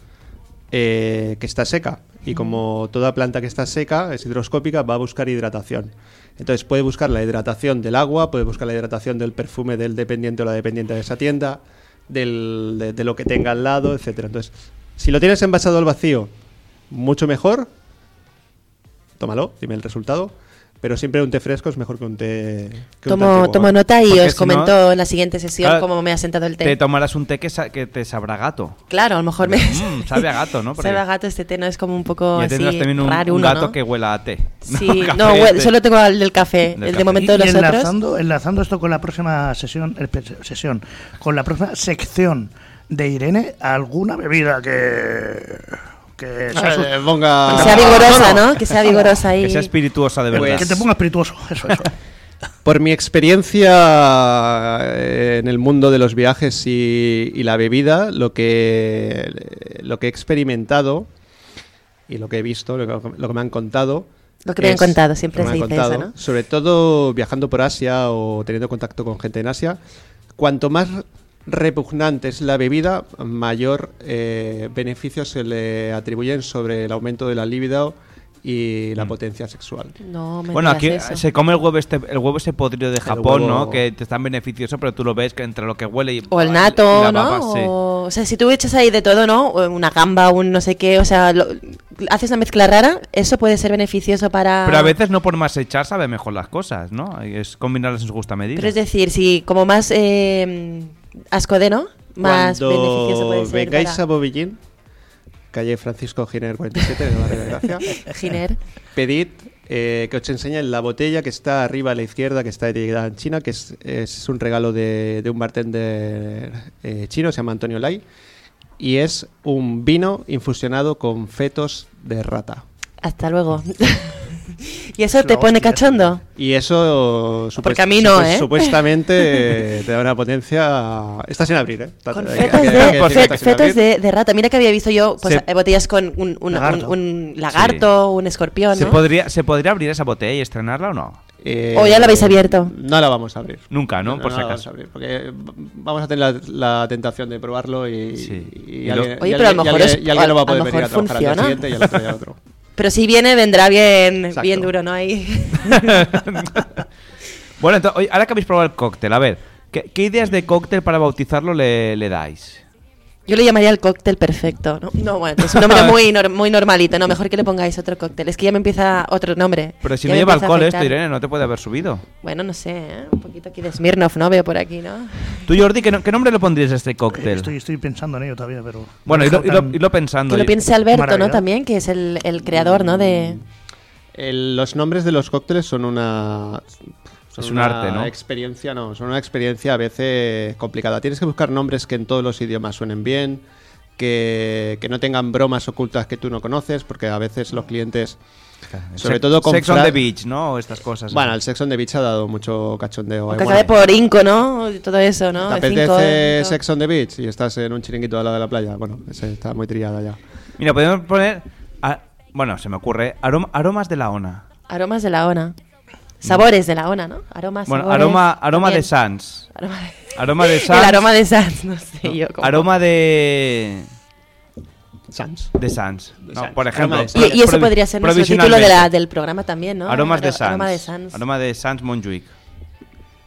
D: eh, que está seca. Y como toda planta que está seca, es hidroscópica, va a buscar hidratación. Entonces puede buscar la hidratación del agua, puede buscar la hidratación del perfume del dependiente o la dependiente de esa tienda, del- de, de lo que tenga al lado, etcétera. Entonces, si lo tienes envasado al vacío, mucho mejor. Tómalo, dime el resultado. Pero siempre un té fresco es mejor que un té. que un té
B: Tomo,
D: antiguo.
B: tomo nota y
A: Porque
B: os
A: si no-
B: comento en la siguiente sesión
A: Claro,
B: cómo me ha sentado el té.
A: Te tomarás un té que, sa- que te sabrá gato.
B: Claro, a lo mejor me...
A: Mm, sabe a gato, ¿no? Porque
B: Sabe a gato este té, no es como un poco
A: ya
B: así
A: tendrás también un,
B: raro
A: un
B: uno,
A: gato
B: ¿no?
A: que huela a té.
B: Sí,
A: Café, este.
B: no, bueno,
A: té.
B: solo tengo el del café, el de momento
C: Y- y
B: los otros.
C: enlazando, enlazando esto con la próxima sesión, eh, pe- sesión, con la próxima sección de Irene, alguna bebida que. que
B: Ah,
C: sea su-
D: Eh, ponga-
B: Que sea vigorosa, ¿no? Que sea vigorosa y...
A: Que sea espirituosa de verdad.
C: que Pues, te ponga espirituoso, eso, eso.
D: Por mi experiencia eh, en el mundo de los viajes y, y la bebida, lo que, lo que he experimentado y lo que he visto, lo que, lo que me han contado.
B: Lo que me han contado, siempre
D: lo que me
B: se
D: han
B: dice eso, ¿no?
D: Sobre todo viajando por Asia o teniendo contacto con gente en Asia, cuanto más repugnante es la bebida, mayor eh, beneficio se le atribuyen sobre el aumento de la libido y la potencia sexual.
B: No, me
A: Bueno, aquí
B: digas eso.
A: se come el huevo este, el huevo ese podrido de Japón,
D: huevo-
A: ¿no? Que te es tan beneficioso, pero tú lo ves que entre lo que huele y
B: O el
A: y
B: nato,
A: la
B: ¿no?
A: baba, sí.
B: o... o sea, si tú echas ahí de todo, ¿no? O Una gamba, un no sé qué, o sea, lo- haces una mezcla rara, eso puede ser beneficioso para...
A: Pero a veces no por más echar sabe mejor las cosas, ¿no? Es combinarlas en su justa medida.
B: Pero es decir, si como más eh, ascodeno, más beneficioso puede
D: Cuando
B: ser
D: vengáis
B: para-
D: a Bobillín, calle Francisco Giner 47 de Barrio de Gracia,
B: Giner.
D: pedid eh, que os enseñen la botella que está arriba a la izquierda, que está etiquetada en China, que es, es un regalo de, de un bartender eh, chino, se llama Antonio Lai, y es un vino infusionado con fetos de rata.
B: Hasta luego. y eso
D: Es
B: te
D: la
B: pone
D: hostia.
B: cachondo.
D: Y eso supuest-
B: Porque a mí no, ¿eh?
D: supuestamente eh, te da una potencia... Está sin abrir, ¿eh? Está-
B: Con
D: hay que-
B: fetos
D: hay que
B: de,
D: decir que
B: fe-
D: está sin
B: fetos
D: abrir.
B: de, de rata. Mira que había visto yo pues,
A: Se-
B: eh, botellas con un, un-
A: Lagarto.
B: un- un lagarto, un escorpión.
A: ¿Se
B: ¿no?
A: podría, ¿Se podría abrir esa botella y estrenarla o no?
B: O ya la habéis abierto.
D: Eh, No la vamos a abrir.
A: Nunca, ¿no? Por si
D: la vamos
A: acaso.
D: a abrir, porque eh, vamos a tener la, la tentación de probarlo y, y
A: Y lo-
D: alguien-
B: Oye,
D: y
B: pero a lo
D: alguien-
B: mejor
D: y
B: es-
D: alguien- y alguien no va a
B: a lo
D: poder venir a
B: mejor
D: trabajar al día
B: funciona.
D: siguiente y al otro día otro.
B: Pero si viene, vendrá bien, bien duro, ¿no? Ahí.
A: Bueno, entonces, oye, ahora que habéis probado el cóctel, a ver, ¿qué, qué ideas de cóctel para bautizarlo le, le dais?
B: Yo le llamaría el cóctel perfecto. No, No, bueno, es un nombre muy, nor- muy normalito. No, mejor que le pongáis otro cóctel. Es que ya me empieza otro nombre.
A: Pero si
B: Ya
A: no
B: me
A: lleva
B: empieza a
A: alcohol
B: afectar.
A: esto, Irene, no te puede haber subido.
B: Bueno, no sé, ¿eh? un poquito aquí de Smirnoff, ¿no? Veo por aquí, ¿no?
A: Tú, Jordi, ¿qué, no- qué nombre le pondrías a este cóctel?
C: Estoy, estoy pensando en ello todavía, pero.
A: Bueno, y lo,
C: Tan-
A: y lo- y lo pensando.
B: Que lo
A: y-
B: piense Alberto,
D: Maravilla.
B: ¿no? También, que es el, el creador, ¿no? De...
D: El- los nombres de los cócteles son una. son
A: Es un arte, ¿no?
D: experiencia, no, son una experiencia a veces complicada. Tienes que buscar nombres que en todos los idiomas suenen bien, que, que no tengan bromas ocultas que tú no conoces, porque a veces los clientes. Sobre
A: Sex-
D: todo con.
A: Sex on
D: fra-
A: the Beach, ¿no? O Estas cosas.
D: Bueno, el Sex on the Beach ha dado mucho cachondeo. ahí,
B: Que
D: bueno.
B: acabe por Inco, ¿no? Todo eso, ¿no? De
D: ¿Te
B: cinco,
D: apetece
B: cinco.
D: Sex on the Beach y estás en un chiringuito al lado de la playa? Bueno, ese está muy trillada ya.
A: Mira, podemos poner. a- bueno, se me ocurre. arom- aromas de la ONA.
B: Aromas de la ONA. Sabores de la ONA, ¿no? Aromas,
A: Bueno,
B: sabores,
A: aroma, aroma de
B: también.
A: Sans.
B: Aroma de-
A: Aroma de Sans.
B: El aroma de Sans, no sé yo cómo.
A: Aroma de.
D: Sans.
A: De Sans. No,
D: Sans.
A: por ejemplo.
D: Aroma de
B: Y, y ese podría ser nuestro título de la-
A: provisionalmente.
B: del programa también, ¿no?
A: Aromas de
B: Aro-
A: Sans.
B: Aroma de Sans.
A: Aroma de Sans Montjuic.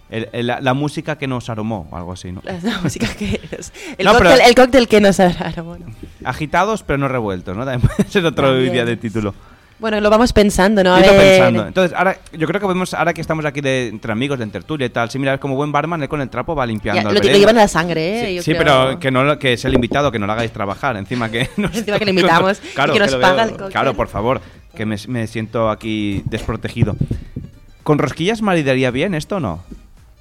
A: El- el- la, la música que nos aromó, o algo así, ¿no?
B: La música que es. El,
A: No, pero-
B: cóctel, el cóctel que nos aromó. ¿no?
A: Agitados pero no revueltos, ¿no? También puede ser otro
B: También.
A: día de título.
B: Bueno, lo vamos pensando, ¿no? A
A: Irlo
B: ver.
A: pensando. Entonces, ahora, yo creo que podemos, ahora que estamos aquí de- entre amigos, de en tertulia y tal, si miras como buen barman, él con el trapo va limpiando.
B: Ya, lo,
A: el
B: lo
A: velero.
B: llevan a la sangre, ¿eh? Yo
A: Sí,
B: creo.
A: pero que, no, lo- que es el invitado, que no lo hagáis trabajar. Encima que nos,
B: Encima que le invitamos y que nos
A: lo
B: paga
A: veo-
B: el cóctel.
A: Claro, por favor, que me, me siento aquí desprotegido. ¿Con rosquillas maridaría bien esto o no?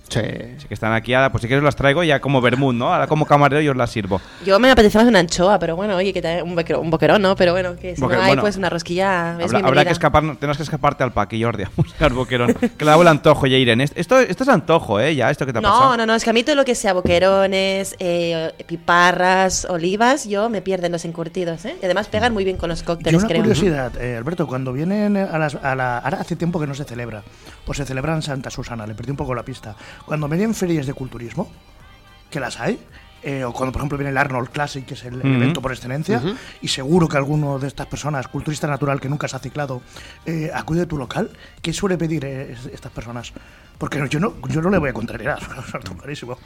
D: Sí.
A: que están aquí ahora, pues si quieres las traigo ya como vermut, ¿no? Ahora como camarero yo os las sirvo.
B: Yo me apetece más una anchoa, pero bueno, oye, que te- un, boquero- un boquerón, ¿no? Pero bueno, que si
A: Boque-
B: no hay,
A: bueno.
B: pues una rosquilla.
A: Habrá,
B: Es
A: habrá
B: bienvenida.
A: que escapar, tenemos que escaparte al paqui, Jordi, a buscar boquerón. Que le hago el antojo, ya Irene. Esto, esto es antojo, ¿eh? Ya, esto que te ha
B: No,
A: pasado.
B: no, no, es que a mí todo lo que sea boquerones, eh, piparras, olivas, yo me pierden los encurtidos, ¿eh? Y además pegan muy bien con los
C: Yo
B: cócteles,
C: una
B: creo.
C: curiosidad, eh, Alberto, cuando vienen a las... A la, ahora hace tiempo que no se celebra, o se celebra en Santa Susana, le perdí un poco la pista. Cuando vienen ferias de culturismo, que las hay, eh, o cuando por ejemplo viene el Arnold Classic, que es el
P: Ujú.
C: evento por excelencia,
P: Ujú.
C: y seguro que alguno de estas personas, culturista natural que nunca se ha ciclado, eh, acude a tu local, ¿qué suele pedir eh, es- estas personas? Porque yo no, yo no le voy a contrariar, está clarísimo.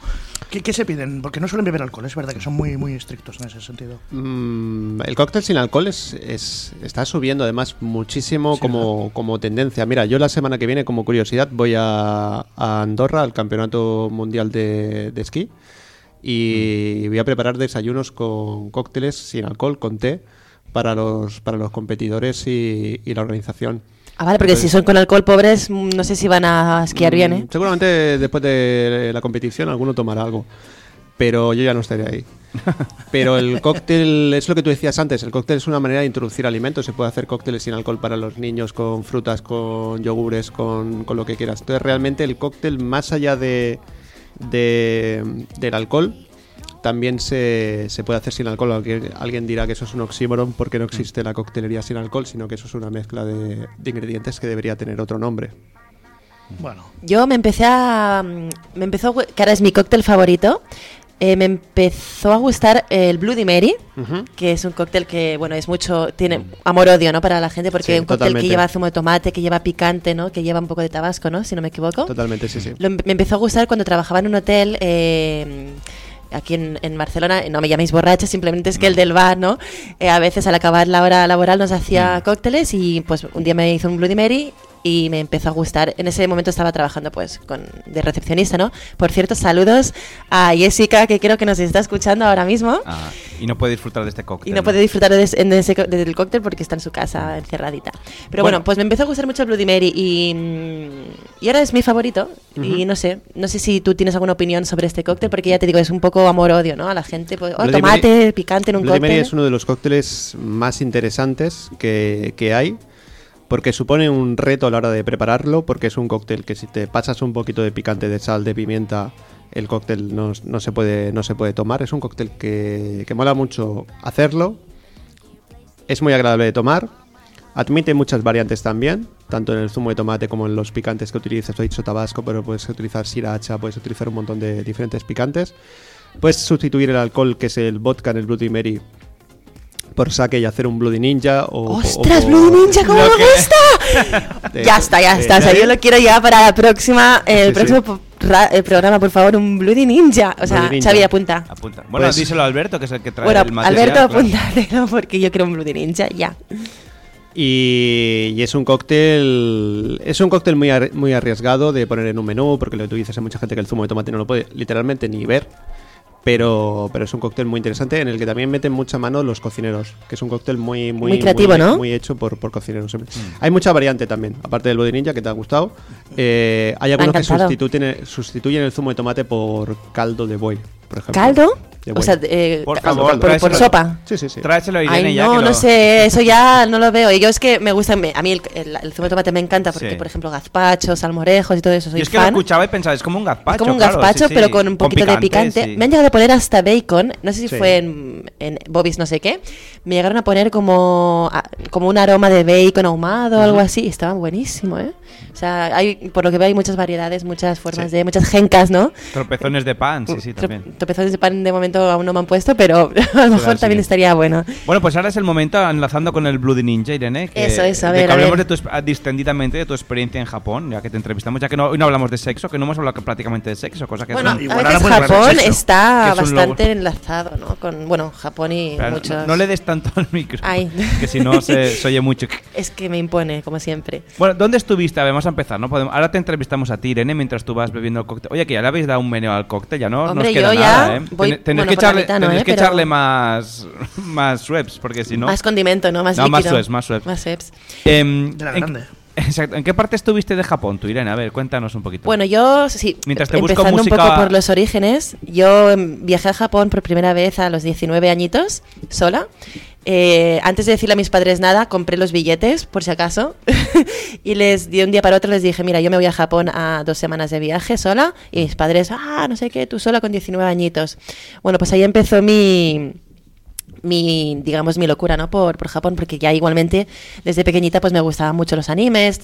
C: ¿Qué, ¿Qué se piden? Porque no suelen beber alcohol, es verdad que son muy, muy estrictos en ese sentido.
D: Mm, el cóctel sin alcohol es, es- está subiendo además muchísimo como, como tendencia. Mira, yo la semana que viene, como curiosidad, voy a, a Andorra al Campeonato Mundial de, de Esquí
B: Mm.
D: y voy a preparar desayunos con cócteles sin alcohol, con té, para los, para los competidores y, y la organización.
B: Ah, vale, porque si
D: Entonces-
B: son con alcohol pobres, mm, no sé si van a esquiar bien, ¿eh?
D: Mm, Seguramente después de la competición alguno tomará algo. Pero yo ya no estaré ahí. Pero el cóctel, es lo que tú decías antes, el cóctel es una manera de introducir alimentos. Se puede hacer cócteles sin alcohol para los niños, con frutas, con yogures, con, con lo que quieras. Entonces realmente el cóctel, más allá de, de- del alcohol, también se, se puede hacer sin alcohol. Aunque alguien dirá que eso es un oxímoron porque no existe la coctelería sin alcohol, sino que eso es una mezcla de- de ingredientes que debería tener otro nombre.
C: Bueno.
B: Yo me empecé a. mm, Me empezó. a hue- que ahora es mi cóctel favorito. Eh, me empezó a gustar el Bloody Mary,
D: Ujú.
B: que es un cóctel que, bueno, es mucho, tiene amor-odio, ¿no? Para la gente, porque
D: Sí,
B: es un cóctel
D: totalmente.
B: que lleva zumo de tomate, que lleva picante, ¿no? Que lleva un poco de tabasco, ¿no? Si no me equivoco.
D: Totalmente, sí, sí.
B: Lo em- me empezó a gustar cuando trabajaba en un hotel eh, aquí en, en Barcelona. No me llaméis borracha, simplemente es que el del bar, ¿no? Eh, a veces al acabar la hora laboral nos hacía cócteles y pues un día me hizo un Bloody Mary y me empezó a gustar. En ese momento estaba trabajando pues con, de recepcionista, ¿no? Por cierto, saludos a Jessica, que creo que nos está escuchando ahora mismo.
A: Ah, y no puede disfrutar de este cóctel.
B: Y no puede disfrutar de, ese- de ese co- del cóctel porque está en su casa encerradita. Pero bueno,
A: Bueno.
B: pues me empezó a gustar mucho el Bloody Mary y, mm, y ahora es mi favorito.
D: Ujú.
B: Y no sé, no sé si tú tienes alguna opinión sobre este cóctel porque ya te digo, es un poco amor-odio, ¿no? A la gente, pues, oh,
D: Bloody
B: tomate
D: Mary-
B: picante en un
D: Bloody
B: cóctel.
D: Mary es uno de los cócteles más interesantes que, que hay, porque supone un reto a la hora de prepararlo, porque es un cóctel que si te pasas un poquito de picante, de sal, de pimienta, el cóctel no, no se, puede, no se puede tomar. Es un cóctel que, que mola mucho hacerlo, es muy agradable de tomar, admite muchas variantes también, tanto en el zumo de tomate como en los picantes que utilices. Lo he dicho tabasco, pero puedes utilizar sriracha, puedes utilizar un montón de diferentes picantes. Puedes sustituir el alcohol, que es el vodka en el Bloody Mary, por sake y hacer un Bloody Ninja. O,
B: ¡Ostras,
D: o-
B: Bloody Ninja, cómo
D: Lo
B: me
D: que-
B: gusta!
D: De-
B: ya está, ya
D: de-
B: está. O sea,
D: de-
B: yo lo quiero ya para la próxima, eh, el
D: Sí, sí.
B: próximo po- ra- el programa, por favor, un Bloody Ninja. O sea,
A: Bloody Ninja.
B: Xavi, apunta.
A: Apunta. Bueno,
D: Pues-
A: díselo a Alberto, que es el que trae
B: Bueno,
A: el material. pues.
B: Alberto,
A: claro.
B: apúntatelo porque yo quiero un Bloody Ninja, ya.
D: Y, y es un cóctel. Es un cóctel muy, ar- muy arriesgado de poner en un menú, porque lo que tú dices a mucha gente que el zumo de tomate no lo puede literalmente ni ver. Pero, pero es un cóctel muy interesante en el que también meten mucha mano los cocineros, que es un cóctel muy, muy,
B: Muy creativo,
D: muy-
B: ¿no?
D: muy hecho por, por cocineros. Hay mucha variante también, aparte del Body Ninja que te ha gustado. eh, hay
B: Me ha
D: algunos que
B: encantado.
D: sustituyen, sustituyen el zumo de tomate por caldo de buey, por ejemplo.
B: ¿Caldo? O
D: De buey.
B: sea, eh,
D: Por
B: por,
D: favor,
B: por- por
D: tráeselo.
B: sopa.
D: Sí, sí, sí.
A: Tráeselo a Irene
B: Ay,
A: ya
B: no,
A: que
B: no
A: lo-
B: sé, eso ya no lo veo. Y yo es que me gusta, me- a mí el, el- el zumo de tomate me encanta porque,
A: Sí.
B: por ejemplo, gazpachos, almorejos y todo eso, soy
A: Yo es que lo
B: fan.
A: escuchaba y pensaba, es como un gazpacho.
B: Es como un
A: claro, sí,
B: gazpacho,
A: sí.
B: pero con un poquito de picante.
A: sí.
B: Me han llegado a poner hasta bacon, no sé si
A: Sí.
B: fue en, en Bobby's no sé qué. Me llegaron a poner como, a- como un aroma de bacon ahumado o algo así. Estaba buenísimo, ¿eh? O sea, hay, por lo que veo hay muchas variedades, muchas formas
A: Sí.
B: de, muchas gencas, ¿no?
A: Tropezones de pan, sí, sí, también.
B: Tropezones de pan de momento aún no me han puesto, pero a lo mejor
A: sí.
B: también estaría bueno.
A: Bueno, pues ahora es el momento, enlazando con el Bloody Ninja, Irene. Que,
B: Eso, eso, a
A: de
B: ver,
A: que
B: a
A: hablemos
B: ver.
A: De tu, exp- distendidamente de tu experiencia en Japón, ya que te entrevistamos, ya que no, hoy no hablamos de sexo, que no hemos hablado prácticamente de sexo, cosa que
B: Bueno,
A: es un-
B: a veces Japón está
A: que es un lobo.
B: bastante enlazado, ¿no? Con, bueno, Japón y
A: Pero no-
B: muchos...
A: No le des tanto al micro,
B: Ay.
A: que si no se, se oye mucho.
B: Es que me impone, como siempre.
A: Bueno, ¿dónde estuviste? A ver, vamos a empezar, ¿no? Podemos, ahora te entrevistamos a ti, Irene, mientras tú vas bebiendo el cóctel. Oye, que ya le habéis dado un meneo al cóctel, ya no
B: Hombre,
A: nos queda
B: yo
A: nada,
B: ya
A: ¿eh?
B: voy-
A: Ten- tenés
B: bueno,
A: que
B: por la
A: echarle,
B: mitad no,
A: tenés
B: ¿eh?
A: que
B: Pero-
A: echarle más, más Schweppes, porque si no...
B: Más condimento, ¿no? Más
A: No, más
B: líquido.
A: Schweppes, más Schweppes.
B: Más Schweppes.
A: Em,
B: De la
A: en-
B: grande.
A: Exacto. ¿En qué parte estuviste de Japón tú, Irene? A ver, cuéntanos un poquito.
B: Bueno, yo, sí,
A: Mientras te busco
B: empezando un
A: música-
B: poco por los orígenes, yo em, viajé a Japón por primera vez a los 19 añitos, sola. Eh, antes de decirle a mis padres nada, compré los billetes, por si acaso, y les de un día para otro les dije, mira, yo me voy a Japón a dos semanas de viaje sola, y mis padres, ah, no sé qué, tú sola con 19 añitos. Bueno, pues ahí empezó mi, mi, digamos, mi locura, ¿no? Por, por Japón, porque ya igualmente desde pequeñita pues me gustaban mucho los animes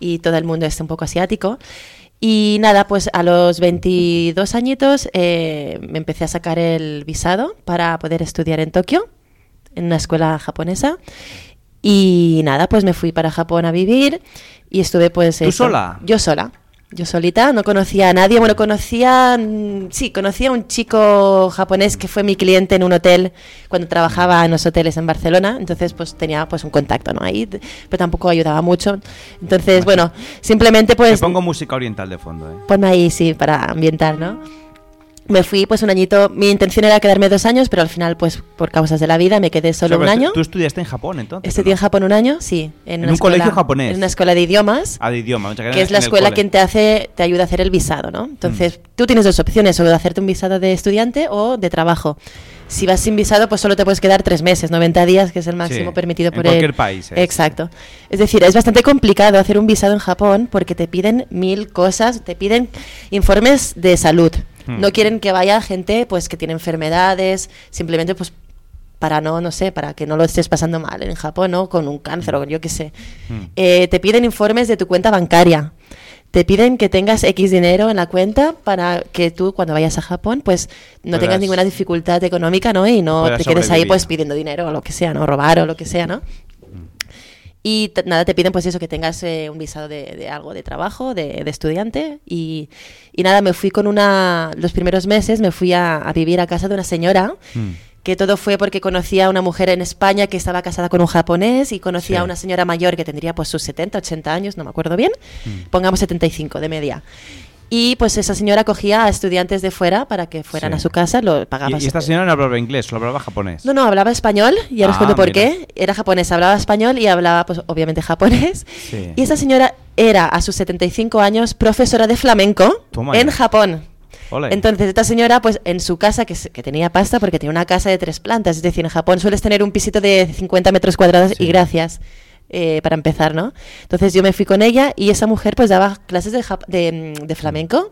B: y todo el mundo este un poco asiático. Y nada, pues a los 22 añitos eh, me empecé a sacar el visado para poder estudiar en Tokio, en una escuela japonesa. Y nada, pues me fui para Japón a vivir y estuve pues...
A: ¿Tú sola?
B: Yo sola. Yo solita, no conocía a nadie. Bueno, conocía, mm, sí, conocía a un chico japonés que fue mi cliente en un hotel cuando trabajaba en los hoteles en Barcelona. Entonces, pues tenía pues un contacto, ¿no? Ahí, t- pero tampoco ayudaba mucho. Entonces, bueno, simplemente
A: Te
B: pues
A: pongo música oriental de fondo, ¿eh?
B: ponme ahí, sí, para ambientar, ¿no? Me fui pues un añito, mi intención era quedarme dos años, pero al final pues por causas de la vida me quedé solo
A: O sea,
B: un
A: pero tú-
B: año.
A: ¿Tú estudiaste en Japón, entonces?
B: Estudié en Japón un año, sí. En,
A: En
B: una
A: un
B: escuela-
A: colegio japonés.
B: En una escuela de idiomas
A: Ah, de idioma. o sea,
B: que
A: en-
B: es la
A: en el
B: escuela
A: cole. Mm.
B: quien te hace te ayuda a hacer el visado, ¿no? Entonces, tú tienes dos opciones, o de hacerte un visado de estudiante o de trabajo. Si vas sin visado, pues solo te puedes quedar tres meses, 90 días, que es el máximo
A: Sí,
B: permitido
A: en
B: por
A: cualquier
B: el-
A: país, ¿eh?
B: Exacto. Es decir, es bastante complicado hacer un visado en Japón porque te piden mil cosas, te piden informes de salud.
P: Hmm.
B: No quieren que vaya gente pues que tiene enfermedades, simplemente pues para no, no sé, para que no lo estés pasando mal en
A: Mm.
B: Japón, ¿no? Con un cáncer o yo qué sé. Eh, te piden informes de tu cuenta bancaria. te piden que tengas X dinero en la cuenta para que tú cuando vayas a Japón pues no
A: Puedas-
B: tengas ninguna dificultad económica, ¿no? Y no
A: puedas
B: te quedes ahí
A: sobrevivir. Mm.
B: pues pidiendo dinero o lo que sea, ¿no? Robar o lo que sea, ¿no? Y t- nada, te piden pues eso, que tengas eh, un visado de, de algo de trabajo, de, de estudiante. Y, y nada, me fui con una, los primeros meses me fui a, a vivir a casa de una señora,
A: Mm.
B: que todo fue porque conocía a una mujer en España que estaba casada con un japonés y conocía
P: Sí.
B: a una señora mayor que tendría pues sus 70, 80 años, no me acuerdo bien,
A: Mm.
B: pongamos 75 de media. Y pues esa señora cogía a estudiantes de fuera para que fueran
A: Sí.
B: Ah, a su casa, lo pagaba
A: Y, y esta señora no hablaba inglés, solo hablaba japonés.
B: no, no, hablaba español y ahora os
A: Ah,
B: cuento por
A: mira.
B: qué. Era japonesa, hablaba español y hablaba, pues, obviamente, japonés.
A: Sí.
B: Y esa señora era, a sus 75 años, profesora de flamenco
A: Toma
B: en
A: ya.
B: Japón.
A: Ole.
B: Entonces, esta señora, pues en su casa, que, se- que tenía pasta, porque tenía una casa de tres plantas, es decir, en Japón sueles tener un pisito de 50 metros cuadrados y gracias. eh, para empezar, ¿no? Entonces yo me fui con ella y esa mujer pues daba clases de, jap- de, mm, de flamenco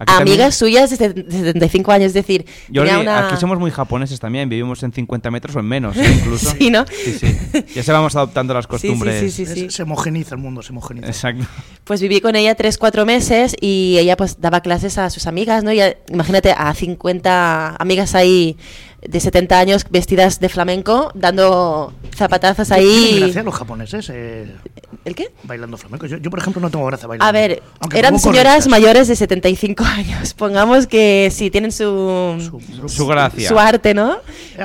A: Aquí también-
B: a amigas suyas de 75 años, es decir,
A: Yo
B: tenía
A: creo que
B: una-
A: aquí somos muy japoneses también, vivimos en 50 metros o en menos, ¿eh? incluso.
B: Sí, ¿no?
A: Sí, sí. Ya se vamos adoptando las costumbres.
C: Es- Se homogeniza el mundo, se homogeniza.
A: Exacto.
B: Pues viví con ella tres, cuatro meses y ella pues daba clases a sus amigas, ¿no? Y a- imagínate a 50 amigas ahí de 70 años vestidas de flamenco dando zapatazos
C: Tienen
B: ahí.
C: gracia los japoneses. eh,
B: ¿El qué?
C: Bailando flamenco. Yo, yo, por ejemplo, no tengo gracia bailando.
B: A ver,
C: Aunque
B: eran
C: tampoco
B: señoras
C: rectas.
B: mayores de 75 años. Pongamos que sí, tienen su,
A: Su gracia.
B: su arte, ¿no?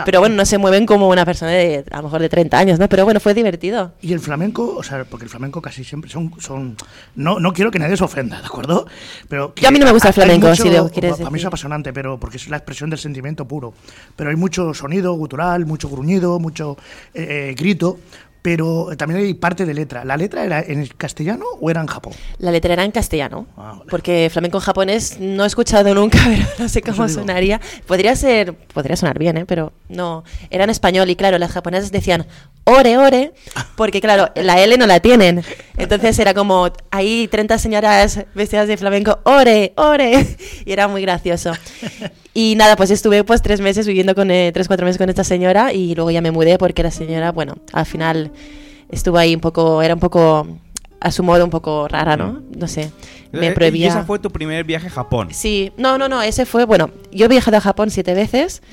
B: Pero bueno, no se mueven como una persona de a lo mejor de 30 años, ¿no? Pero bueno, fue divertido.
C: Y el flamenco, o sea, porque el flamenco casi siempre son... son no, no quiero que nadie se ofenda, ¿de acuerdo? Pero
B: Yo a mí no me gusta el
C: hay
B: flamenco,
C: mucho-
B: si lo quieres
C: Para mí
B: decir.
C: es apasionante, pero porque es la expresión del sentimiento puro. Pero hay mucho sonido gutural, mucho gruñido, mucho eh, eh, grito, pero también hay parte de letra. ¿La letra era en castellano o era en Japón?
B: La letra era en castellano,
C: Ah,
B: porque flamenco en japonés no he escuchado nunca, pero no sé cómo
C: digo.
B: sonaría. Podría ser, podría sonar bien, ¿eh? pero no. Era en español y claro, las japonesas decían ore ore, porque claro, la L no la tienen. Entonces era como ahí 30 señoras vestidas de flamenco, ore ore, y era muy gracioso. Y nada, pues estuve pues tres meses viviendo con, eh, tres, cuatro meses con esta señora y luego ya me mudé porque la señora, bueno, al final estuvo ahí un poco, era un poco, a su modo, un poco rara, ¿no? No sé,
A: Eh,
B: me
A: Y ese
B: prohibía.
A: fue tu primer viaje a Japón.
B: Sí, no, no, no, ese fue, bueno, yo he viajado a Japón siete veces,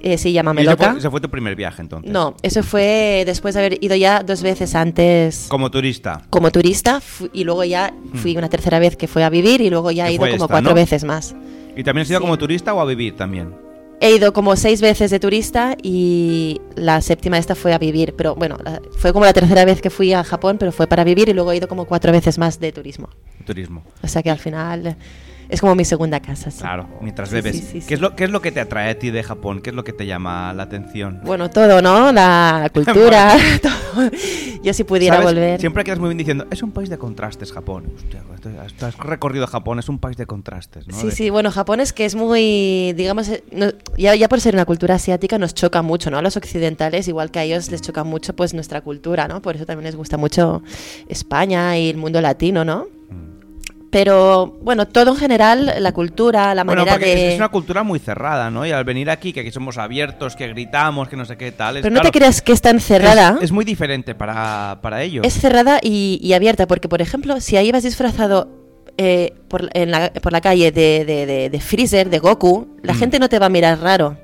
B: eh, sí, llámame
A: Y ese,
B: loca.
A: fue, ese fue tu primer viaje entonces.
B: No, eso fue después de haber ido ya dos veces antes
A: Como turista.
B: como turista fu- y luego ya fui una tercera vez que fue a vivir y luego ya he
A: Hmm. Que
B: ido
A: fue
B: como
A: esta,
B: cuatro
A: ¿no?
B: veces más.
A: ¿Y también has ido como turista o a vivir también?
B: He ido como seis veces de turista y la séptima esta fue a vivir, pero bueno, la- fue como la tercera vez que fui a Japón, pero fue para vivir y luego he ido como cuatro veces más de turismo.
A: Turismo.
B: O sea que al final es como mi segunda casa. sí.
A: Claro, mientras
B: Sí,
A: bebes.
B: sí, sí,
A: ¿Qué, es lo, ¿Qué es lo que te atrae a ti de Japón? ¿Qué es lo que te llama la atención?
B: Bueno, todo, ¿no? La cultura, todo. Yo si pudiera
A: ¿Sabes?
B: volver.
A: Siempre quedas muy bien diciendo, es un país de contrastes, Japón. Hostia, esto- esto has recorrido Japón, es un país de contrastes, ¿no?
B: Sí,
A: De-
B: sí, bueno, Japón es que es muy, digamos, eh, no- ya, ya por ser una cultura asiática nos choca mucho, ¿no? A los occidentales, igual que a ellos les choca mucho pues nuestra cultura, ¿no? Por eso también les gusta mucho España y el mundo latino, ¿no? Pero bueno, todo en general, la cultura, la
A: Mm. Bueno,
B: manera
A: porque
B: de...
A: es una cultura muy cerrada, ¿no? Y al venir aquí, que aquí somos abiertos, que gritamos, que no sé qué tal. es-
B: Pero no te
A: claro,
B: creas que es tan cerrada.
A: Es, es muy diferente para, para ellos.
B: Es cerrada y, y abierta, porque por ejemplo, si ahí vas disfrazado eh, por, la- en la, por la calle de, de- de- de Freezer, de Goku, la
A: Mm.
B: gente no te va a mirar raro.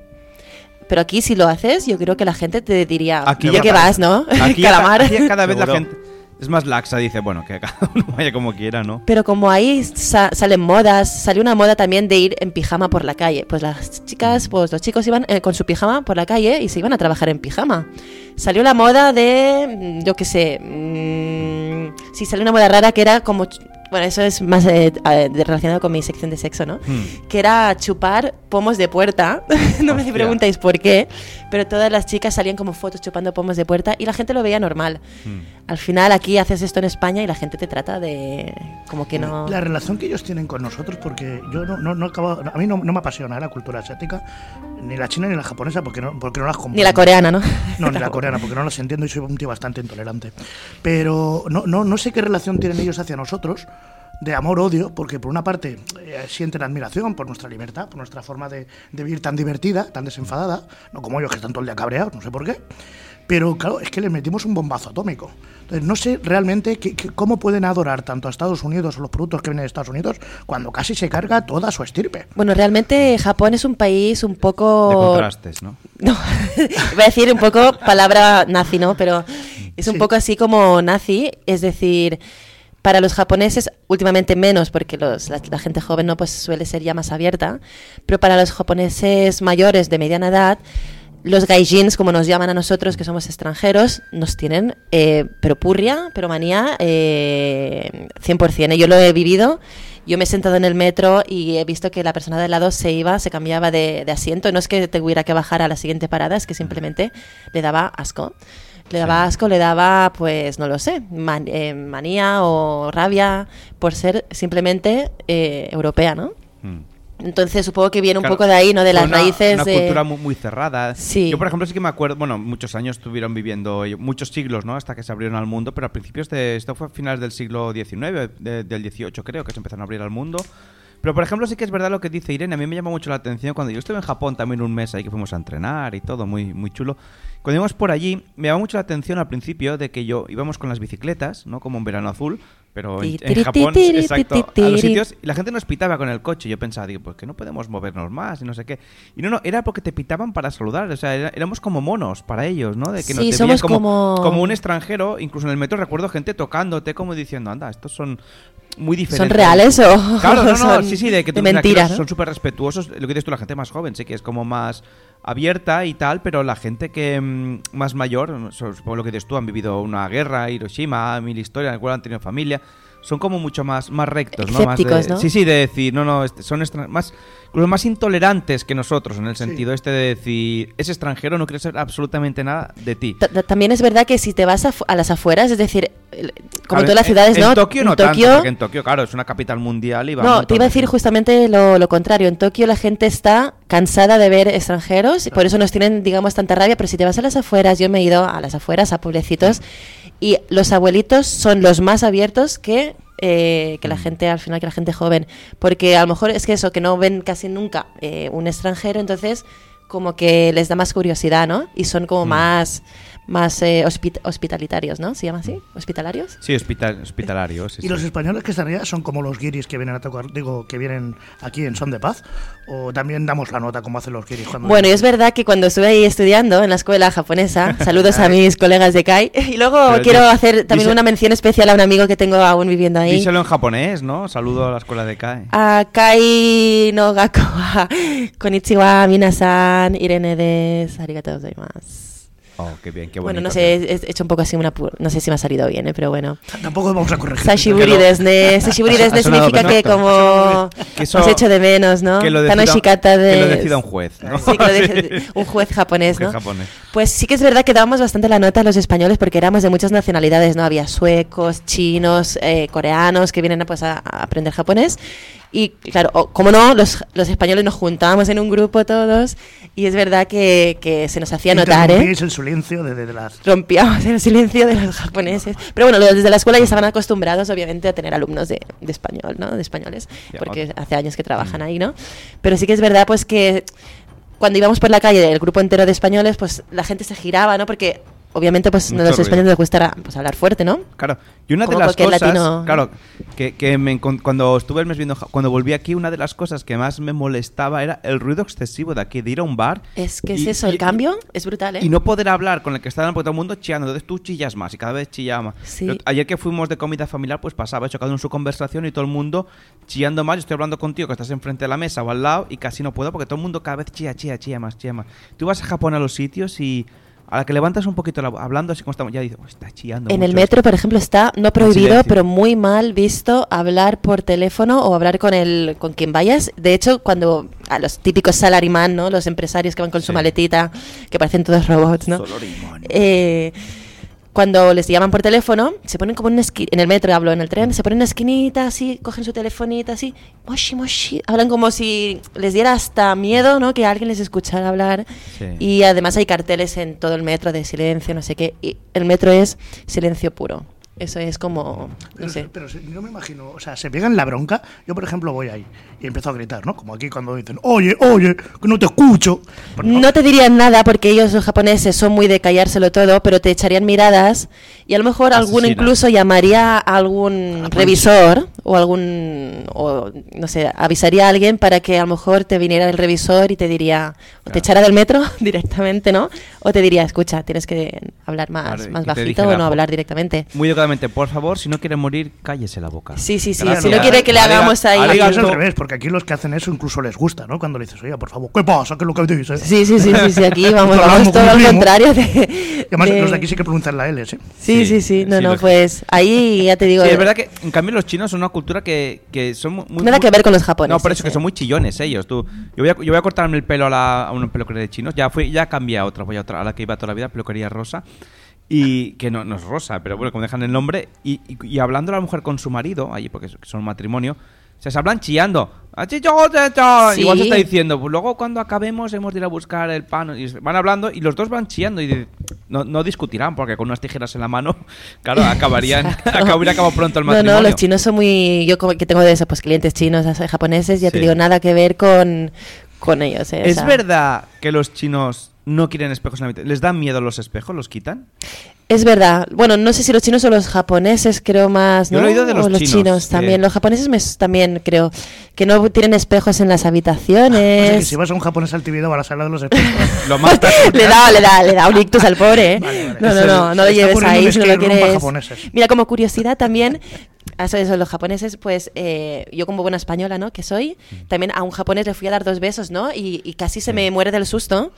B: Pero aquí si lo haces, yo creo que la gente te diría,
A: Aquí
B: ¿de
A: ya
B: qué
A: cada-
B: vas, no?
A: Aquí,
B: Calamar.
A: aquí cada vez la
B: Seguro.
A: gente es más laxa, dice, bueno, que cada uno vaya como quiera, ¿no?
B: Pero como ahí sa- salen modas, salió una moda también de ir en pijama por la calle. Pues las chicas, pues los chicos iban eh, con su pijama por la calle y se iban a trabajar en pijama. Salió la moda de, mm, yo qué sé, mm, sí, salió una moda rara que era como, ch- bueno, eso es más eh, eh, de- relacionado con mi sección de sexo, ¿no? Que era chupar pomos de puerta. no me
P: Hostia.
B: preguntáis por qué, pero todas las chicas salían como fotos chupando pomos de puerta y la gente lo veía normal. Al final aquí haces esto en España y la gente te trata de como que no.
C: La relación que ellos tienen con nosotros, porque yo no, no, no acabo- a mí no, no me apasiona la cultura asiática, ni la china ni la japonesa, porque no, porque no las comprendo.
B: Ni la coreana, ¿no?
C: No, ni la coreana, porque no las entiendo y soy un tío bastante intolerante. Pero no, no, no sé qué relación tienen ellos hacia nosotros. de amor-odio, porque por una parte eh, sienten admiración por nuestra libertad, por nuestra forma de, de vivir tan divertida, tan desenfadada, no como ellos que están todo el día cabreados, no sé por qué. Pero claro, es que les metimos un bombazo atómico. Entonces, no sé realmente qué- qué- cómo pueden adorar tanto a Estados Unidos o los productos que vienen de Estados Unidos cuando casi se carga toda su estirpe.
B: Bueno, realmente Japón es un país un poco...
C: De contrastes,
A: ¿no?
B: No, iba a decir un poco palabra nazi, ¿no? Pero es un poco así como nazi, es decir, para los japoneses últimamente menos, porque los- la, la gente joven no pues suele ser ya más abierta, pero para los japoneses mayores de mediana edad, los gaijins, como nos llaman a nosotros que somos extranjeros, nos tienen eh, pero purria, pero manía eh, 100%. ¿eh? Yo lo he vivido. Yo me he sentado en el metro y he visto que la persona de al lado se iba, se cambiaba de, de asiento. No es que te hubiera que bajar a la siguiente parada, es que simplemente le daba asco. Le daba asco, le daba, pues, no lo sé, man- eh, manía o rabia por ser simplemente eh, europea, ¿no?
A: Mm.
B: Entonces supongo que viene un
A: Claro,
B: poco de ahí, ¿no? De
A: fue
B: las
A: una-
B: raíces
A: una
B: de...
A: cultura mu- muy, cerrada.
B: Sí.
A: Yo, por ejemplo, sí que me acuerdo, bueno, muchos años estuvieron viviendo, ello- muchos siglos, ¿no? Hasta que se abrieron al mundo, pero a principios de, esto fue a finales del siglo XIX, de- del XVIII creo, que se empezaron a abrir al mundo. Pero, por ejemplo, sí que es verdad lo que dice Irene, a mí me llamó mucho la atención cuando yo estuve en Japón también un mes ahí que fuimos a entrenar y todo, muy, muy chulo. Cuando íbamos por allí, me llamó mucho la atención al principio de que yo íbamos con las bicicletas, ¿no? Como un verano azul, pero en,
B: Ti,
A: en
B: tiri,
A: Japón,
B: ti, tiri,
A: exacto,
B: ti,
A: a los
B: tiri.
A: sitios y la gente nos pitaba con el coche. Yo pensaba, digo, pues que no podemos movernos más y no sé qué. Y no, no, era porque te pitaban para saludar. O sea, era- éramos como monos para ellos, ¿no? De que nos
B: Sí,
A: te veían
B: somos
A: como,
B: como-
A: como un extranjero. Incluso en el metro recuerdo gente tocándote como diciendo, anda, estos son muy diferentes.
B: reales o-
A: Claro, no, no,
B: son
A: sí, sí, de que tú
B: de
A: dices, aquí
B: mentira,
A: los-
B: no?
A: son súper respetuosos. Lo que dices tú, la gente más joven sí que es como más abierta y tal, pero la gente que mm, más mayor, no sé, supongo lo que dices tú, han vivido una guerra, Hiroshima, mil historias, en el cual han tenido familia, son como mucho más, más rectos, ¿no? Más de-
B: Escépticos, ¿no?
A: Sí, sí, de decir, no, no, este- son extran- más, incluso más intolerantes que nosotros en el sentido este de decir, es extranjero, no quiere ser absolutamente nada de ti.
B: Ta- ta- También es verdad que si te vas a, fu- a las afueras, es decir, el- como
A: A ver,
B: todas
A: en-
B: las ciudades,
A: en,
B: ¿no?
A: Tokio no
B: En Tokio-
A: tanto, porque en Tokio, claro, es una capital mundial y va un
B: No, te
A: montón
B: iba a
A: de
B: decir
A: gente.
B: justamente lo, lo contrario. En Tokio la gente está cansada de ver extranjeros y por eso nos tienen, digamos, tanta rabia. Pero si te vas a las afueras, yo me he ido a las afueras, a pueblecitos, y los abuelitos son los más abiertos que, eh, que la
A: Mm.
B: gente, al final, que la gente joven. Porque a lo mejor es que eso, que no ven casi nunca eh, un extranjero, entonces como que les da más curiosidad, ¿no? Y son como
A: Mm.
B: más, más eh, hospit- hospitalitarios, ¿no? ¿Se llama así? ¿Hospitalarios?
A: Sí, hospital, hospitalario, sí,
C: Y los
A: sí.
C: españoles que están allá son como los guiris que vienen a tocar, digo, que vienen aquí en Son de Paz, o también damos la nota como hacen los guiris. Cuando
B: Bueno, y es verdad que cuando estuve ahí estudiando en la escuela japonesa, saludos a mis colegas de CAI, y luego
A: Pero
B: quiero
A: di-
B: hacer también
A: dice-
B: una mención especial a un amigo que tengo aún viviendo ahí. Ah.
A: Díselo en japonés, ¿no? Saludo a la escuela de E. CAE.
B: A Kai no Gakoa, Konnichiwa, Minasan, Irene des, arigatou gozaimasu.
A: Oh, qué bien, qué
B: Bueno,
A: bonito.
B: no sé, he- he hecho un poco así una... pu- No sé si me ha salido bien, ¿eh? pero bueno.
C: Tampoco vamos a corregir.
B: Sashiburi desne. Sashiburi desne
A: Ha sonado
B: significa que
A: perfecto.
B: como...
A: Que eso-
B: os echo de menos, ¿no?
A: que lo
B: Tan
A: decida-
B: oshikata
A: que lo
B: des.
A: decida un juez, ¿no?
B: Sí, que lo deje-
A: Sí.
B: un juez japonés,
A: Un
B: ¿no?
A: juez japonés.
B: Pues sí que es verdad que dábamos bastante la nota a los españoles porque éramos de muchas nacionalidades, ¿no? Había suecos, chinos, eh, coreanos que vienen pues, a, a aprender japonés. Y claro, o- como no, los, los españoles nos juntábamos en un grupo todos y es verdad que, que se nos hacía notar, ¿eh?
C: Interrumpís el silencio desde de las...
B: rompíamos el silencio de los japoneses. Pero bueno, los- desde la escuela ya estaban acostumbrados, obviamente, a tener alumnos de, de español, ¿no? De españoles, porque hace años que
A: Mm.
B: trabajan ahí, ¿no? Pero sí que es verdad, pues, que cuando íbamos por la calle, el grupo entero de españoles, pues, la gente se giraba, ¿no? Porque, obviamente, pues,
A: Mucho
B: a los
A: ruido.
B: españoles les gustará pues, hablar fuerte, ¿no?
A: Claro, y una de
B: Como
A: las
B: cualquier
A: cosas,
B: latino.
A: claro, que, que me encon- cuando estuve el mes viendo, Ja- cuando volví aquí, una de las cosas que más me molestaba era el ruido excesivo de aquí, de ir a un bar
B: Es que es
A: Y-
B: eso, el cambio es brutal, ¿eh?
A: y no poder hablar con el que está delante, porque todo el mundo chillando, entonces tú chillas más y cada vez chilla más.
B: Sí.
A: Pero Ayer que fuimos de comida familiar, pues pasaba, hecho cada uno en su conversación y todo el mundo chillando más. Yo estoy hablando contigo que estás enfrente de la mesa o al lado y casi no puedo porque todo el mundo cada vez chilla, chilla, chilla más, chilla más. Tú vas a Japón a los sitios y a la que levantas un poquito la voz, hablando así como estamos, ya dices, "Oh, está chillando.
B: En el
A: mucho".
B: metro, por ejemplo, está no prohibido,
A: silencio.
B: pero muy mal visto hablar por teléfono o hablar con el con quien vayas. De hecho, cuando a los típicos salaryman, ¿no? Los empresarios que van con su maletita, que parecen todos robots, ¿no? Eh, cuando les llaman por teléfono, se ponen como en una esquina, en el metro hablo, en el tren, se ponen en una esquinita así, cogen su telefonita así, moshi, moshi, hablan como si les diera hasta miedo, ¿no? Que alguien les escuchara hablar.
A: Sí.
B: Y además hay carteles en todo el metro de silencio, no sé qué. Y el metro es silencio puro. Eso es como, no
C: Pero,
B: sé.
C: pero si- no me imagino, o sea, se pegan la bronca. Yo, por ejemplo, voy ahí y empiezo a gritar, ¿no? Como aquí cuando dicen, oye, oye, que no te escucho. Pues
B: No te dirían nada porque ellos los japoneses son muy de callárselo todo, pero te echarían miradas y a lo mejor alguno
C: Asesina.
B: incluso llamaría a algún revisor o algún, o no sé, avisaría a alguien para que a lo mejor te viniera el revisor y te diría, o te echara del metro directamente, ¿no? O te diría, escucha, tienes que hablar más,
A: Claro,
B: más
A: y te
B: bajito o
A: dijera,
B: no hablar directamente.
A: Muy educadamente, por favor, si no quiere morir, cállese la boca.
B: Sí, sí, sí,
A: Gracias.
B: si no quiere que le
A: Ariga-
B: hagamos ahí-
C: Aquí es
A: arigato.
C: al revés, porque aquí los que hacen eso incluso les gusta, ¿no? Cuando le dices, oye, por favor, ¿qué pasa? ¿Qué es lo que dices?
B: Sí, sí, sí, sí, sí, aquí vamos, vamos
C: Hablamos
B: todo
C: como
B: al
C: primo.
B: contrario de-
C: Y además,
B: de-
C: los de aquí sí que pronuncian la L, ¿sí?
B: Sí, sí, sí, no,
A: sí,
B: no,
A: los-
B: pues ahí ya te digo...
A: Sí, es verdad que, en cambio, los chinos son una cultura que, que son mu- muy...
B: Nada
A: muy-
B: que ver con los
A: No, por
B: japoneses,
A: eso que
B: eh.
A: son muy chillones ellos. Tú, yo, voy a, yo voy a cortarme el pelo a, la, a un peluquero de chinos. Ya fui, ya cambié a otra, voy a otra, a la que iba toda la vida, peluquería rosa. Y que no, no es rosa, pero bueno, como dejan el nombre. Y, y, y hablando la mujer con su marido, allí porque son un matrimonio, se hablan chillando.
E: Sí.
A: Igual se está diciendo, "Pues luego cuando acabemos hemos de ir a buscar el pan. Y van hablando y los dos van chillando y de- no, no discutirán porque con unas tijeras en la mano, claro, acabarían, acabaría acabado pronto el
B: No,
A: matrimonio.
B: no, los chinos son muy. Yo como que tengo de esos pues, clientes chinos, as- japoneses, ya te
A: Sí.
B: digo, nada que ver con, con ellos. eh, o
A: ¿Es
B: sea,
A: verdad que los chinos no quieren espejos en la habitación? ¿Les dan miedo los espejos? ¿Los quitan?
B: Es verdad. Bueno, no sé si los chinos o los japoneses, creo más.
A: Yo
B: ¿no?
A: lo he oído de
B: O
A: los
B: los
A: chinos,
B: chinos
A: sí.
B: también. Los japoneses me, también creo que no tienen espejos en las
C: O
A: Ah, pues
C: sea, que
B: habitaciones.
C: si vas a un japonés al Tibidabo a la sala de los espejos,
A: Lo más
B: le da, le da, le da un ictus al pobre, ¿eh? No, no,
C: Eso
B: no, no
C: es-
B: lo
C: está
B: lleves
C: ocurriendo
B: ahí
C: un
B: si no lo
C: escape room para
B: quieres.
C: japoneses.
B: Mira, como curiosidad también, a eso, eso, los japoneses, pues eh, yo como buena española, ¿no? Que soy,
A: Mm.
B: también a un japonés le fui a dar dos besos, ¿no? Y, y casi se me muere del susto,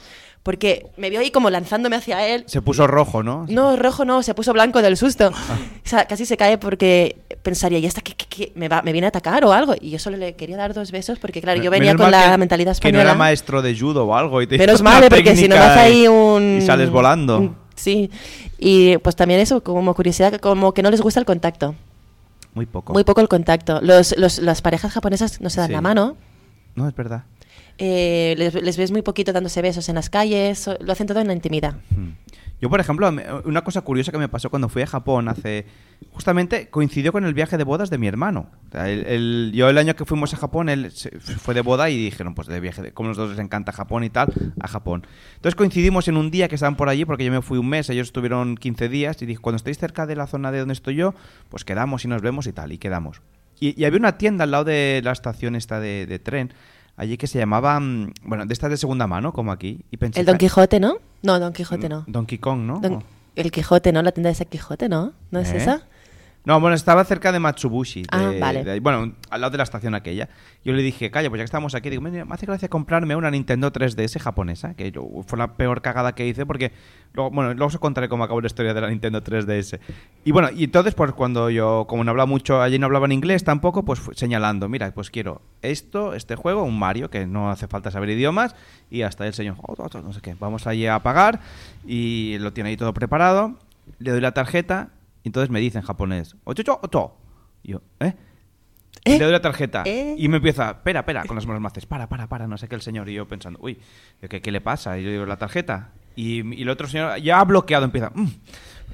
B: porque me vio ahí como lanzándome hacia él.
A: Se puso rojo, ¿no?
B: No, rojo no, se puso blanco del susto.
A: Ah.
B: O sea, casi se cae porque pensaría, ¿y esta qué, qué- qué? ¿Me, va, ¿Me viene a atacar o algo? Y yo solo le quería dar dos besos porque, claro, yo venía
A: Menos
B: con
A: mal
B: la
A: que-
B: mentalidad
A: Que
B: española.
A: no era maestro de judo o algo. Y te
B: Menos
A: hizo una
B: mal, eh, porque si
A: Este,
B: no
A: técnica
B: vas ahí
A: y-
B: un...
A: Y sales volando.
B: un- Sí, y pues también eso, como curiosidad, como que no les gusta el contacto.
A: Muy poco.
B: Muy poco el contacto. Los, los- las parejas japonesas no se dan
A: Sí.
B: la mano,
A: No, es verdad.
B: eh, les, les ves muy poquito dándose besos en las calles, so- lo hacen todo en la intimidad.
A: Yo, por ejemplo, me- una cosa curiosa que me pasó cuando fui a Japón hace... Justamente coincidió con el viaje de bodas de mi hermano. O sea, el- el- yo el año que fuimos a Japón, él se- fue de boda y dijeron, pues de viaje, de, como a los dos les encanta Japón y tal, a Japón. Entonces coincidimos en un día que estaban por allí, porque yo me fui un mes, ellos estuvieron 15 días, y dije, cuando estéis cerca de la zona de donde estoy yo, pues quedamos y nos vemos y tal, y quedamos. Y, y había una tienda al lado de la estación esta de, de tren, allí que se llamaba, mm, bueno, de estas de segunda mano, como aquí, y pensé...
B: El Don
A: "Ca-
B: Quijote, ¿no? No, Don Quijote Este no.
A: Donkey Kong, Mm, ¿no?
B: Don- el Quijote, ¿no? La tienda de ese Quijote, ¿no? ¿No es
A: ¿Eh?
B: esa?
A: No, bueno, estaba cerca de Matsubushi. de-
B: Ah, vale.
A: de- bueno, al lado de la estación aquella. Yo le dije, calla, pues ya que estamos aquí, digo, "Mira, me hace gracia comprarme una Nintendo 3DS japonesa, que yo- fue la peor cagada que hice porque... Luego, bueno, luego os contaré cómo acabó la historia de la Nintendo 3DS. Y bueno, y entonces, pues cuando yo, como no hablaba mucho, allí no hablaba en inglés tampoco, pues fui señalando, mira, pues quiero esto, este juego, un Mario, que no hace falta saber idiomas, y hasta ahí el señor, "Oh, oh, oh", no sé qué, vamos allí a pagar, y lo tiene ahí todo preparado, le doy la tarjeta, y entonces me dice en japonés, ocho, ocho, ocho. Y yo, ¿eh? Y Le doy la tarjeta
E: ¿Eh?
A: y me empieza, espera, espera, con las manos maces, para, para, para, no sé qué el señor. Y yo pensando, uy, ¿qué, qué le pasa? Y yo digo, la tarjeta. Y, y el otro señor ya ha bloqueado, empieza, "Mm",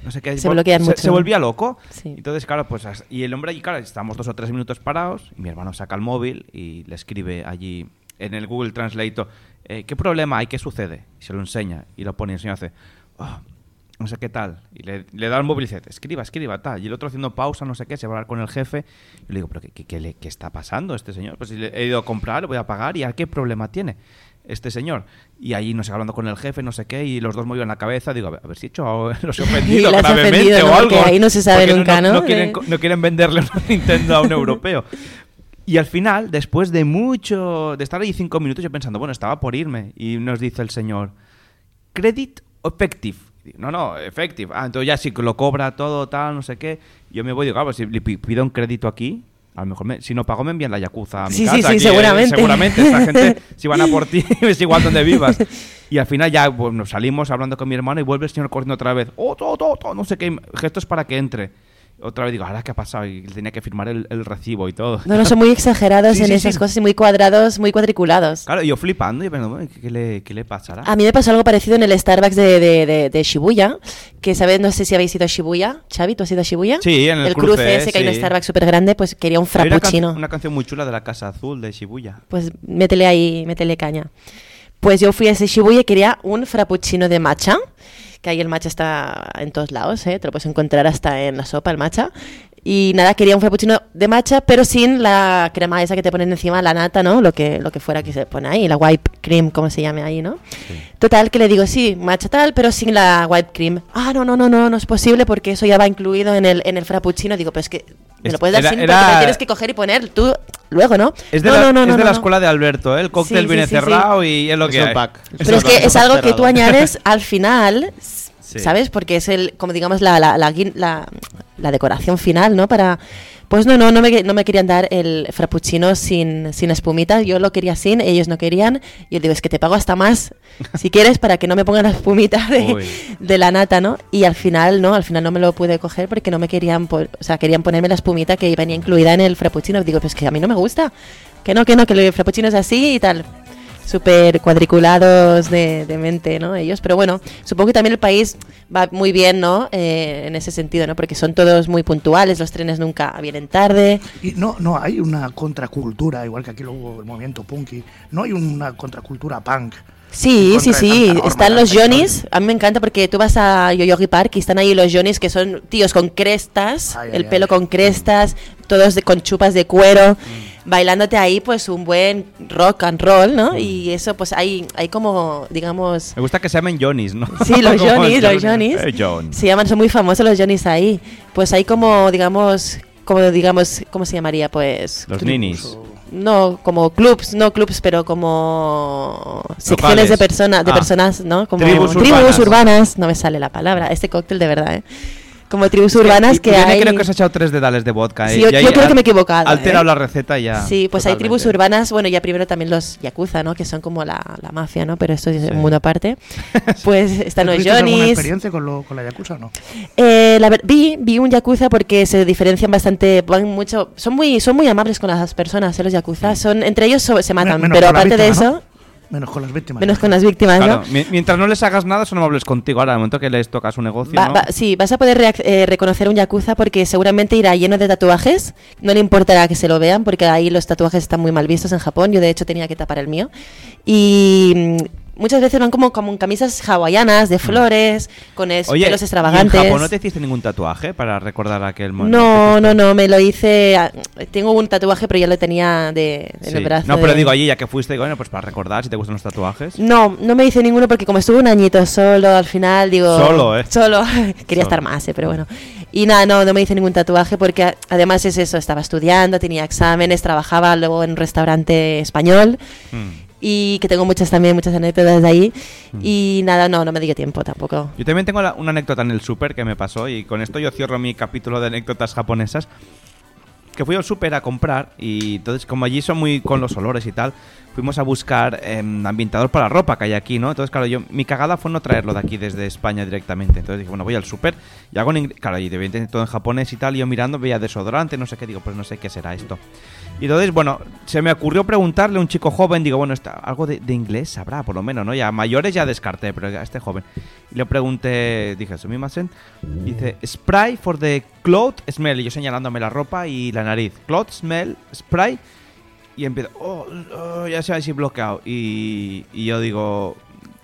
A: no sé qué.
B: Se
A: vol-
B: bloquean mucho.
A: Se volvía loco.
B: Sí.
A: Entonces, claro, pues, as- y el hombre, y claro, estamos dos o tres minutos parados, y mi hermano saca el móvil y le escribe allí en el Google Translate, eh, ¿qué problema hay? ¿Qué sucede? Y se lo enseña, y lo pone, y el señor hace, "Ah, no sé qué tal. Y le, le da el móvil y dice, escriba, escriba, tal. Y el otro haciendo pausa, no sé qué, se va a hablar con el jefe. Yo le digo, ¿pero qué, qué- qué le- qué está pasando a este señor? Pues si le he ido a comprar, le voy a pagar, ¿y a qué problema tiene este señor? Y ahí, no sé, hablando con el jefe, no sé qué, y los dos movían la cabeza. Digo, a ver, a ver si he hecho, los he ofendido
B: Y las has
A: gravemente
B: ofendido,
A: o
B: ¿no?
A: algo.
B: Porque ahí no se sabe
A: Porque
B: nunca, ¿no?
A: quieren,
B: Eh.
A: co- no quieren venderle una Nintendo a un europeo. Y al final, después de mucho, de estar ahí cinco minutos, yo pensando, bueno, estaba por irme. Y nos dice el señor, ¿credit o effective? Y digo, No, no, effective. Ah, entonces ya si lo cobra todo, tal, no sé qué. Yo me voy y digo, claro, si le pi- pido un crédito aquí, a lo mejor me- si no pago me envían la yakuza a mi
B: Sí, sí,
A: casa.
B: sí,
A: aquí, eh,
B: seguramente.
A: seguramente, esta gente, si van a por ti, es igual donde vivas. Y al final ya bueno, oh, salimos hablando con mi hermano y vuelve el señor corriendo otra vez. Oh, todo, todo, todo, no sé qué, gestos para que entre. Otra vez digo, ahora qué ha pasado, y tenía que firmar el, el recibo y todo.
B: No, no, son muy exagerados
A: Sí,
B: en
A: sí,
B: esas
A: sí.
B: cosas y muy cuadrados, muy cuadriculados.
A: Claro, yo flipando, yo pensando, bueno, ¿qué, qué le, ¿qué le pasará?
B: A mí me pasó algo parecido en el Starbucks de, de- de- de Shibuya, que sabes, no sé si habéis ido a Shibuya. Xavi, ¿tú has ido a Shibuya?
A: Sí, en el
B: cruce,
A: cruce,
B: ese que hay un
A: sí.
B: Starbucks súper grande, pues quería un
A: Hay una, can-
B: frappuccino.
A: una canción muy chula de la Casa Azul de Shibuya.
B: Pues métele ahí, métele caña. Pues yo fui a ese Shibuya y quería un frappuccino de matcha, que ahí el matcha está en todos lados, ¿eh? te lo puedes encontrar hasta en la sopa, el matcha. Y nada, quería un frappuccino de matcha, pero sin la crema esa que te ponen encima, la nata, ¿no? Lo que, lo que fuera que se pone ahí, la whipped cream, como se llame ahí, ¿no? Total, que le digo, sí, matcha tal, pero sin la whipped cream. Ah, no, no, no, no, no es posible porque eso ya va incluido en el, en el frappuccino. Digo, pero es que me lo
A: Es-
B: puedes dar
A: era-
B: sin,
A: era-
B: porque me tienes que coger y poner tú luego, ¿no?
A: Es de
B: no,
A: la,
B: no, no,
A: es
B: no,
A: de la
B: no.
A: escuela de Alberto, ¿eh? el cóctel
B: Sí, sí,
A: viene
B: sí, sí.
A: cerrado y es lo que
D: un
A: hay.
D: pack.
B: Pero es que es algo que tú añades al final, s-
A: Sí.
B: ¿sabes? Porque es el, como digamos, la, la, la, guin- la- la decoración final, ¿no? Para. Pues no, no, no me, que- no me querían dar el frappuccino sin, sin espumita. Yo lo quería sin, ellos no querían. Yo digo, es que te pago hasta más si quieres para que no me pongan la espumita
A: Uy.
B: de, de la nata, ¿no? Y al final, no, al final no me lo pude coger porque no me querían, po- o sea, querían ponerme la espumita que venía incluida en el frappuccino. Digo, pues que a mí no me gusta. Que no, que no, que el frappuccino es así y tal súper cuadriculados de, de mente, ¿no? Ellos, pero bueno, supongo que también el país va muy bien, ¿no? Eh, en ese sentido, ¿no? Porque son todos muy puntuales, los trenes nunca vienen tarde.
C: Y no, no hay una contracultura, igual que aquí luego el movimiento punky, no hay una contracultura punk.
B: Sí,
C: En
B: sí,
C: contra de
B: sí,
C: tanta norma,
B: están
C: tanta
B: los Johnnies, a mí me encanta porque tú vas a Yoyogi Park y están ahí los Johnnies que son tíos con crestas,
C: Ay,
B: el
C: ay,
B: pelo con crestas, todos de, con chupas de cuero,
C: Mm.
B: bailándote ahí pues un buen rock and roll, ¿no? Y eso pues hay, hay como, digamos,
A: Me gusta que se llamen Johnnies, ¿no?
B: Sí, los
A: Como
B: Johnnies, los
A: Johnny.
B: Johnnies.
A: Eh, John.
B: Se llaman, son muy famosos los Johnnies ahí. Pues hay como, digamos, como digamos, ¿cómo se llamaría? Pues...
A: Los
B: tri-
A: ninis.
B: No, como clubs, no clubs, pero como secciones
A: Locales.
B: de personas, de
A: Ah.
B: personas, ¿no? Como
A: Tribus urbanas.
B: urbanas. No me sale la palabra, este cóctel de verdad, ¿eh? Como tribus urbanas que
A: Irene
B: hay...
A: creo que se ha echado tres dedales de vodka.
B: Sí,
A: eh,
B: yo-
A: y ahí
B: yo creo que
A: ha-
B: me he equivocado,
A: Ha alterado
B: eh.
A: la receta y ya.
B: Sí, pues hay tribus
A: Totalmente.
B: urbanas, bueno, ya primero también los yakuza, ¿no? Que son como la, la mafia, ¿no? Pero esto es un mundo aparte. Pues están los
C: ¿Tuviste alguna
B: Johnnies.
C: experiencia con, lo- con la Yakuza o no?
B: Eh, la ver- vi, vi un yakuza porque se diferencian bastante, van mucho, son muy, son muy amables con las personas, eh, los yakuza, son, entre ellos so- se matan,
C: Me- menos
B: pero
C: con la
B: aparte de
C: víctima,
B: eso,
C: ¿no? Menos con las víctimas.
B: menos con las víctimas,
A: Claro,
B: ¿no?
A: mi- mientras no les hagas nada, son amables contigo. Ahora, al momento que les toca su negocio,
B: Va-
A: ¿no?
B: va- sí, vas a poder reac- eh, reconocer un yakuza porque seguramente irá lleno de tatuajes. No le importará que se lo vean porque ahí los tatuajes están muy mal vistos en Japón. Yo de hecho tenía que tapar el mío. Y mm, muchas veces van como, como en camisas hawaianas de flores, con es-
A: Mm. Oye,
B: pelos
A: ¿y
B: extravagantes.
A: En Japón no te hiciste ningún tatuaje para recordar aquel momento.
B: No, no, no, me lo hice. a- Tengo un tatuaje, pero ya lo tenía de, en
A: Sí.
B: el brazo.
A: No, pero
B: de-
A: digo, allí ya que fuiste, digo, bueno, pues para recordar si te gustan los tatuajes.
B: No, no me hice ninguno porque como estuve un añito solo, al final digo...
A: Solo, ¿eh?
B: Solo.
A: Solo.
B: Quería estar más, eh, pero bueno. Y nada, no, no me hice ningún tatuaje porque a- además es eso, estaba estudiando, tenía exámenes, trabajaba luego en un restaurante español
A: Mm.
B: y que tengo muchas también, muchas anécdotas de ahí. Y nada, no, no me dio tiempo tampoco.
A: Yo también tengo la- una anécdota en el súper que me pasó y con esto yo cierro mi capítulo de anécdotas japonesas. Que fui al súper a comprar y entonces como allí son muy con los olores y tal, fuimos a buscar em, ambientador para ropa que hay aquí, ¿no? Entonces, claro, yo mi cagada fue no traerlo de aquí desde España directamente. Entonces dije, bueno, voy al súper y hago un... ing- Claro, y evidentemente todo en japonés y tal, y yo mirando veía desodorante, no sé qué, digo, pues no sé qué será esto. Y entonces, bueno, se me ocurrió preguntarle a un chico joven, digo, bueno, está, algo de, de inglés sabrá, por lo menos, ¿no? Ya mayores ya descarté, pero a este joven. Y le pregunté, dije, ¿sumimasen? Dice, spray for the cloth smell. Y yo señalándome la ropa y la nariz. Cloth smell, spray. Y empiezo, oh, oh, ya se ha así bloqueado. Y, y yo digo,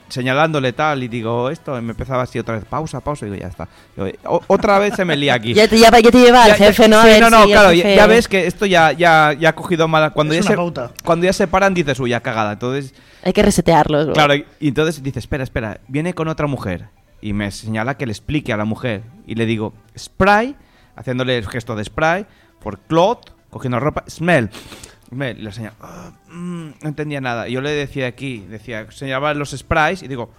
A: señalándole tal, y digo, esto, y me empezaba así otra vez, pausa, pausa, y digo, ya está. Digo, "O- otra vez se me lía aquí.
B: Ya te, ya, va- ya te lleva el
A: Ya- ya-
B: jefe, ¿no? A
A: sí,
B: ver
A: no, no,
B: si el
A: claro, ya-
B: jefe-
A: ya ves que esto ya, ya, ya ha cogido mala. Cuando,
C: Es
A: ya
C: una
A: se,
C: pauta.
A: cuando ya se paran, dices, uy, ya cagada. Entonces,
B: Hay que resetearlos. luego.
A: claro, y, y entonces dice, espera, espera, viene con otra mujer. Y me señala que le explique a la mujer. Y le digo, spray, haciéndole el gesto de spray, por cloth, cogiendo ropa, smell. Me, la señala, "Ah, mm", no entendía nada. Y yo le decía aquí, decía, señalaba los sprays y digo,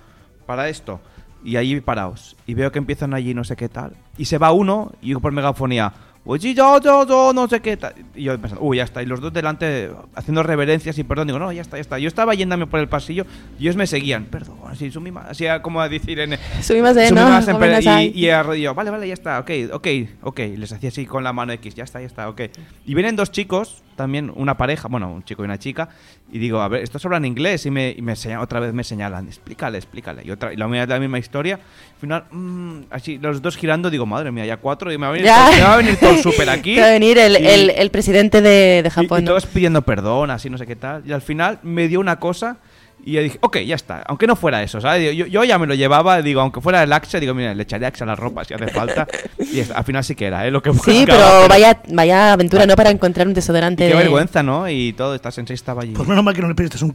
A: para esto. Y ahí paraos. Y veo que empiezan allí no sé qué tal. Y se va uno y yo por megafonía, Oye, yo, yo, yo, no sé qué. tal. Y yo pensando, uy, ya está. Y los dos delante haciendo reverencias y perdón. Digo, no, ya está, ya está. Yo estaba yéndome por el pasillo y ellos me seguían. Perdón, así, sumima, así como a decir en.
B: Sumimase, ¿no?
A: sumimase,
B: Como en
A: pero-
B: Asai.
A: y, y arrodillado, vale, vale, ya está, ok, ok, ok. Y Les hacía así con la mano X, ya está, ya está, ok. Y vienen dos chicos, también una pareja, bueno, un chico y una chica. Y digo, a ver, estos hablan inglés y me, y me señalan- otra vez me señalan, explícale, explícale. Y otra, y la, misma- la misma historia. Al final, mm, así, los dos girando, digo, madre mía, ya cuatro, y me va a venir,
B: Ya.
A: todo- me va a venir todo súper aquí.
B: Te va a venir el,
A: Y-
B: el- el presidente de, de
A: y,
B: Japón.
A: y
B: ¿no?
A: todos pidiendo perdón, así no sé qué tal. Y al final me dio una cosa y yo dije, ok, ya está. Aunque no fuera eso, ¿sabes? Yo, yo ya me lo llevaba, digo, aunque fuera el Axe, digo, mira, le echaré Axe a la ropa si hace falta. Y es- al final sí que era, ¿eh? Lo que buscaba,
B: Sí, pero vaya, ¿eh? vaya aventura, ¿no? Para encontrar un
A: Y
B: desodorante.
A: qué
B: de-
A: vergüenza, ¿no? Y todo, esta sensei estaba allí.
C: Pues menos mal que no le pediste un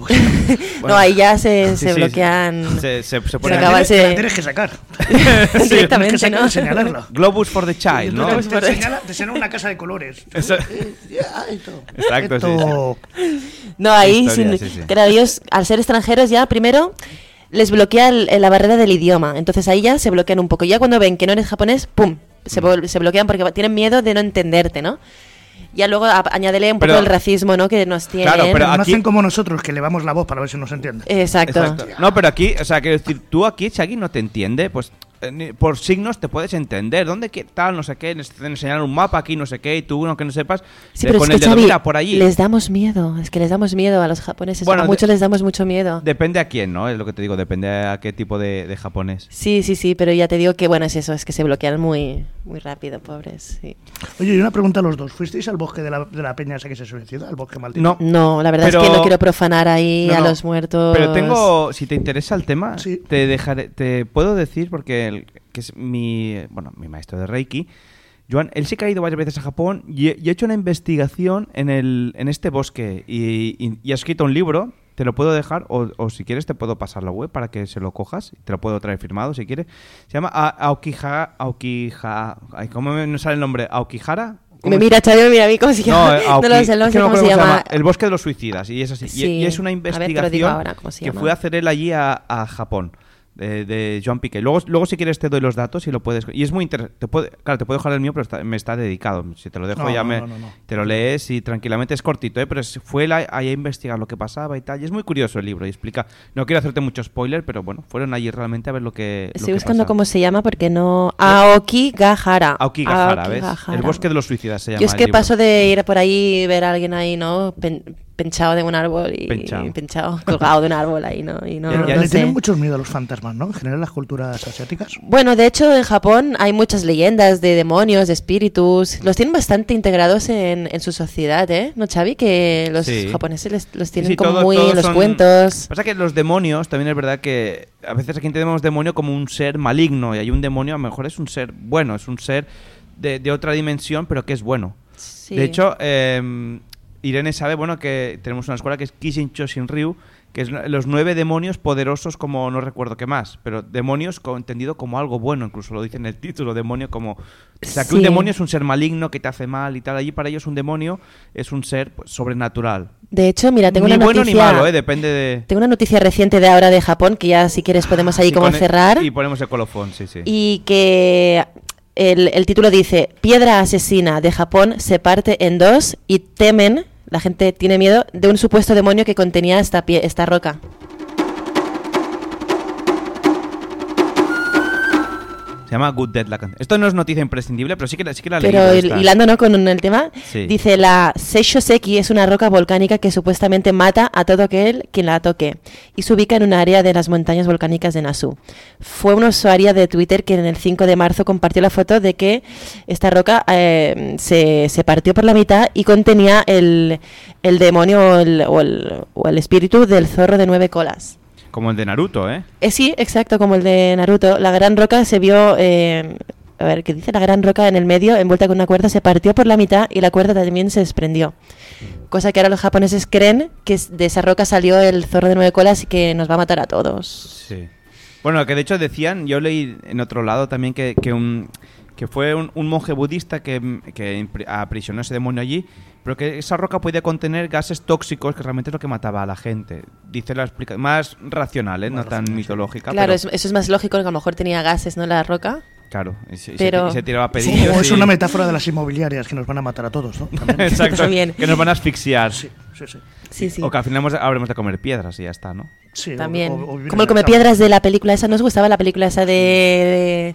C: porque
B: No, ahí ya se,
A: Sí,
B: se
A: sí,
B: bloquean.
A: Se, se, se
B: se
A: pone
B: acaba
A: Sí.
B: ese-
C: te la tienes que sacar.
B: Directamente,
C: Tienes que sacar
B: ¿no?
C: y señalarlo.
A: Globus for the Child, ¿no?
C: Te, te señala, te señala una casa de colores.
A: Eso- Exacto, sí,
C: Esto-
B: No, ahí,
A: Historia,
B: sin-
A: sí, sí.
B: claro, ellos al ser extranjeros ya, primero les bloquea el- la barrera del idioma. Entonces ahí ya se bloquean un poco. Ya cuando ven que no eres japonés, ¡pum! Se,
A: Mm.
B: vol- se bloquean porque va- tienen miedo de no entenderte, ¿no? Ya luego a- añádele un poco
A: Pero-
B: el racismo, ¿no? Que nos tienen.
C: no hacen como nosotros, que levamos la voz para ver si nos entiende.
B: Exacto.
A: Exacto. No, pero aquí, o sea, quiero decir, tú aquí, si alguien no te entiende, pues eh, ni- por signos te puedes entender. ¿Dónde qué, tal? No sé qué. les- Te enseñan un mapa aquí, no sé qué. Y tú, uno que no sepas,
B: Sí,
A: le
B: pero es
A: pone
B: que,
A: el dedo,
B: Xavi,
A: mira, por allí.
B: les damos miedo. Es que les damos miedo a los japoneses.
A: Bueno,
B: a muchos
A: de-
B: les damos mucho miedo.
A: Depende a quién, ¿no? Es lo que te digo, depende a qué tipo de, de japonés.
B: Sí, sí, sí, pero ya te digo que, bueno, es eso, es que se bloquean muy, muy rápido, pobres. sí.
C: Oye, y una pregunta a los dos. ¿Fuisteis al bosque de la, de la peña esa que se suicida? ¿Al bosque maldito?
B: No, la verdad es que
A: Pero-
B: no quiero profanar ahí
A: No,
B: a
A: no.
B: los muertos.
A: Pero tengo, si te interesa el tema, te dejaré, te puedo decir porque el- que es mi, bueno, mi maestro de Reiki, Joan, él sí que ha ido varias veces a Japón y he, y he hecho una investigación en el, en este bosque y, y- y ha escrito un libro. Te lo puedo dejar o, o si quieres te puedo pasar la web para que se lo cojas. Te lo puedo traer firmado si quieres. Se llama A- Aokija, Aokija, ay, ¿cómo me no sale el nombre? Aokihara. ¿Cómo
B: Me
A: es?
B: mira, Xavi, me mira a mí como si
A: No,
B: llama-
A: eh,
B: no lo sé, no
A: es que
B: sé
A: me
B: cómo se
A: acuerdo
B: llama.
A: El bosque de los suicidas, y es así. Y-
B: Sí.
A: Y, es una
B: A ver, te lo digo
A: investigación
B: ahora, ¿cómo se
A: que
B: llama?
A: fue a hacer él allí a, a Japón, de, de Joan Piqué. Luego, luego, si quieres, te doy los datos y lo puedes. Y es muy interesante. Claro, te puedo dejar el mío, pero está- me está dedicado. Si te lo dejo,
C: No,
A: ya
C: no,
A: me,
C: no, no, no.
A: te lo lees y tranquilamente es cortito, ¿eh? pero es- fue él a- ahí a investigar lo que pasaba y tal. Y es muy curioso el libro y explica. No quiero hacerte mucho spoiler, pero bueno, fueron allí realmente a ver lo que. lo
B: Estoy
A: que
B: buscando
A: pasa.
B: cómo se llama porque no. Aoki Gahara.
A: Aokigahara, ¿ves?
B: Aokigahara.
A: El bosque de los suicidas se llama.
B: Yo es
A: el
B: que
A: libro.
B: paso de ir por ahí y ver a alguien ahí, ¿no? Pen- penchado de un árbol y.
A: Penchado.
B: penchado, colgado de un árbol ahí, ¿no? Y no,
C: Pero
B: no
C: le
B: sé.
C: tienen muchos miedo a los fantasmas, ¿no? En general, las culturas asiáticas.
B: Bueno, de hecho, en Japón hay muchas leyendas de demonios, de espíritus. Los tienen bastante integrados en, en su sociedad, ¿eh? ¿No, Xavi? Que los
A: Sí.
B: japoneses les- los
A: Sí,
B: tienen
A: sí,
B: como
A: todo-
B: muy
A: todos
B: en los
A: son-
B: cuentos.
A: Pasa que los demonios, también es verdad que a veces aquí entendemos demonio como un ser maligno y hay un demonio, a lo mejor es un ser bueno, es un ser de, de otra dimensión, pero que es bueno. De hecho, eh, Irene sabe, bueno, que tenemos una escuela que es Kishin Choshin Ryu, que es la- los nueve demonios poderosos como no recuerdo qué más, pero demonios co- entendido como algo bueno, incluso lo dice en el título, demonio como... O sea, que un
B: Sí.
A: demonio es un ser maligno que te hace mal y tal, allí para ellos un demonio es un ser pues, sobrenatural.
B: De hecho, mira, tengo
A: ni
B: una
A: bueno
B: noticia.
A: ni malo, ¿eh? depende de...
B: Tengo una noticia reciente de ahora de Japón que ya si quieres podemos ahí
A: Y
B: como
A: pone-
B: cerrar
A: Y ponemos el colofón, sí, sí.
B: y que el, el título dice Piedra asesina de Japón se parte en dos y temen, la gente tiene miedo, de un supuesto demonio que contenía esta, pie- esta roca.
A: Se llama Good Dead la canción. Esto no es noticia imprescindible, pero sí que la, sí que la leí.
B: Pero hil- hilando ¿no? con el tema,
A: Sí.
B: dice la Seishoseki es una roca volcánica que supuestamente mata a todo aquel quien la toque y se ubica en un área de las montañas volcánicas de Nassau. Fue una usuaria de Twitter que en el 5 de marzo compartió la foto de que esta roca eh, se, se partió por la mitad y contenía el, el demonio o el, o el- o el espíritu del zorro de nueve colas.
A: Como el de Naruto, ¿eh?
B: Eh, sí, exacto, como el de Naruto. La gran roca se vio. eh, a ver, ¿qué dice? La gran roca en el medio, envuelta con una cuerda, se partió por la mitad y la cuerda también se desprendió. Cosa que ahora los japoneses creen que es- de esa roca salió el zorro de nueve colas y que nos va a matar a todos.
A: Sí. Bueno, que de hecho decían, yo leí en otro lado también que, que, un, que fue un, un monje budista que, que impri- aprisionó ese demonio allí, pero que esa roca podía contener gases tóxicos, que realmente es lo que mataba a la gente. Dice la explicación más racional, ¿eh? no tan mitológica.
B: Claro,
A: pero-
B: es- eso es más lógico, que a lo mejor tenía gases, ¿no? La roca.
A: Claro, y se, y se-
B: Pero-
A: y se tiraba
C: Es,
A: pedillos.
C: como- es
A: y-
C: una metáfora de las inmobiliarias que nos van a matar a todos, ¿no? También.
A: Exacto,
B: También.
A: que nos van a asfixiar.
C: Sí, sí.
B: Sí, sí.
A: O que al final hemos- habremos de comer piedras y ya está, ¿no?
B: Ah,
C: Sí,
B: También.
C: o- o- o vivir
B: Como el
C: en la
B: Comepiedras de la película esa, ¿nos gustaba la película esa de,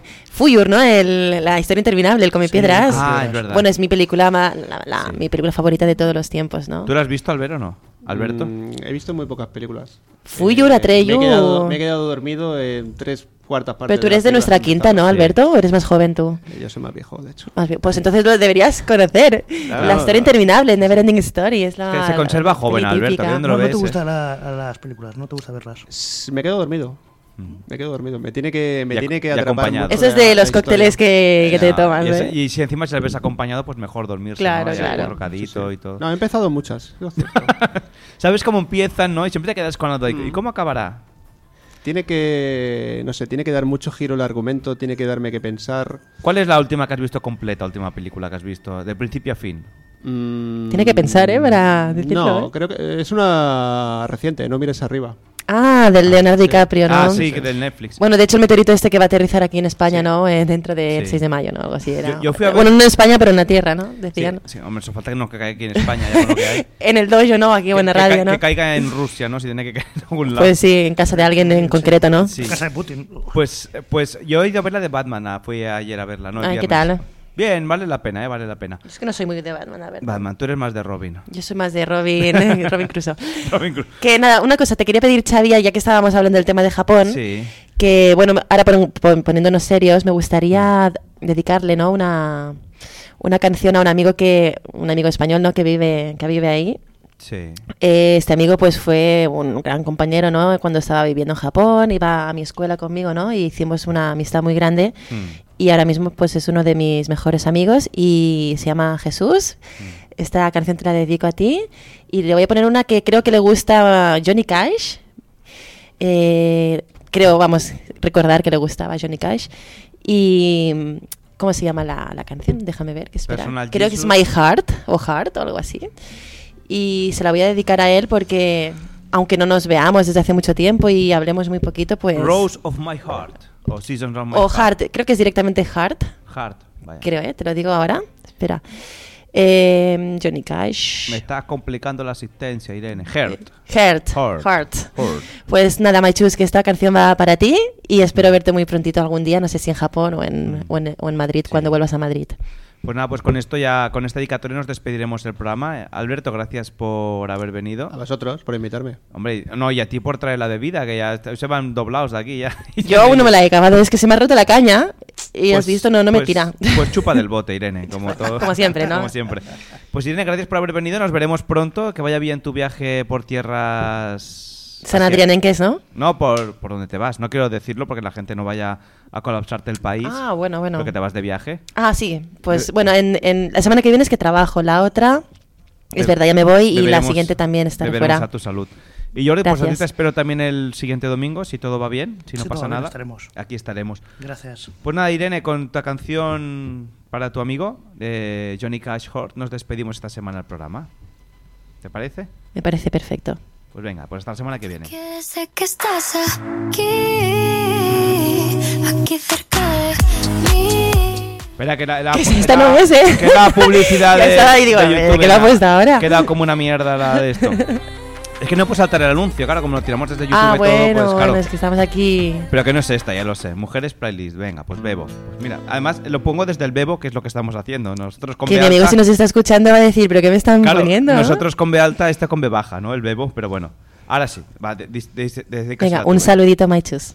B: de Fuyur, ¿no? El- la historia interminable, el Comepiedras.
A: Ah, es verdad.
B: Bueno, es mi película, ma- la- la- mi película favorita de todos los tiempos, ¿no?
A: ¿Tú lo has visto, Albert, o no? ¿Alberto?
B: Mm,
D: Mm, he visto muy pocas películas. Eh,
B: Fuyu, la Treyu.
D: Me he, quedado, me he quedado dormido en tres cuartas partes.
B: Pero tú
D: las
B: eres de nuestra
D: películas que me
B: quinta, ¿no,
D: gustaban.
B: Alberto? ¿O eres más joven tú?
D: Sí. Yo soy más viejo, de hecho.
B: Más bien, Pues entonces lo deberías conocer.
D: Claro.
B: la historia interminable, Never Ending Story. Es la,
A: Que se conserva joven,
B: película
A: Alberto,
B: típica.
A: ¿de dónde lo
C: No te
A: ves, eh?
C: gustan la- las películas, no te gusta verlas.
D: S- Me quedo dormido.
A: Mm.
D: Me quedo dormido. Me tiene que, me
A: Y ac-
D: tiene
A: y
D: que atrapar.
A: acompañado.
D: mucho
B: Eso es
D: la-
B: de los
D: la historia.
B: cócteles que, que te
A: Ah,
B: tomas,
A: y, ese-
B: ¿eh?
A: y si encima se la ves acompañado, pues mejor dormirse.
B: Claro,
A: ¿no? Ya
B: claro.
A: Acurrucadito y todo.
D: No, he empezado muchas. yo sé.
A: Sabes cómo empiezan, ¿no? Y siempre te quedas con la duda.
B: Mm.
A: ¿Y cómo acabará?
D: Tiene que, no sé, tiene que dar mucho giro el argumento, tiene que darme que pensar.
A: ¿Cuál es la última que has visto completa, última película que has visto? De principio a fin.
B: Tiene que pensar, ¿eh? Para decirlo.
D: Mm, No,
B: ¿eh?
D: creo que es una reciente, no mires arriba.
B: Ah, del Leonardo DiCaprio, ¿no?
A: Ah, sí, que del Netflix.
B: Bueno, de hecho, el meteorito este que va a aterrizar aquí en España, ¿no? Eh, dentro del
A: Sí.
B: 6 de mayo, ¿no? Algo así era.
A: Yo- yo fui a ver-
B: Bueno, no en España, pero en la Tierra, ¿no?
A: Sí,
B: Decían.
A: sí, hombre, eso falta que no caiga aquí en España, ya con lo que hay.
B: En el dojo, ¿no? Aquí o en la
A: Que ca-
B: radio, ¿no?
A: Que caiga en Rusia, ¿no? Si tiene que caer en algún lado.
B: Pues sí, en casa de alguien en concreto, ¿no?
A: Sí.
C: Casa de Putin.
A: Pues, eh, pues yo he ido a ver la de Batman, ah, fui ayer a verla, ¿no? El
B: Ay, Ah, ¿qué
A: viernes.
B: tal?
A: Bien, vale la pena, eh, vale la pena.
B: Es que no soy muy de Batman, a ver.
A: Batman, tú eres más de Robin.
B: Yo soy más de Robin, eh, Robin Crusoe.
A: Robin Cru-
B: Que nada, una cosa, te quería pedir, Xavi, ya que estábamos hablando del tema de Japón,
A: Sí.
B: que bueno, ahora pon- pon- poniéndonos serios, me gustaría dedicarle, ¿no? Una, una canción a un amigo que, un amigo español, ¿no? Que vive, que vive ahí.
A: Sí.
B: Eh, Este amigo pues fue un gran compañero, ¿no? Cuando estaba viviendo en Japón, iba a mi escuela conmigo, ¿no? Y hicimos una amistad muy grande. Y ahora mismo pues es uno de mis mejores amigos y se llama Jesús. Esta canción te la dedico a ti. Y le voy a poner una que creo que le gusta a Johnny Cash. Eh, creo, vamos, recordar que le gustaba a Johnny Cash. Y... ¿Cómo se llama la, la canción? Déjame ver, que espera.
A: Personal
B: Creo que es
A: Jesus.
B: My Heart o Heart o algo así y se la voy a dedicar a él porque aunque no nos veamos desde hace mucho tiempo y hablemos muy poquito, pues...
A: Rose of My Heart. O Seasons of My
B: o
A: Heart.
B: Heart, creo que es directamente Heart,
A: Heart, vaya.
B: creo, ¿eh? Te lo digo ahora. Espera. Eh, Johnny Cash.
A: Me estás complicando la asistencia, Irene. Heart.
B: Eh. Heart.
A: Heart.
B: Heart.
A: Heart.
B: Pues nada, Maichus, que esta canción va para ti y espero verte muy prontito algún día, no sé si en Japón o
A: Mm.
B: en, o en, o en Madrid, cuando vuelvas a Madrid.
A: Pues nada, pues con esto ya, con esta dedicatoria nos despediremos el programa. Eh, Alberto, gracias por haber venido.
D: A
B: Ah.
D: vosotros, por invitarme.
A: Hombre, no, y a ti por traer la bebida, que ya est- se van doblados de aquí ya.
B: Yo aún no me la he acabado, es que se me ha roto la caña y has
A: Pues-
B: visto, no, no me
A: pues-
B: tira.
A: Pues chupa del bote, Irene, como todo.
B: Como siempre, ¿no?
A: Como siempre. Pues Irene, gracias por haber venido, nos veremos pronto, que vaya bien tu viaje por tierras...
B: San
A: asiáticas.
B: Adrián ¿eh? en qué es, ¿no?
A: No, por, por donde te vas. No quiero decirlo porque la gente no vaya a colapsarte el país.
B: Ah, bueno, bueno.
A: Porque te vas de viaje.
B: Ah, sí. Pues
A: Ve-
B: bueno, en, en la semana que viene es que trabajo. La otra, es
A: Be-
B: verdad, ya me voy. Y la
A: beberemos-
B: siguiente también estaré
A: beberemos
B: fuera.
A: a tu salud. Y Jordi, pues a ti
B: Gracias.
A: te espero también el siguiente domingo, si todo va bien, si no
C: Si todo
A: pasa
C: va bien,
A: nada.
C: estaremos.
A: Aquí estaremos.
C: Gracias.
A: Pues nada, Irene, con tu canción para tu amigo, eh, Johnny Cash Hort, nos despedimos esta semana del programa. ¿Te parece?
B: Me parece perfecto.
A: Pues venga, pues hasta la semana que viene.
F: Que sé que estás aquí, aquí cerca de mí.
A: Espera, que la,
F: Que
A: que
F: si esta no es, ¿eh?
A: Que la publicidad
F: Ya
A: de,
F: estaba ahí, digo,
A: de
F: a ver,
A: YouTube,
F: ¿qué la ha
A: venga.
F: puesto ahora?
A: Queda como una mierda la de esto. es que no puedo saltar el anuncio, claro, como lo tiramos desde YouTube
B: ah,
A: y
B: bueno,
A: todo, pues claro.
B: bueno, es que estamos aquí.
A: Pero que no es esta, ya lo sé. Mujeres playlist, venga, pues bebo. Pues mira, además lo pongo desde el bebo, que es lo que estamos haciendo. Nosotros con
B: Que mi
A: B
B: amigo,
A: alta-
B: si nos está escuchando, va a decir, ¿pero qué me están
A: Claro,
B: poniendo?
A: nosotros con B alta, esta con B baja, ¿no? El bebo, pero bueno. Ahora sí, va, de- de- de- dedícasela
B: Venga,
A: tú,
B: un saludito a Maichus.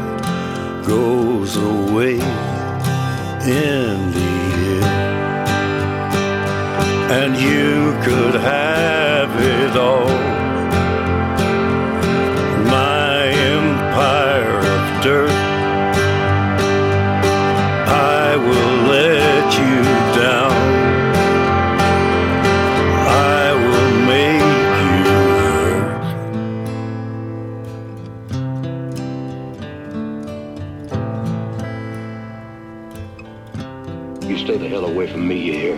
P: goes away in the end. And you could have it all. My empire of dirt. I will let you down. I will make you hurt.
Q: You stay the hell away from me, you hear?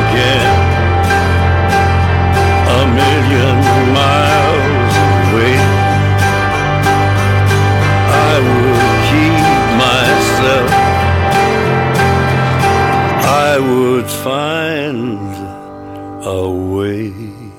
P: again, a million miles away, I would keep myself. I would find a way.